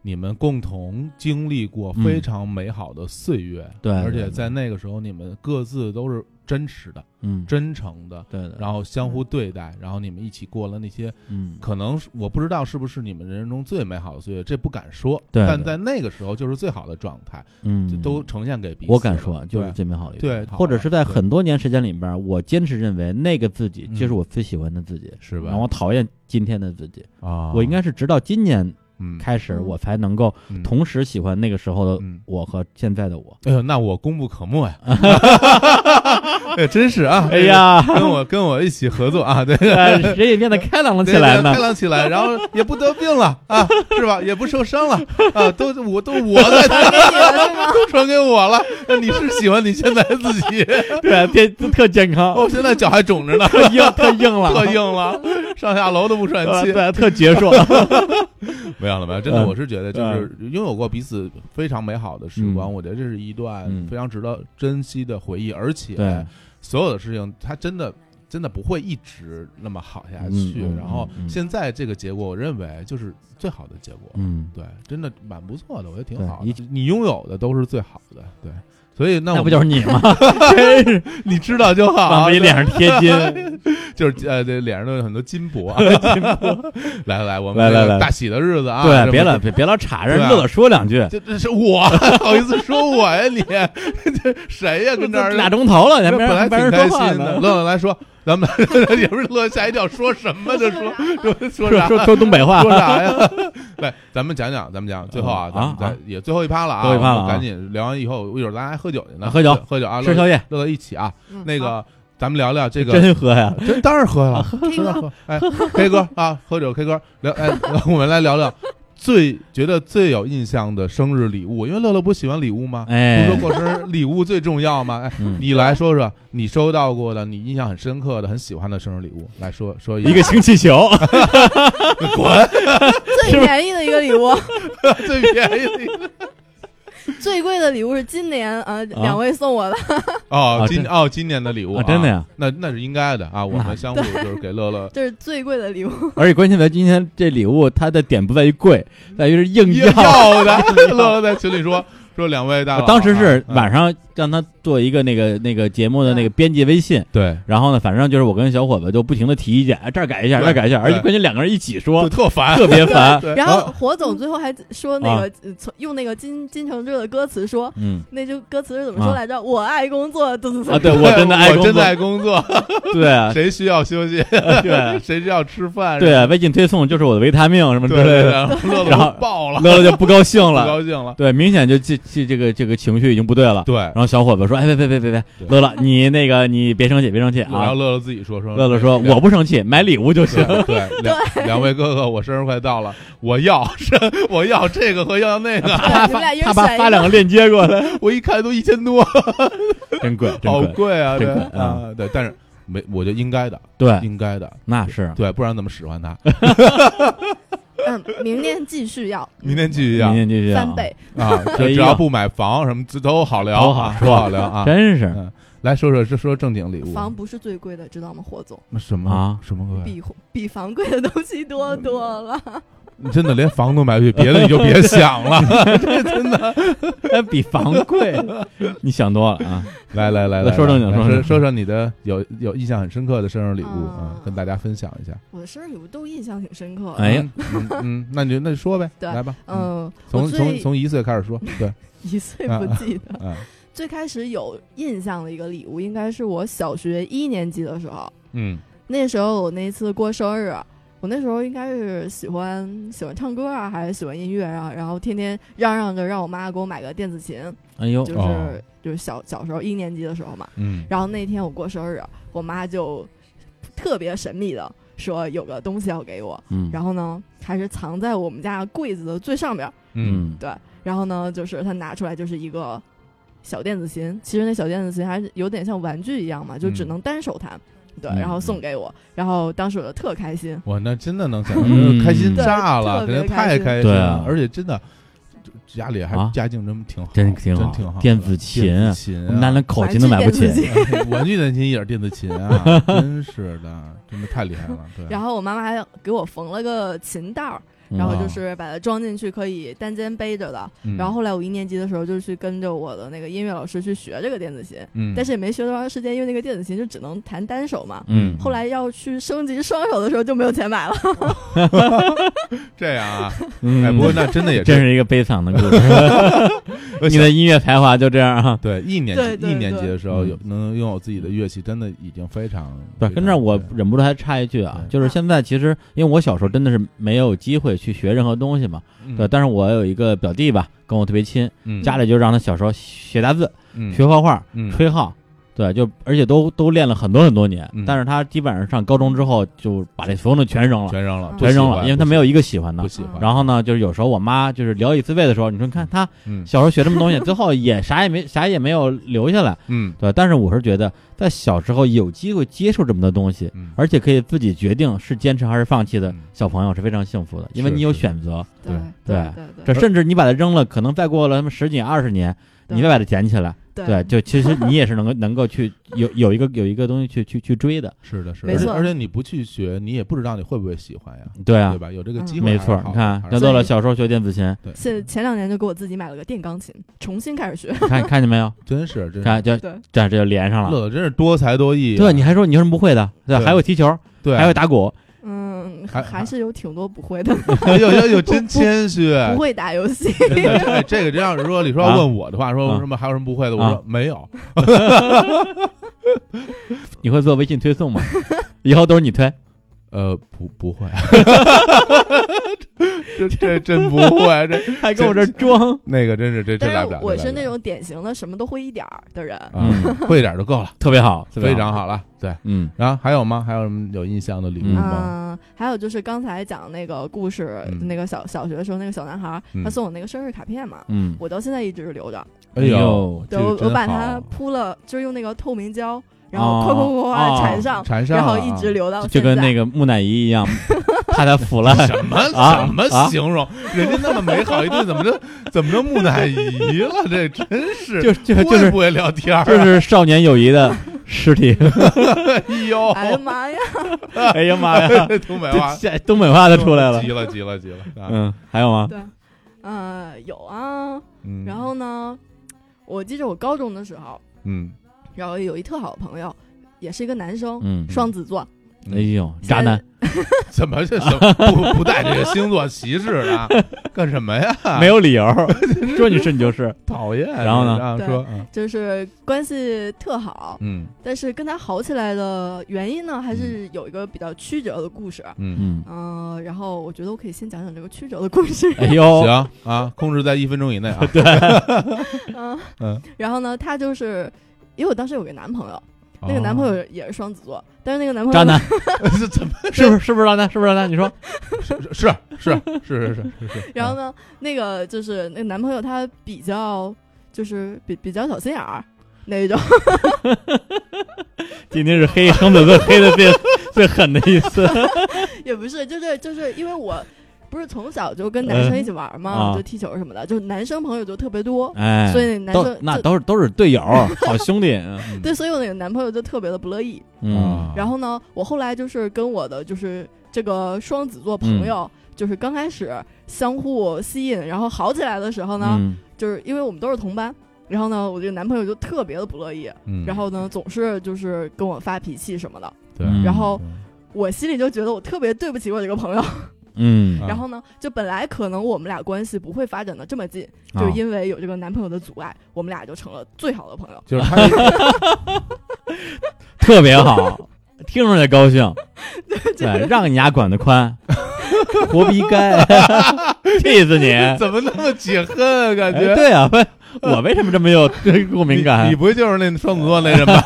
你们共同经历过
嗯
非常美好的岁月，
对
而
对
且
对
在那个时候你们各自都是真实的、
嗯，
真诚的，
对的，
然后相互对待，然后你们一起过了那些，
嗯，
可能是我不知道是不是你们人生中最美好的岁月，这不敢说，
对
但
对
在那个时候就是最好的状态，就
嗯，
都呈现给彼此了。
我敢说，就是
对
最美好的一
对
段
好
或者
了
是在
对
很多年时间里边儿，我坚持认为那个自己就是
嗯
我最喜欢的自己，
是吧
然后我讨厌今天的自己。
啊，
我应该是直到今年
嗯
开始，
嗯
我才能够
嗯
同时喜欢那个时候的
嗯
我和现在的我。
哎呦，那我功不可 没呀！ 哎，真是啊！
哎，呀，
跟我跟我一起合作啊，对，
呃人也变得开朗了起
对
来呢
开。朗起来，然后也不得病了啊，是吧？也不受伤了啊，都我都我的，都传给我了。那你是喜欢你现在自 己？
对，啊变得特健康，
我现在脚还肿着呢，
特硬，特硬了，
哦 特硬了，上下楼都不喘
呃，
气。
对，特 结实。
没有了，没有，真的，
嗯
我是觉得就是拥有过彼此非常美好的时光，
嗯
我觉得这是一段
嗯
非常值得珍惜的回忆，而且
对，
所有的事情，它真的真的不会一直那么好下去。
嗯嗯
然后
嗯嗯
现在这个结果，我认为就是最好的结果。
嗯，
对，真的蛮不错的，我觉得挺
对
好
一
的。你拥有的都是最好的，对。所以那
那
我
不
们
就是你吗？ 真是
你知道就
往
好，
自己脸上贴金。
对就是呃，对，脸上都有很多金箔 啊。 来来来，我们
来来
这个
来
大喜的日子啊，这
对，
不
别老别别老插着，
对啊
乐乐说两句。
这这是我，好意思说我呀你？ 这谁呀？跟这儿
俩钟头了，
这
那
本
边
来
别
挺
人
开
说话
心的。
呢，
乐乐来说，咱们 也不是乐吓一跳，说什么这说
嗯
说说啥
说？说说东北话
说，啥呀？ 来，咱们讲讲，咱们讲，最后啊，
啊
咱们
啊
再也最后一趴了啊，
最后一趴了啊
我们赶紧聊完以后，一会儿咱还喝酒去呢，
啊喝酒
对喝酒啊，
吃宵
夜，
夜，
乐乐一起啊，
嗯
那
好
个咱们聊聊这个。
真喝呀！
真当然喝了，
K
真的
歌
喝。哎，K 哥啊，喝酒 K 哥聊，哎， 我们来聊聊最觉得最有印象的生日礼物，因为乐乐不喜欢礼物吗？不
哎
说，过生日礼物最重要吗？哎，
嗯
你来说说你收到过的，你印象很深刻的、很喜欢的生日礼物，来说说
一个氢气球，
最便宜的一个礼物，
个 最便宜的一个
最贵的礼物是今年呃两位送我的，
哦
啊，
今
真
哦今年的礼物
啊真的呀，
那那是应该的啊，我们
那
相互就是给乐乐
这是最贵的礼物。
而且关键在于今天这礼物，它的点不在于贵， 在于是硬
硬
要。
要的，乐乐在群里说说两位大佬啊，
当时是晚
上
上让他做一个那个那个节目的那个编辑微信，
对，
然后呢，反正就是我跟小伙子就不停的提意见，哎，这儿改一下，
对
那儿改一下，而且
对
关键两个人一起
就
说，
特烦，
特别烦。
对
然后火总最后还说那个呃从用那个金金承志的歌词说，
嗯
那句歌词是怎么说来着？我爱工作，怎么
啊，
怎么
对我真的爱
我
工
真的
作，
爱工作，
对啊，
谁需要休息，
对 啊
谁需要吃饭，
对啊，微信推送就是我的维他命什么之
对对，
类的，
然后乐乐
然后
都爆了，
乐乐就不高兴
不
了，
高兴了，
对，明显就这这这个这个情绪已经不对了。
对，
然后小伙子说：“哎，别别别别别，
对
乐乐，你那个你别生气，别生气
然后
啊。”
乐乐自己说说，
乐乐说：“
两
我不生气，买礼物就 行。
对对，两两位哥哥，我生日快到了，我要 是我要这个和要那个，
他
啊你们俩
发
一人
他爸
选一
发
个
两个链接过 来，
我一看都一千多，
真贵，真
好
贵。嗯哎
贵啊！
这
对
个
啊，对，但是没，我就应该的，
对，
应该的，
那是
对，不然怎么使唤他？
嗯，明年继续要
明天继续要
明天继续啊
翻倍，
啊，
可
就
以
只
啊
要不买房什么，这都好聊，
都好哎
啊
说
都好聊啊！
真是
嗯来说说说说正经礼物，
房不是最贵的，知道吗？火总
什么
啊
什么鬼？
比比房贵的东西多多了。
你真的连房都买不起，别的你就别想 了，这真的。
哎，比房贵，你想多了啊！
来来来，来
说正经
来
说
说
正经
说说你的有有印象很深刻的生日礼物啊，
啊
跟大家分享一下。
我的生日礼物都印象挺深刻。
哎呀
嗯，嗯，嗯那你就那就说呗，
对
来吧，嗯，
嗯，我
从从
最
从一岁开始说， 对，
一岁
啊
不记得，
嗯
最开始有印象的一个礼物，应该是我小学一年级的时候。
嗯
那时候我那一次过生日，我那时候应该是喜欢喜欢唱歌啊，还是喜欢音乐啊，然后天天嚷嚷着让我妈给我买个电子琴，
哎呦
就，是、
哦
就是小小时候一年级的时候嘛。
嗯，
然后那天我过生日，我妈就特别神秘的说有个东西要给我，
嗯
然后呢还是藏在我们家柜子的最上边儿，
嗯，
对，然后呢就是她拿出来就是一个。小电子琴，其实那小电子琴还是有点像玩具一样嘛，就只
嗯
能单手弹，对，
嗯
然后送给我，然后当时我就特开心，
我那真的能想
嗯
象，开心炸了，肯
对
定
特别开
太
心
开
对啊
了，而且真的家里还
啊
家境真挺好，
真
真
挺好
挺好的，
电子琴
电子琴啊，
我们拿连口琴都买不起
玩具电子，琴
哎 玩具电琴一点电子琴 啊，真是的，真的太厉害了，对，
然后我妈妈还给我缝了个琴袋儿，
嗯
然后就是把它装进去，可以单肩背着的。
嗯
然后后来我一年级的时候就去跟着我的那个音乐老师去学这个电子琴，
嗯，
但是也没学多长时间，因为那个电子琴就只能弹单手嘛。
嗯，
后来要去升级双手的时候就没有钱买了，
这样啊，
嗯，
哎，不过那真的也
真
是
是一个悲惨的故事。 你的音乐才华就这样啊？
对，一年
对
级
对
一年级的时候
对
有能拥有自己的乐器，真的已经非常。
不是，
非
嗯跟
常
这儿我
对
忍不住还插一句啊，
对
就是现在其实因为我小时候真的是没有机会去学任何东西嘛，
嗯
对，但是我有一个表弟吧，跟我特别亲，
嗯
家里就让他小时候学大字、
嗯
学画画、
嗯
吹号，对，就而且都都练了很多很多年，
嗯
但是他基本上上高中之后就把这所有的全扔了，
全扔了，
嗯
不
全扔
喜
了，
欢
因为他没有一个喜欢的
不。喜欢。
然后呢，就是有时候我妈就是聊以自慰的时候，你说你看他
嗯
小时候学这么东西，最后也啥也没啥也没有留下来，
嗯
对。但是我是觉得，在小时候有机会接触这么多东西，
嗯，
而且可以自己决定是坚持还是放弃的
嗯
小朋友是非常幸福的，因为
是
你有
是
选择。
对
对
对
对
这
对
甚至你把它扔了，可能再过了他妈十几二十年，
对
你再把它捡起来，
对
对，就其实你也是能够 能够去有有一个有一个东西去去去追的，
是的，是的，
没
而且
错
而且你不去学，你也不知道你会不会喜欢呀，
对啊
对，吧？有这个
嗯
机会还
没
是
错
好
儿
的，，
你看
还
刘
是
乐乐小时候学电子琴，
是前两年就给我自己买了个电钢琴，重新开始学。
看看见 没有？
真是真是，
看就
对，
这这就连上
乐
了。
乐真是多才多艺啊。
对，你还说你有什么不会的？对，
对
还会踢球，
对，
还会打鼓，
嗯，
还
还是有挺多不会的，
哎呦呦呦，真谦虚。
不会打游 戏。
真的，哎，这个真要是说李叔
啊
要问我的话，说
啊
什么还有什么不会的，我
啊
说没有，
你会做微信推 送吗？以后都是你推，
呃，不不 会，这这真不会，这
还跟我 这儿装，
那个真是这这来
但
不
是
了。
我
这
是
来不
那
了
种典型的什么都会一点儿的人，
啊，会一点就 够了，
特别好，特别
非常，好了。对，
嗯
然后还有吗？还有什么有印象的礼物吗？
嗯，还有就是刚才讲那个故事，
嗯
那个小小学的时候那个小男孩儿，
嗯
他送我那个生日卡片嘛，
嗯，
我到现在一直留着。
哎
哎
呦，
呦
这
对，我
个真
我把它
好
铺了，就是用那个透明胶，然后
哦
夸夸夸
哦
夸缠上，
缠上了
然
啊，
后一直留到
就
现在。
跟那个木乃伊一样， 怕他腐烂，
什么
啊
什么形容？人家那么美好一顿，怎么着 怎么着木乃伊了？这真是
就就就
会
是
不会聊天儿？啊
就是少年友谊的尸 体。
哎呦，
哎呀妈呀！
哎呀妈 呀，哎
东北话
这这东北话都 出来了
急。了急了急了。啊
嗯嗯，还有吗？
对，呃，有啊。
嗯
然后呢，我记着我高中的时候，
嗯，
然后有一特好的朋友，也是一个男生，
嗯，
双子座，
哎呦，渣男
怎么这什么不不带这个星座歧视 的啊？干什么呀？
没有理由，说你是你就是，
讨厌。
然后呢
这样
对
说，嗯
就是关系特好，
嗯
但是跟他好起来的原因呢，还是有一个比较曲折的故事。
嗯，
嗯，
嗯、然后我觉得我可以先讲讲这个曲折的故 事。
哎呦，
行啊，控制在一分钟以内 啊。
嗯、
嗯
然后呢，他就是因为我当时有个男朋友，
哦
那个 男朋友也是双子座，但是那个男朋友
渣男
是怎么
是不是是不是渣男？是不是渣男？你说，
是是是是是是是，
然后呢，那个就是那个男朋友他比较就是比比较小心眼儿那种，
今天是黑成本最黑的最最狠的一 次，
也不是，就是就是因为我不是从小就跟男生一起玩嘛，
嗯啊
就踢球什么的，就男生朋友就特别多，
哎，
所以男
都
生
那
就
都是都是队友，好兄 弟，嗯
对，所以我那个男朋友就特别的不乐意。
嗯，
然后呢，我后来就是跟我的就是这个双子座
嗯
朋友，就是刚开始相互吸引，然后好起来的时候呢，
嗯
就是因为我们都是同班。然后呢，我这个男朋友就特别的不乐意，
嗯
然后呢，总是就是跟我发脾气什么的，
对，
嗯
然后我心里就觉得我特别对不起我这个朋友。
嗯，
啊
然后呢，就本来可能我们俩关系不会发展的这么近，
啊
就因为有这个男朋友的阻碍，我们俩就成了最好的朋友。
就是他
特别 好，听着就高兴，对，让你牙管得 宽，活逼该，气死你！
怎么那么解恨啊？感
哎，
觉
对啊，为我为什么这么有过敏
你
感
你？不会就是那双子座那人吧？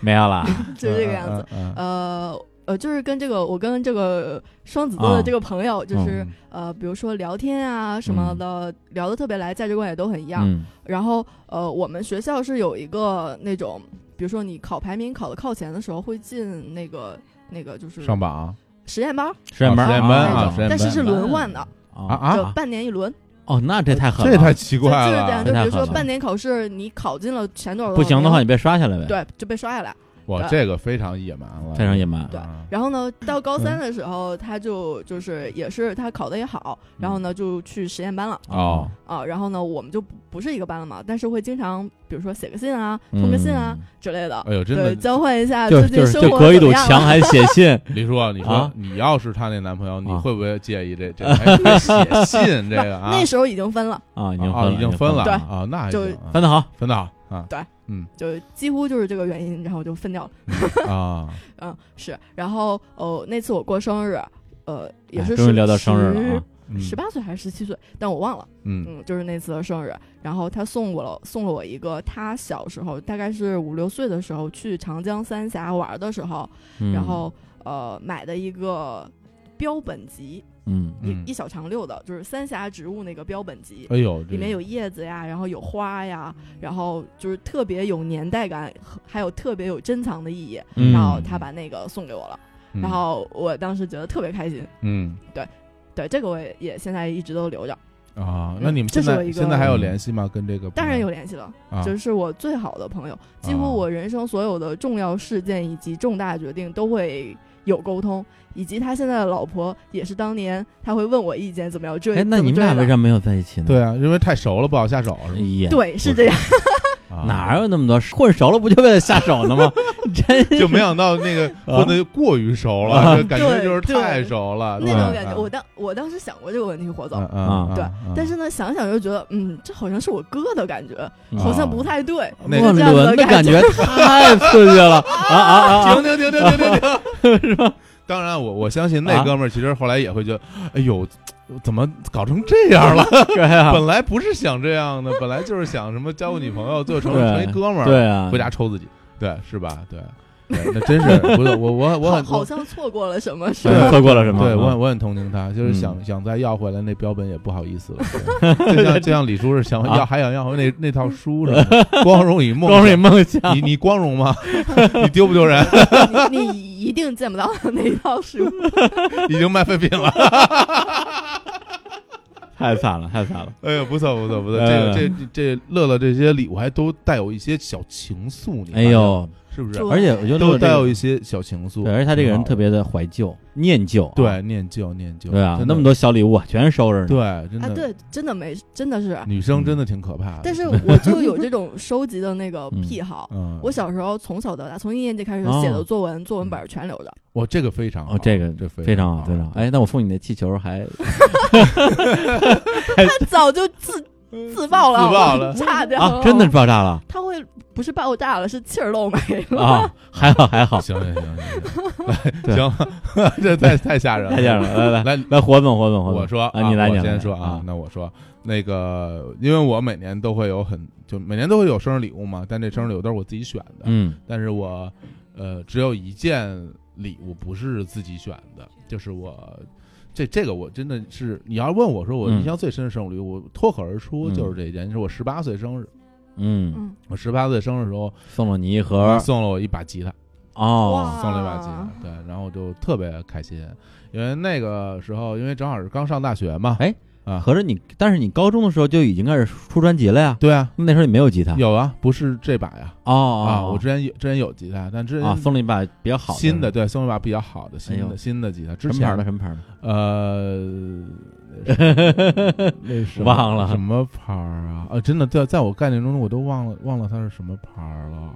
没有啦，
就是这个样子。
嗯。嗯嗯
呃呃，就是跟这个我跟这个双子座
啊
的这个朋友，就是、
嗯
呃，比如说聊天啊什么的，聊得特别来，价值观也都很一样。
嗯
然后呃，我们学校是有一个那种，比如说你考排名考的靠前的时候，会进那个那个就是
上榜
实验班儿，
实验班
啊
哦儿
实验班
班
啊，实验
但是
班
是轮换的，
啊
啊
就
啊，
半年一轮。
哦，那这太狠了，
这也太 奇
嗯就
怪
就是这
了
样，
这
就比
太狠
如说
了
半年考试，你考进了前多少多
不
少
行的话，
名
你被刷下来呗，，
对就被刷下来。
哇，
对
这个非常野蛮了，
非常野蛮。
对
啊
然后呢，到高
嗯
三的时候，他就就是也是他考的也好，
嗯
然后呢就去实验班了
哦，
啊。然后呢，我们就不不是一个班了嘛，但是会经常比如说写个信啊、
嗯
通个信啊之类的，
哎呦，真
对，
的，
交换一下
就
啊最
就
近
是
生
就
活
隔一
怎
堵
么样
墙
了。
还写信，
李叔，你说
啊
你要是她那男朋友，你
啊
会不会介意这这 还还写信这个啊？
那时候已经分了，
啊，已经分
啊
了，
已经
分
了
对
啊，那还
就
行啊
分的好，
分的好 啊
就几乎就是这个原因，然后就分掉了。
啊，
嗯，是。然后哦，那次我过生日，呃，也
哎
是
终于
十
聊到生日了啊，
嗯
十八岁还是十七岁，但我忘了。
嗯
嗯，就是那次的生日，然后他送我了送了我一个他小时候大概是五六岁的时候去长江三峡玩的时候，
嗯
然后呃买的一个标本集，
嗯
嗯
一一，小长六的，就是三峡植物那个标本集。
哎呦，这
里面有叶子呀，然后有花呀，然后就是特别有年代感，和还有特别有珍藏的意义。
嗯
然后他把那个送给我了，
嗯
然后我当时觉得特别开心。
嗯
对，这个我也也现在一直都留着，
啊，那你们
嗯这
现
是我
在
一个
现在还有联系吗？跟这个
当然有
朋
联系了。
友啊，
就是我最好的朋友，几乎
啊
我人生所有的重要事件以及重大决定都会有沟通，以及他现在的老婆也是当年他会问我意见怎么样追。
哎，那
怎么
你们俩
追
为
的
啥没有在一起呢？
对啊，因为太熟了不好下手是
哎
吗？
呀，
对是
不
这样？
啊
哎哪有那么多混熟了不就为了下手呢吗？真 是
就没想到那个
啊
混的过于熟
啊
了，就感觉
对
就是
对
太熟了，啊
那种感觉，我
当
当我当时想过这个问题，火总。
啊
对但是呢，想想又觉得，嗯，这好像是我哥的感觉，
嗯
好像不太对。
啊那
乱
这样
伦
子
的感
觉
觉太刺激 了啊啊啊！
停停停停停停停， 是吧？当然我，我相信那
啊
哥们儿其实后来也会觉得，哎呦，怎么搞成这样了？
对 啊，
本来不是想这样的，本来就是想什么交个女朋友，最后成
对
成一哥们儿，
对啊，
回家抽自己，对，是吧？ 对，对那真是不是我 我我
好，
很
好像错过 了什么似
嗯
对
的。
错过了什么？
对我很
嗯
我很同情他，就是
嗯
想想再要回来那标本也不好意 思了，对就像就像李叔是想
啊
要还想要回那那套书什么的 《光荣与梦
光
想
是》，梦 想，
你你光荣吗？你丢不丢人？
你你一定见不到那一套书。
已经卖废品了。
太惨了，太惨了。
哎呦，不错不错不错，这个
嗯
这这这乐乐这些礼物还都带有一些小情愫，你发
哎
现吗，
呦，
是不是？
对
而且我觉得
哎都
乐这
带有
个
一些小情愫。
对，而且他这个人
挺好
特别的怀旧、念旧啊，
对，念旧念旧，
对啊，
真的
那么多小礼嗯物全是收着呢。
对，真
啊，
的，嗯
对，真的没，真的是。
女生真的挺可怕的。
但是我就有这种收集的那个癖好。
嗯，
我小时候从小到大，从一年级开始
哦
写的作文，作文本
嗯
儿全留着。
我这个非常好
哦，这个
这
非常
好，
好，非常好。哎，那我送你那气球还
他早就自自爆了，
自爆
好吗
了
炸掉了
啊，真的是爆炸 了
他会不是爆炸了，是气儿漏没 了。
啊，还好还好，
行行行行
对
行， 来行，这太太吓人了，
再见了，来来
来，
来，活动活动活动，
我说
啊，你来，你
我
来
先说啊
啊，，
那我说那个，因为我每年都会有很，就每年都会有生日礼物嘛，但这生日礼物都是我自己选的，
嗯
但是我呃只有一件礼物不是自己选的，就是我这这个我真的是，你要问我说我
嗯
印象最深的生日礼物，我脱口而出
嗯
就是这一件，是我十八岁生日，
嗯，
嗯，
我十八岁生日的时候，
送了你一
我妈
盒
送了我一把吉他。
哦，
哇
送了一把吉他，对，然后我就特别开心，因为那个时候，因为正好是刚上大学嘛，
哎
啊，
合着你，但是你高中的时候就已经开始出专辑了呀？
对啊，
那时候你没有吉他
有啊，不是这把呀，
哦
啊，我
哦
之前有之前有吉他，但之
啊，
前
送了一把比较好的
新的，对，送了一把比较好的新
哎
的
呦
新的吉他，之
什么牌
前
儿的？什么牌儿的？
呃，那什么
忘 了
呃什么牌儿啊？啊，真的，在在我概念中，我都忘了忘了它是什么牌儿了，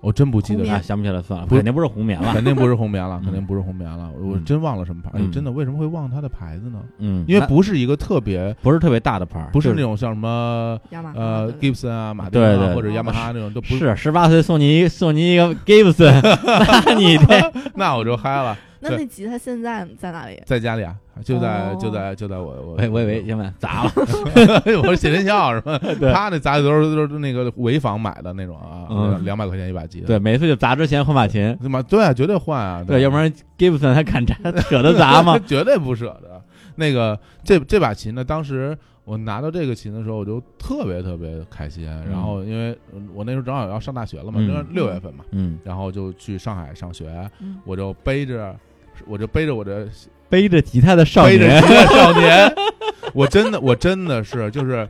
我真不记得
红棉
啊，
了，
想不起来算了，
不是
肯定不是红 棉了。
肯定不是红棉了，
嗯
肯定不是红棉了，我我
嗯
真忘了什么牌儿。哎，
嗯
真的，为什么会忘它的牌子呢？
嗯，
因为
那
不是一个特别，
不是特别大的牌儿，
不是
就
那种像什么
亚马哈
呃
对
Gibson 啊、马丁啊
对对
或者雅马哈那种，都不
是十八岁送你一送你 一个 Gibson，那 你这
那我就嗨 了，
那那吉他现在在哪里？
在家里啊，就在
哦
就在就在我我
喂喂喂，，先问砸了，
我说谢天笑什么，
对
他那杂技都是都是那个潍坊买的那种啊，
嗯
两百块钱一把吉他，
对，每次就砸之前换把琴，
他妈对啊，绝对换啊，？
对，要不然 Gibson 还敢砸， 舍得砸吗
绝对不舍得。那个这这把琴呢，当时我拿到这个琴的时候，我就特别特别开心。然后因为我那时候正好要上大学了嘛，
嗯
正好六月份嘛，
嗯，
然后就去上海上学，
嗯
我就背着。我就背着我的
背着吉他的少
背着
年，
吉他少年， 我真的我真的是就是，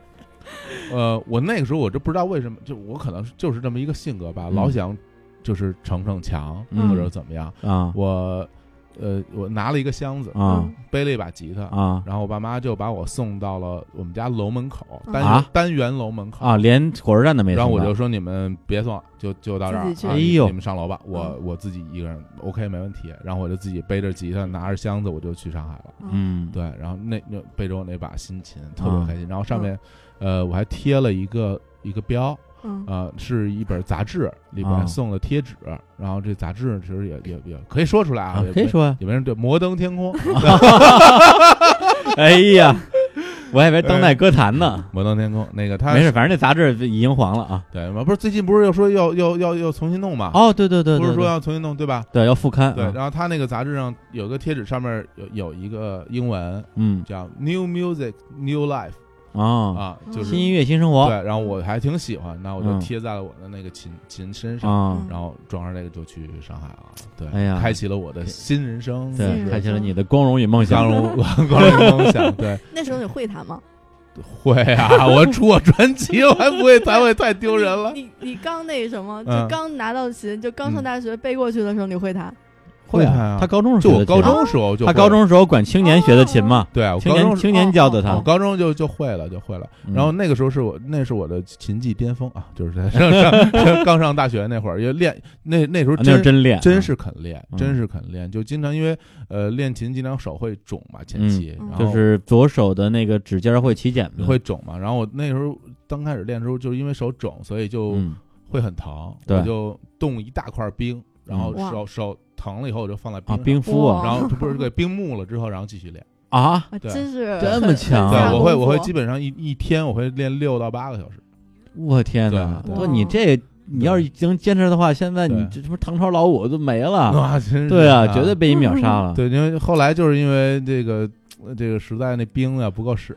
呃，我那个时候我就不知道为什么，就我可能是就是这么一个性格吧，
嗯
老想就是逞逞强
嗯
或者怎么样。
啊
我呃，我拿了一个箱子，
啊
背了一把吉他，
啊
然后我爸妈就把我送到了我们家楼门口单、
啊
单元楼门口
啊，连火车站都没送
然
吧。
后我就说你们别送了，就就到这儿
自己去嗯
啊，
哎
你
呦
你们上楼吧，我我自己一个人 OK 没问题。然后我就自己背着吉他，拿着箱子我就去上海了。
嗯，
对，然后那那背着我那把新琴特别
啊
开心，然后上面呃我还贴了一个一个标，
嗯，
呃是一本杂志里
啊
边送的贴纸，然后这杂志其实也也也可以说出来啊
啊，，
也
可以说 呀。
也没人对摩登天 空，
哎呀， 我还以为当代歌坛呢。
摩登天空那个呃他
没事，反正那杂志已经黄了啊。
对嘛，不是最近不是又说要要要要重新弄嘛？
哦，对对对，
啊不是
对
说
对
要重新弄对吧？
对要复 刊。
对，
啊
然后他那个杂志上有个贴纸，上面有有一个英文
嗯
叫 “New Music New Life”
啊，
啊，就是
新音乐新生活
对，然后我还挺喜欢，那我就
嗯
贴在了我的那个琴琴身上，
啊，
然后装上那个就去上海了，对，
哎呀
开启了我的新人生，
新
对，
人
开启了
生
你的光荣与梦
光
想。
荣光荣梦想，对，
那时候你会弹吗？
会啊，我出我专辑，我还不会弹，我也太丢人了。
你你你刚那什么，
嗯
就刚拿到琴，就刚上大学背过去的时候，你会弹？
会
啊
啊，
他高中时
就
候
我
学的
高
琴
中时候就
他
会
高中时候管青年学的琴嘛，
对啊，我
青
高中哦
年啊青年教的
我
他。
高中就就会了，就会了。
嗯
然后那个时候是我，那是我的琴技巅峰啊，就是在上上 刚上大学那会儿，也练那那时候
啊那
真
是真练，
真是肯练，
嗯
真是肯练，就经常因为呃练琴经常手会肿嘛，前期
嗯
然
就
后
是左手的那个指尖儿会起茧子，
哦会肿嘛，然后我那时候刚开始练的时候，就是因为手肿，所以就
嗯
会很疼，
对
我就冻一大块冰，然后
嗯哇
手手疼了以后我就放在冰
啊
上
冰敷啊
然后这不是给冰木了之后，然后继续练。
啊，
啊，
对
真是
这么强啊
对，
下
我会我会基本上一一天我会练六到八个小时。
我天哪！
对
对
不，你这你要是能坚持的话，现在你
对
这什么唐朝老五都没 了，
哇，真是
对啊，绝对被你秒杀了。
对，因为后来就是因为这个呃这个实在那冰啊不够 使，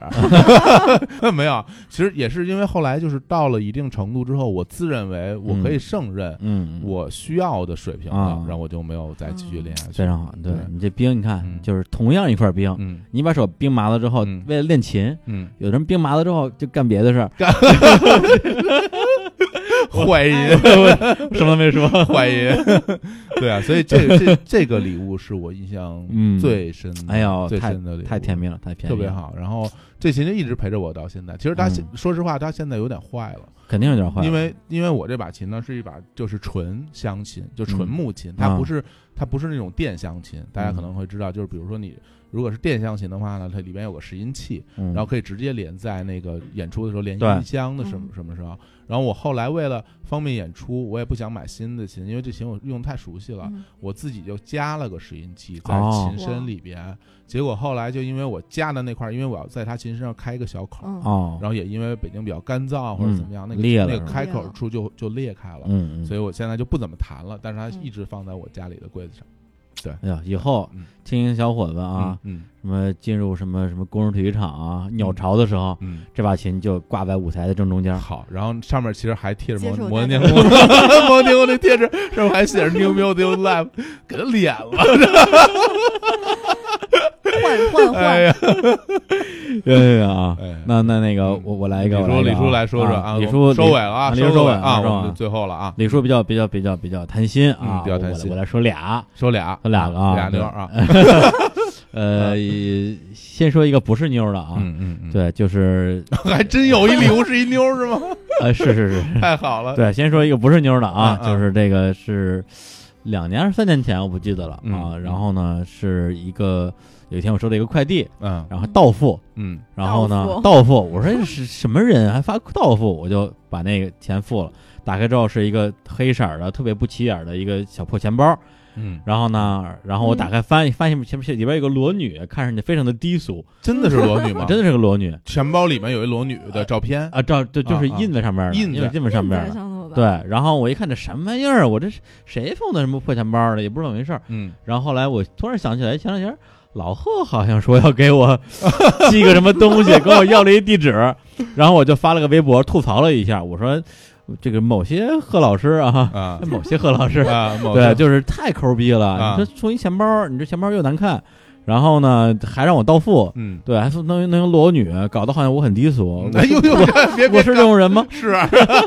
没有，其实也是因为后来就是到了一定程度之后，我自认为我可以
嗯
胜任
嗯，
我需要的水平了，
啊
然后我就没有再继续练下去。
嗯非常好。对
对
你这冰，你看
嗯
就是同样一块冰，
嗯
你把手冰麻了之后
嗯，
为了练琴，
嗯，
有的人冰麻了之后就干别的事儿，
坏人，
什么都没 说。
坏人，对啊，所以这这这个礼物是我印象
嗯
最深的，
哎呦
最深的礼物，
太甜蜜了，嗯太便宜，
特别，好。然后这琴就一直陪着我到现在。其实它现、说实话，它现在有点坏了，
肯定有点坏。
因为因为我这把琴呢是一把就是纯香琴，就纯
嗯
木琴，它
啊嗯
不是、它不是那种电香琴。大家可能会知道，就是比如说你如果是电香琴的话呢，它里边有个拾音器，
嗯，
然后可以直接连在那个演出的时候连
对
音箱的什么
嗯
什么时候。然后我后来为了方便演出，我也不想买新的琴，因为这琴我用得太熟悉了，
嗯
我自己就加了个拾音器在
哦
琴身里边。结果后来就因为我加的那块儿，因为我要在它琴身上开一个小口，
嗯
哦，
然后也因为北京比较干燥啊或者怎么样，
嗯
那个
裂了
那
是
个
吧
开
裂
口
了
处就就裂开了。
嗯嗯，
所以我现在就不怎么弹了，但是它
嗯
一直放在我家里的柜子上。
哎呀，以后
嗯
青年小伙子啊，
嗯
什么进入什么什么工人体育场啊、鸟巢的时候，
嗯，
这把琴就挂在舞台的正中间
嗯。好。然后上面其实还贴着
接
摩
受
摩
大
天
家
宫，摩天宫那贴纸上面还写着 New Music Live，给他脸了。
换换换，
哎呀，
对对对 啊
哎，
那那那个
嗯
我我来一
李
个，我
叔，
一
李
个啊
叔来说说啊，
李
我
叔
们收尾了啊，
李叔
收
收
尾
尾
啊，
是吧
我们就最后了啊，
李叔比较比较比较比较贪心啊，
嗯比较贪心
我我来我来说俩，
收俩，
收俩了啊
俩
对
妞儿啊，
呃，先说一个不是妞儿的啊，
嗯嗯嗯，
对，就是
还真有一礼物是一妞儿是吗？
呃，是是是，
太好了，
对，先说一个不是妞儿的啊，
嗯嗯
就是这个是两年还是三年前我不记得了啊，
嗯
然后呢是一个有一天我收到一个快递，
嗯
然后到付，
嗯
然后呢
到付
到付，我说这是什么人啊还发到付，我就把那个钱付了。打开之后是一个黑色儿的特别不起眼儿的一个小破钱包，
嗯，
然后呢，然后我打开翻，发现前面里边有个裸女，看上去非常的低俗，
真的是裸女吗？
真的是个裸女
钱包里面有一裸女的照片，
啊，照就就是
啊啊
印在上面的，
印在
印在上面
印
的
在，上头吧，
对，然后我一看这什么玩意儿，我这是谁放的什么破钱包的，也不知道怎么回事儿。
嗯，
然后后来我突然想起来，前两天老贺好像说要 给我寄个什么东西，跟我要了一地址，然后我就发了个微博吐槽了一下，我说这个某些贺老师 啊，
啊
某些贺老 师
啊，某
对，
个
就是太抠逼了。
啊
你说送一钱包，你这钱包又难看，然后呢还让我到付，
嗯，
对，还说弄一弄一裸女，搞得好像我很低俗。
哎 呦呦， 别
嗯我
别
是这种人吗？
是，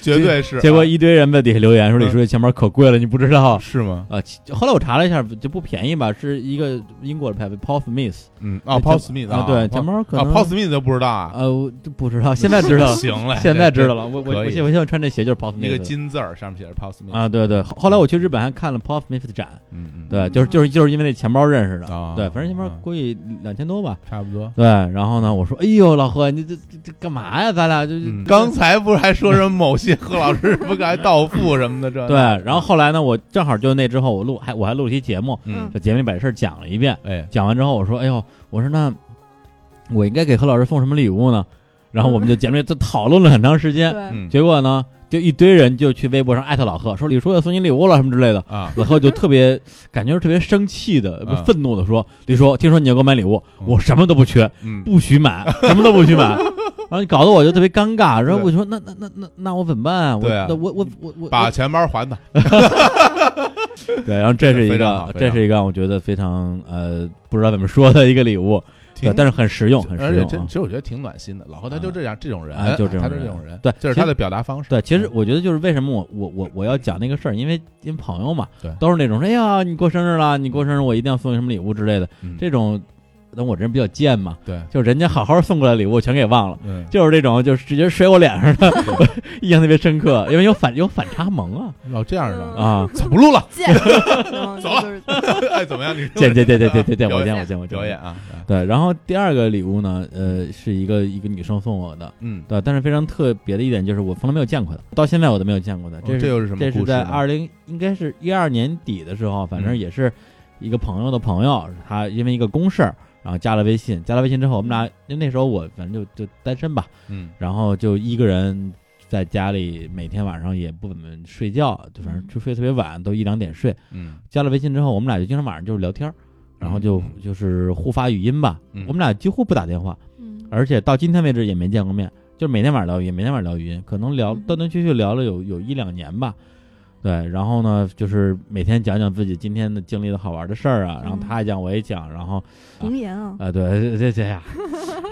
绝对是，啊
结果一堆人在底下留言说：“
嗯
李叔这钱包可贵了，你不知道。
是吗”？
啊，其后来我查了一下，就不便宜吧，是一个英国的牌子 Paul Smith
嗯，啊
这钱
，Paul Smith
啊，对，钱包可
啊
能
，Paul Smith 都不知道啊，
呃，我就不知道，现在知道了，
行了，
现在知道了。我我
可
我
以
现我现在穿这鞋就是 Paul
一个
Smith
金字儿，上面写着 Paul Smith，
啊，对对。后后来我去日本还看了 Paul Smith 的展，
嗯嗯，
对，就是就是就是因为那钱包认识的，
啊
对，反正钱包
啊
估计两千多吧。
差不多。
对，然后呢，我说，哎呦，老贺，你这这这干嘛呀？咱俩就、
嗯
就
刚才不是还说什么某些贺老师不该到付什么的这？
对，，然后后来呢，我正好就那之后，我录还我还录了一期节目，
嗯，
在节目里把这事儿讲了一遍。
哎，
讲完之后，我说，哎呦，我说那我应该给何老师送什么礼物呢？然后我们就节目里就讨论了很长时 间，
对，
嗯
结果呢，就一堆人就去微博上艾特老贺，说李叔要送你礼物了什么之类的。
啊，
老贺就特别感觉特别生气的、
啊
愤怒的说：“李叔，听说你要给我买礼物，
嗯
我什么都 不缺，
嗯，
不许买，什么都不 许买。然后搞得我就特别尴尬，然后
对
我就说那那那那那我怎么办啊？我
对啊
那我我我我
把钱包还他，
对，然后这是一
非常好非
个
常
这
好
是一个我觉得非常呃不知道怎么说的一个礼物，对，
挺
但是很实用，很
而
实
且
用
真
啊
其。实我觉得挺暖心的。老何他就这样这种人
啊，就这种
他
人
就这种人，
对
这是
其实
他的表达方式。
对，其实我觉得就是为什么我我我我要讲那个事儿，因为因为朋友嘛，
对
都是那种说哎呀你过生日了，你过生日我一定要送你什么礼物之类的，
嗯
这种，等我这人比较贱嘛，
对，
就是人家好好送过来礼物我全给忘了。
嗯，
就是这种，就是直接甩我脸上的，我印象特别深刻，因为有反有反差萌啊
老嗯哦这样 的，
啊！
走不录了，
见， 然后
走了
就是
哎，怎么样？你
见见见见见见见，
表
我
演
见我见我见
表演。啊，
对，然后第二个礼物呢，呃，是一个一个女生送我的，
嗯，
对，但是非常特别的一点就是我从来没有见过的，到现在我都没有见过的。
哦
这
这
是
又是什么
嗯这
故
是
事呢
在二零应该是一二年底的时候，反正
嗯
也是一个朋友的朋友，他因为一个公事儿，然后加了微信，加了微信之后，我们俩因为那时候我反正就就单身吧，
嗯
然后就一个人在家里，每天晚上也不怎么睡觉，就反正就睡得特别晚，都一两点睡。
嗯
加了微信之后，我们俩就经常晚上就是聊天儿，然后就
嗯
就是互发语音吧。
嗯
我们俩几乎不打电话，
嗯
而且到今天为止也没见过面，就是每天晚上聊语音，每天晚上聊语音，可能聊
嗯
断断续续聊了有有一两年吧。对，然后呢，就是每天讲讲自己今天的经历的好玩的事儿啊，然后
嗯
他也讲，我也讲，然后
红颜啊，
啊，对，这这呀，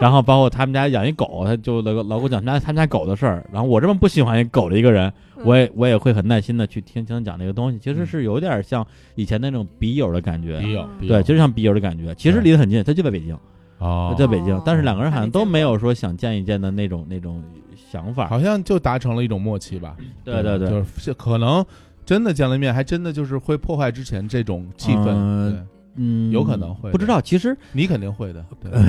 然后包括他们家养一狗，他就老老给我讲他他们家狗的事儿，然后我这么不喜欢狗的一个人，我也我也会很耐心的去听听他讲这个东西，其实是有点像以前那种笔友的感觉，
笔友，笔友
对，其实像笔友的感觉，其实离得很近，他就在北京，
哦
他，在北京
哦，
但是两个人好像都
还没见过
没有说想见一见的那种那种想法，
好像就达成了一种默契吧。
对对
吧
对，
就是可能真的见了面，还真的就是会破坏之前这种气氛。
嗯
对
嗯，
有可能会
不知道，其实
你肯定会的。对
呃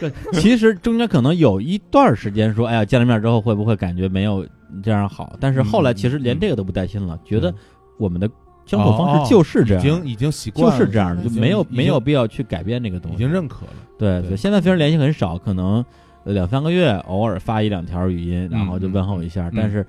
对，其实中间可能有一段时间说，哎呀，见了面之后会不会感觉没有这样好？但是后
嗯
来其实连这个都不担心了，觉得我们的相处方式就是这
哦已
样，
经已经习
啊就
惯了，
是这样的，
已
就
经
没有
已经
没有必要去改变这个东西。
已经认可了。
对
对
对，现在虽然联系很少，可能呃两三个月偶尔发一两条语音，然后就
嗯
问候一下，
嗯
但是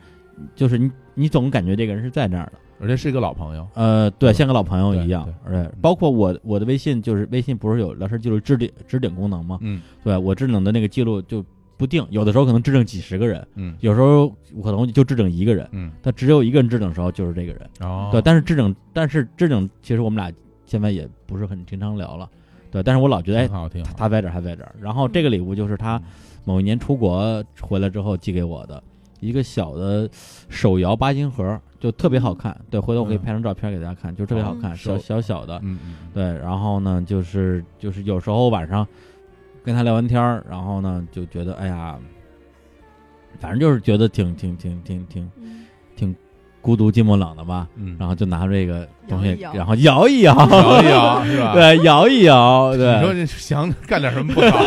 就是你你总感觉这个人是在那儿的。
而且是一个老朋友，
呃，
对
对，像个老朋友一样
嗯对，
对，包括我我的微信就是微信不是有聊天记录置顶置顶功能吗？
嗯
对我置顶的那个记录就不定，有的时候可能置顶几十个人，
嗯
有时候我可能就置顶一个人，
嗯，
但只有一个人置顶的时候就是这个人。
哦
对，但是置顶，但是置顶其实我们俩现在也不是很经常聊了，对，但是我老觉得哎
挺，好挺啊好。
他在这儿，他在这儿。然后这个礼物就是他某一年出国回来之后寄给我的一个小的手摇八音盒，就特别好看。对，回头我可以
嗯
拍张照片给大家看，就特别好看，
嗯
小
手
小小的。
嗯嗯
对，然后呢，就是就是有时候晚上跟他聊完天儿，然后呢就觉得哎呀，反正就是觉得挺挺挺挺挺
嗯
孤独寂寞冷的吧。
嗯，
然后就拿这个东西，
摇一摇
然后摇一摇，
摇一摇是吧？
对，摇一摇，对，
你说你想干点什么不好？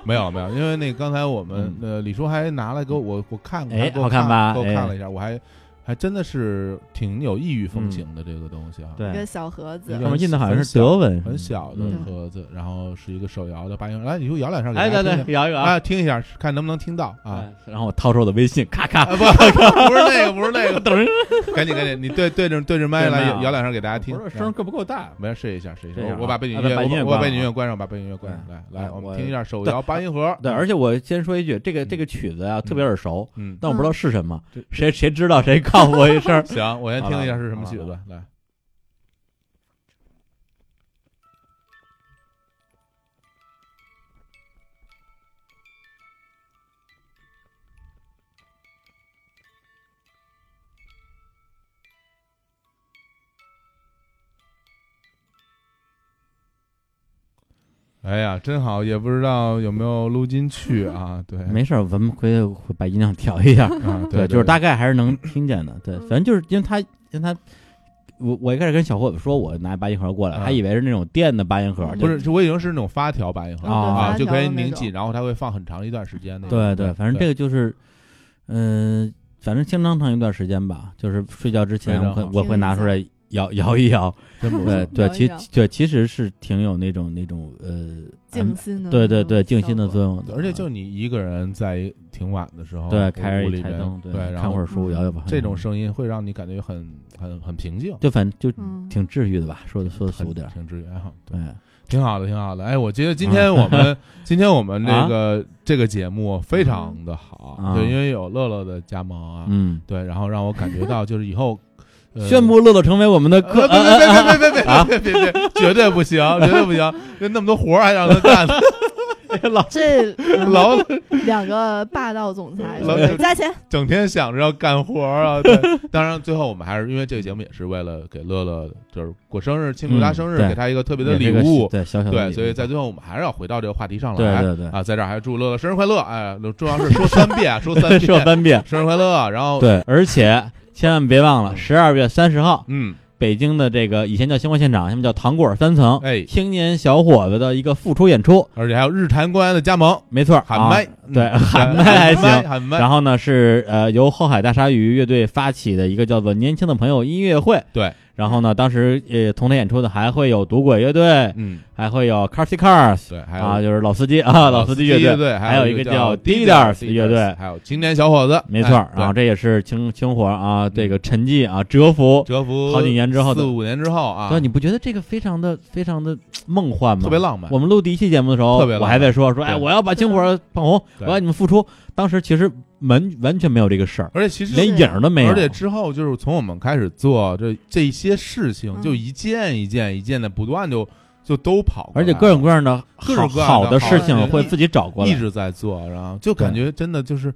没有没有，因为那刚才我们呃李叔还拿来给我我看过，
嗯哎
还给我
好看吧
给我
哎
看了一下，我还还真的是挺有异域风情的这个东西啊，
嗯对
一个小盒子
一个
上面印的好像是德文，
很小的
嗯
盒子，然后是一个手摇的八音，来李叔摇两下给
哎，
大
对
家
对
听，听，
摇一摇
啊，听一下看能不能听到啊。
哎然后我掏出我的微信，咔
啊
咔，
不， 不是那个，不是那个，
等人
赶紧赶紧，你对对着对着麦来
对麦啊
摇两声给大家听，
够不够大？
没事，试一下，试一下
这样。啊
我我把背景
啊
音乐，
把音乐
我把我把
关
背景音
了
乐关上，把背景音乐关上。来来，
嗯
我们
我
听一下手摇八音盒。
对，而且我先说一句，这个这个曲子呀啊特别耳熟，
嗯，。
但我不知道是什么，谁谁知道谁告诉我一声
行，我先
好
听一
了
下是什么
好
曲
了
子，来。哎呀，真好，也不知道有没有录进去啊？对，
没事儿，咱们回去把音量调一下。
啊，
对，
对，
就是大概还是能听见的。对，
嗯
反正就是因为他，因为他，我我一开始跟小伙子说我拿八音盒过来，
嗯
还以为是那种电的八音盒，
嗯
不，
就是
就我已经是那种发条白银盒
啊
啊，
发
就
条
可以
的那
拧紧，
种
然后它会放很长一段时间那种。
对对，反正这个就是，嗯、反正相当长一段时间吧，就是睡觉之前
非
我
常
会
好
我会拿出来摇摇一摇，
真不
对
错。
对，
摇一
其
摇
对其实是挺有那种那种呃，
嗯
静心的，
对对对静心的作，用的，嗯
而且就你一个人在挺晚的时候，
对开
屋
着
里
一台
边
灯，
对，然
看会
后
儿书，
嗯
摇摇吧，
这种声音会让你感觉很很很平静，
就反正就
嗯，
挺治愈的吧，说的说
嗯
的
很
俗点儿，
挺治愈哈，对
对，，嗯
挺好的，挺好的。哎，我觉得今天我 们今天我们这
啊
个这个节目非常的好，
啊
对，因为有乐乐的加盟啊，
嗯，
对，然后让我感觉到就是以后呃
宣布乐乐成为我们的
呃
客，啊
别别别别别别别别别别，绝对不行，绝对不行！那 那么多活儿还让他干，
别老
这嗯
老
两个霸道总裁
老
加钱，
整天想着要干活儿 啊。对，当然最后我们还是因为这个节目也是为了给乐乐就是过生日，庆祝他生日，
嗯对
给他一个特别
别
的礼物。
对小小的
对，
礼
所以
物
在最后我们还是要回到这个话题上来。
对对对，
啊，在这儿还祝乐乐生日快乐！哎，重要是说三遍， 说三
说
遍，
三遍，
生日快乐！然后，
对，而且千万别忘了十二月三十号。
嗯，
北京的这个以前叫星光现场，现在叫糖果三层，
哎
青年小伙子的一个复出演出，
而且还有日坛公安的加盟，
没错，
喊麦
啊，对，
嗯
喊麦还
喊麦
行。
喊麦，
然后呢，是呃由后海大鲨鱼乐队发起的一个叫做“年轻的朋友”音乐会。
对，
然后呢，当时呃同台演出的还会有赌鬼乐队，
嗯，
还会有 Carsy Cars
对，还有
啊，就是老司机啊，老
司
机乐
队，
队，
还
有
一
一
个
个叫
Didas
Didas 的乐队
还有青年小伙子，
没错。啊
哎
然后
对嗯
这也是清清火啊，这个沉寂啊，蛰伏。
蛰伏
好几年之后的
四五年之后啊，
对，你不觉得这个非常的非常的梦幻吗？
特别浪漫
我。们录第一期节目的时候，
特别浪漫
我还在说说，哎，
对
我要把星火捧红，
对
我要你们付出。当时其实完完全没有这个事儿，
而且其实
连影儿都没有。
而且之后就是从我们开始做这这些事情，
嗯
就一件一件一件的不断就就都跑过来
而
了，
且各种各样的
各种
好
各样的
好的事
好
情
的
会自己找过
一
来。
直在做，然后就感觉真的就是。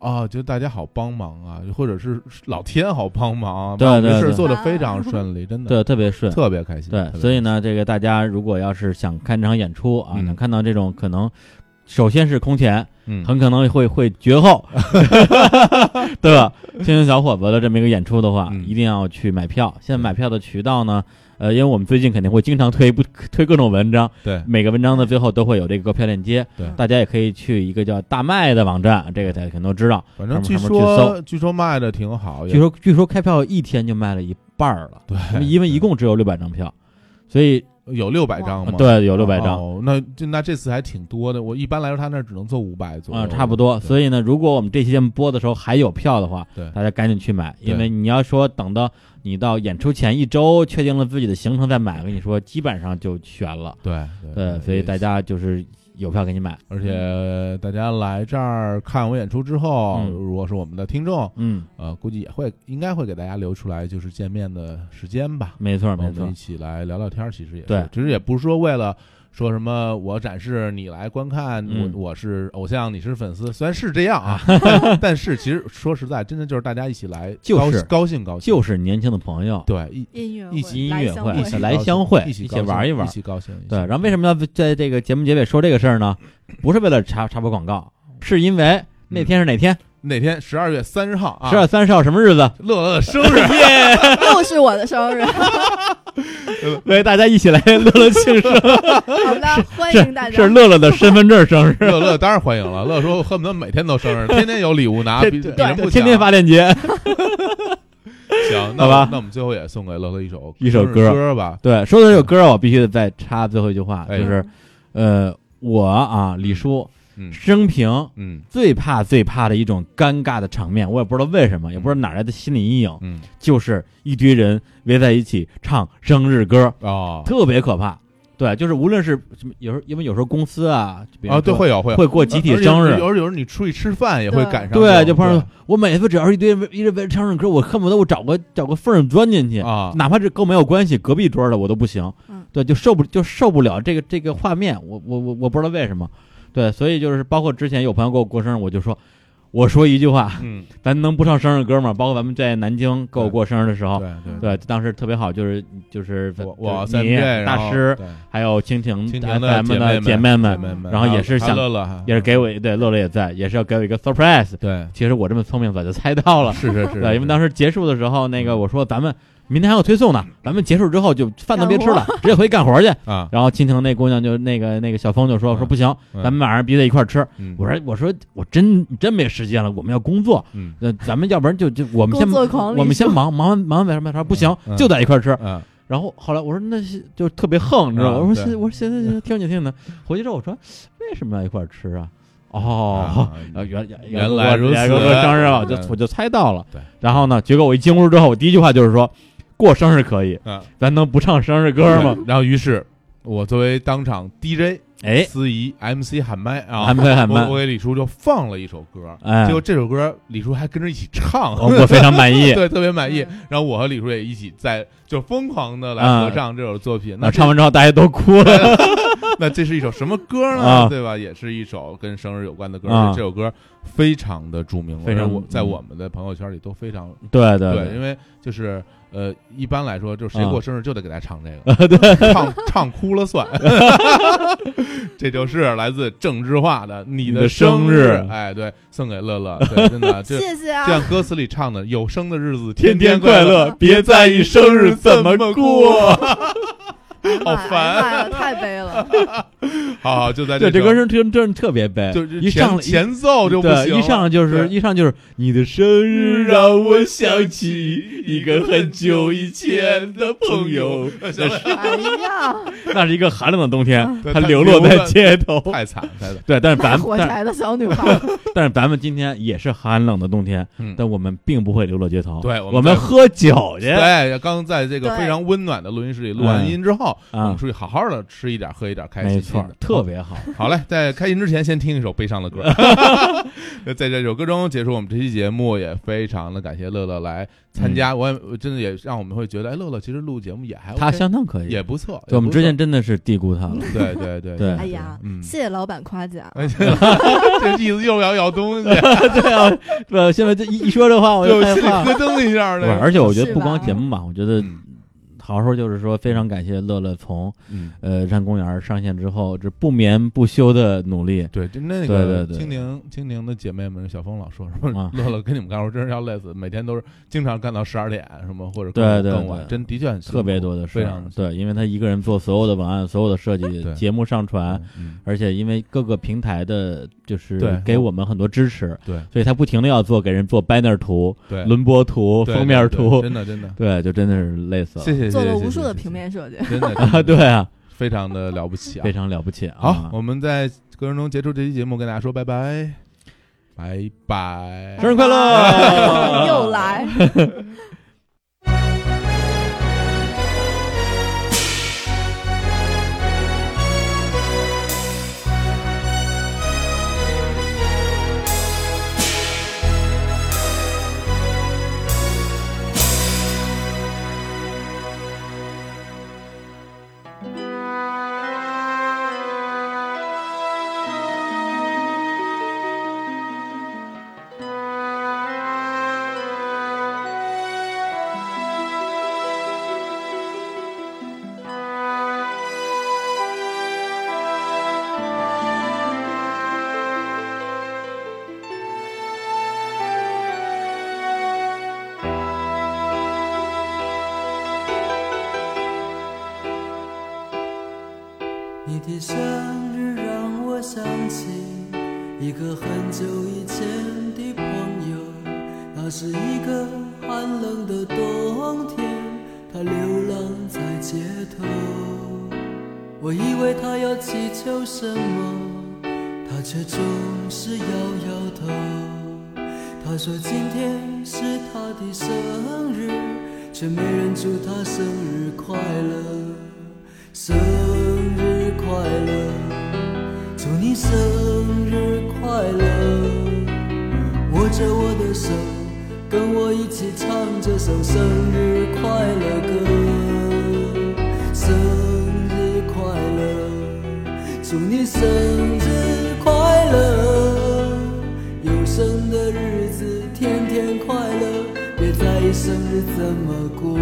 啊，就大家好帮忙啊，或者是老天好帮忙啊，
对
把我们
对
这事儿
对
做的非常顺利，真的
对，特别顺。
特别开心。
对
特，别
所以呢，这个大家如果要是想看这场演出啊，
嗯
能看到这种可能，首先是空前，
嗯，
很可能会会 绝后，对吧？青年小伙子的这么一个演出的话，
嗯
一定要去买票。现在买票的渠道呢，呃，因为我们最近肯定会经常推不推各种文章，
对
每个文章的最后都会有这个购票链接，
对
大家也可以去一个叫大麦的网站，这个大家可能都知道。
反正据
上面上面去
说据说卖的挺好，也
据说据说开票一天就卖了一半儿了，他
对，
们因为一共只有六百张票，所以
有六百张吗？
啊对有六百张。
哦，那就那这次还挺多的。我一般来说他那儿只能做五百左右，
啊、差不多。所
以
以呢，如果我们这期节目播的时候还有票的话，
对
大家赶紧去买，因
对
为你要说等到你到演出前一周确定了自己的行程再买，我跟你说，基本上就悬了。
对
对，所以大，家就是有票给你买。
而且大家来这儿看我演出之后，
嗯
如果是我们的听众，
嗯，
呃，估计也会应该会给大家留出来就是见面的时间吧，
没错没
我们
错
一，起来聊聊天儿，其实也是
对
其实也不是说为了。说什么？我展示你来观看，
嗯
我我是偶像，你是粉丝，虽然是这样 啊，但是其实说实在，真的就是大家一起来高，
就是
高兴高兴，
就是年轻的朋友，
对一
音乐
一
会
起
音
来
乐
相
会
一起
来
高兴
相会
一起
一起
高兴
玩一玩
一起高兴。
对。然后
什
为什么要在这个节目结尾说这个事儿呢？不是为了插插播广告，是因为那天是哪天？
么哪天十二月三十号啊？
十二三十号什么日子？
乐乐的生日，
又是我的生日， 好
为大家一起来乐乐 庆生，
的，欢迎大
是
家。
乐乐的身份证生日。
乐乐当然欢迎了。乐乐说恨不得每天都生日，天天有礼物拿，
这
啊比比
对
人不强
天天发链接。
行，那
好吧
我那我们最后也送给乐乐一首
一首
生日
歌
歌吧。
对，说到这首歌，我必须得再插最后一句话，
哎
就是，
嗯
呃，我啊，李叔
嗯
生平
嗯
最怕最怕的一种尴尬的场面，我也不知道为什么，也不知道哪来的心理阴影，
嗯
就是一堆人围在一起唱生日歌，
哦
特别可怕。对，就是无论是什么，有时候因为有时候公司啊，比如
啊，对，
说
会有会有
会过集体生
而且
日
有，时候有时候你出去吃饭也会
对
赶上这种，
对，就碰上我每次只要是一堆人一直围着唱生日歌，我恨不得我找个找个缝儿钻进去
对啊，
哪怕这跟我没有关系，隔壁桌的我都不行，
嗯
对，就受不就受不了这个这个画面，我我我我不知道为什么，对，所以就是包括之前有朋友给我过生日，我就说，我说一句话，
嗯，
咱能不唱生日歌吗？包括咱们在南京给我过生日的时候，
对对。
对，当时特别好，就是就是
我我
就是你
CMJ
大
然后
师
对
还有蜻蜓
蜻蜓的
FM
姐妹们
的姐妹
姐
们，
妹们，
然后也是
还有
想
乐乐，
也是给我对乐乐也在，也是要给我一个 surprise。
对，
其实我这么聪明早就猜到了，
是是是，
对，因为当
时
时结束的时候，那个我说咱们明天还有推送呢，咱们结束之后就饭都别吃了，直接回去干活去。
啊，
然后蜻蜓那姑娘就那个那个小峰就说
嗯
说不行，
嗯
咱们晚上必须得一块儿吃。
嗯
我说我说我真真没时间了，我们要工作，
嗯
那咱们要不然就就我们先
工作狂李叔
我们先忙忙完忙完晚上饭，他说不行，
嗯
就在一块儿吃。
嗯
然后后来我说那是就特别横，你知道吗？
啊
我说
对
现我说现在听你听呢， 回去之后我说为什么要一块儿吃啊？哦，
啊
呃，原
原来如此
原来过生日我就
嗯
我就猜到了。
对，
然后呢，结果我一进屋之后，我第一句话就是说，过生日可以，
嗯
咱能不唱生日歌吗？
然后于是，我作为当场 DJ
哎，
司仪 MC 喊麦啊，
安排安排
我，我给李叔就放了一首歌，
哎
结果这首歌李叔还跟着一起唱，
哦我我非常满意。
对，特别满意
嗯。
然后我和李叔也一起在就疯狂的来
啊
合唱这首作品。
那
那
啊唱
这
完之后，大家都哭了。
那这是一首什么歌
啊
呢？对吧？也是一首跟生日有关的歌，
啊
而且这首歌非常的著名了，
非常
而且我在
嗯
我们的朋友圈里都非常
对对
对，因，为就是呃，一般来说，就是谁
啊
过生日就得给他唱这 个，唱唱哭了算。 这就是来自郑智化的《你
你的生
生
日
哎，对，送给乐乐，对，真 的，这
谢谢
就
啊
像，歌词里唱的，有生的日子
天
天
天快
乐，
乐，别在意生日怎么过。
好
哎呀
烦。
妈呀，太悲了。
好好， 就在
对，这
首
歌真真真特别悲，
就是
一
前
上来
前奏就不
对
行了，
一上来就是
对
一上就是你的生日让我想起一个很久以前的朋友，那是
哎呀，
那是一个寒冷的冬天，
对
它
它
流落
流
在
落
街头。
太惨太惨。
对，但是
卖
咱
火
但是
柴的小女孩，
但是咱们今天也是寒冷的冬天，
嗯
但我们并不会流落街头，
对
我
我
们
们在
喝酒去。
对，刚在这个
对
非常温暖的录音室里录完
哎嗯
音之后，后，我
啊
们出去好好的吃一点、喝一点，开
没
心
错
心的，
特别好。
好嘞，在开心之前，先听一首悲伤的 歌。那在这首歌中结束我们这期节目，也非常的感谢乐乐来参加。我也我真的也让我们会觉得，哎，乐乐其实录节目也还 OK,
嗯他相当可以，
也不错。
对我们之前
前
真的是低估他 了。
对对对
对
哎呀，
嗯
谢谢老板夸奖。
哎 这意思又要咬东西，
对啊，对，现在这一一说这 话我
又
就
心
害
里
怕。
咯噔一下
不是，
的。
而且我觉得
是
不光
吧
节目吧，我觉得
嗯
好好说就是说，非常感谢乐乐从
嗯，
呃山公园上线之后，这不眠不休的努力。
对，就那
对
个
对对
青柠青柠的姐妹们，小峰老说什么
啊
乐乐跟你们干活真是要累死，每天都是经常干到十二点什么或者
对
更
对
更
对
晚，真的确很辛苦嗯
特别多的事
非
儿
常，
对，因为他一个人做所有的文案、所有的设计、
对
节目上传，
嗯
而且因为各个平台的，就是
对
给我们很多支持，
对
所以他不停的要做，给人做 banner 图、
对，
轮播图、
对
封面
对对
图，
真的真的，
对，就真的是累死了。
谢谢，
做了
谢谢
无数的
谢谢
平面设计，
真 的真
啊，
的
对啊，
非常的了不起啊
非！常了不起啊！
好，我们在歌声中结束这期节目，跟大家说拜拜，拜拜，
生日快乐
又来。
你的生日让我想起一个很久以前的朋友，那是一个寒冷的冬天，他流浪在街头。我以为他要祈求什么，他却总是摇摇头。他说今天是他的生日，却没人祝他生日快乐。生日快乐，祝你生日快乐。握着我的手，跟我一起唱这首生日快乐歌。生日快乐，祝你生日快乐！有生的日子天天快乐，别在意生日怎么过。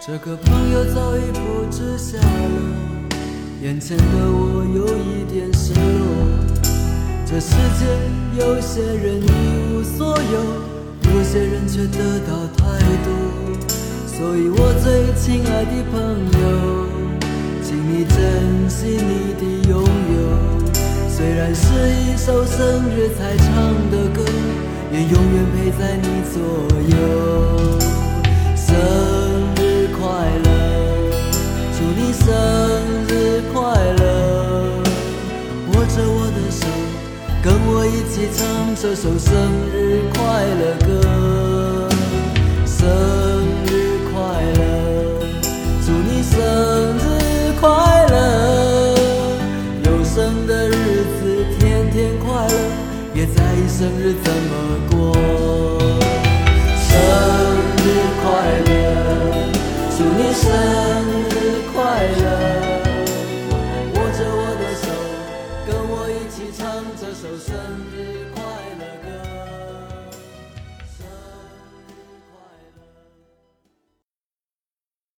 这个朋友早已不知下落，眼前的我有一点失落。这世界有些人一无所有，有些人却得到太多。所以我最亲爱的朋友，请你珍惜你的拥有。虽然是一首生日才唱的歌，也永远陪在你左右。生日快乐，祝你生日快乐！握着我的手，跟我一起唱这首生日快乐歌。生日快乐，祝你生日快乐！有生的日子天天快乐，别在意生日怎么过。生日快乐，祝你生日快乐！握着我的手，跟我一起唱这首生日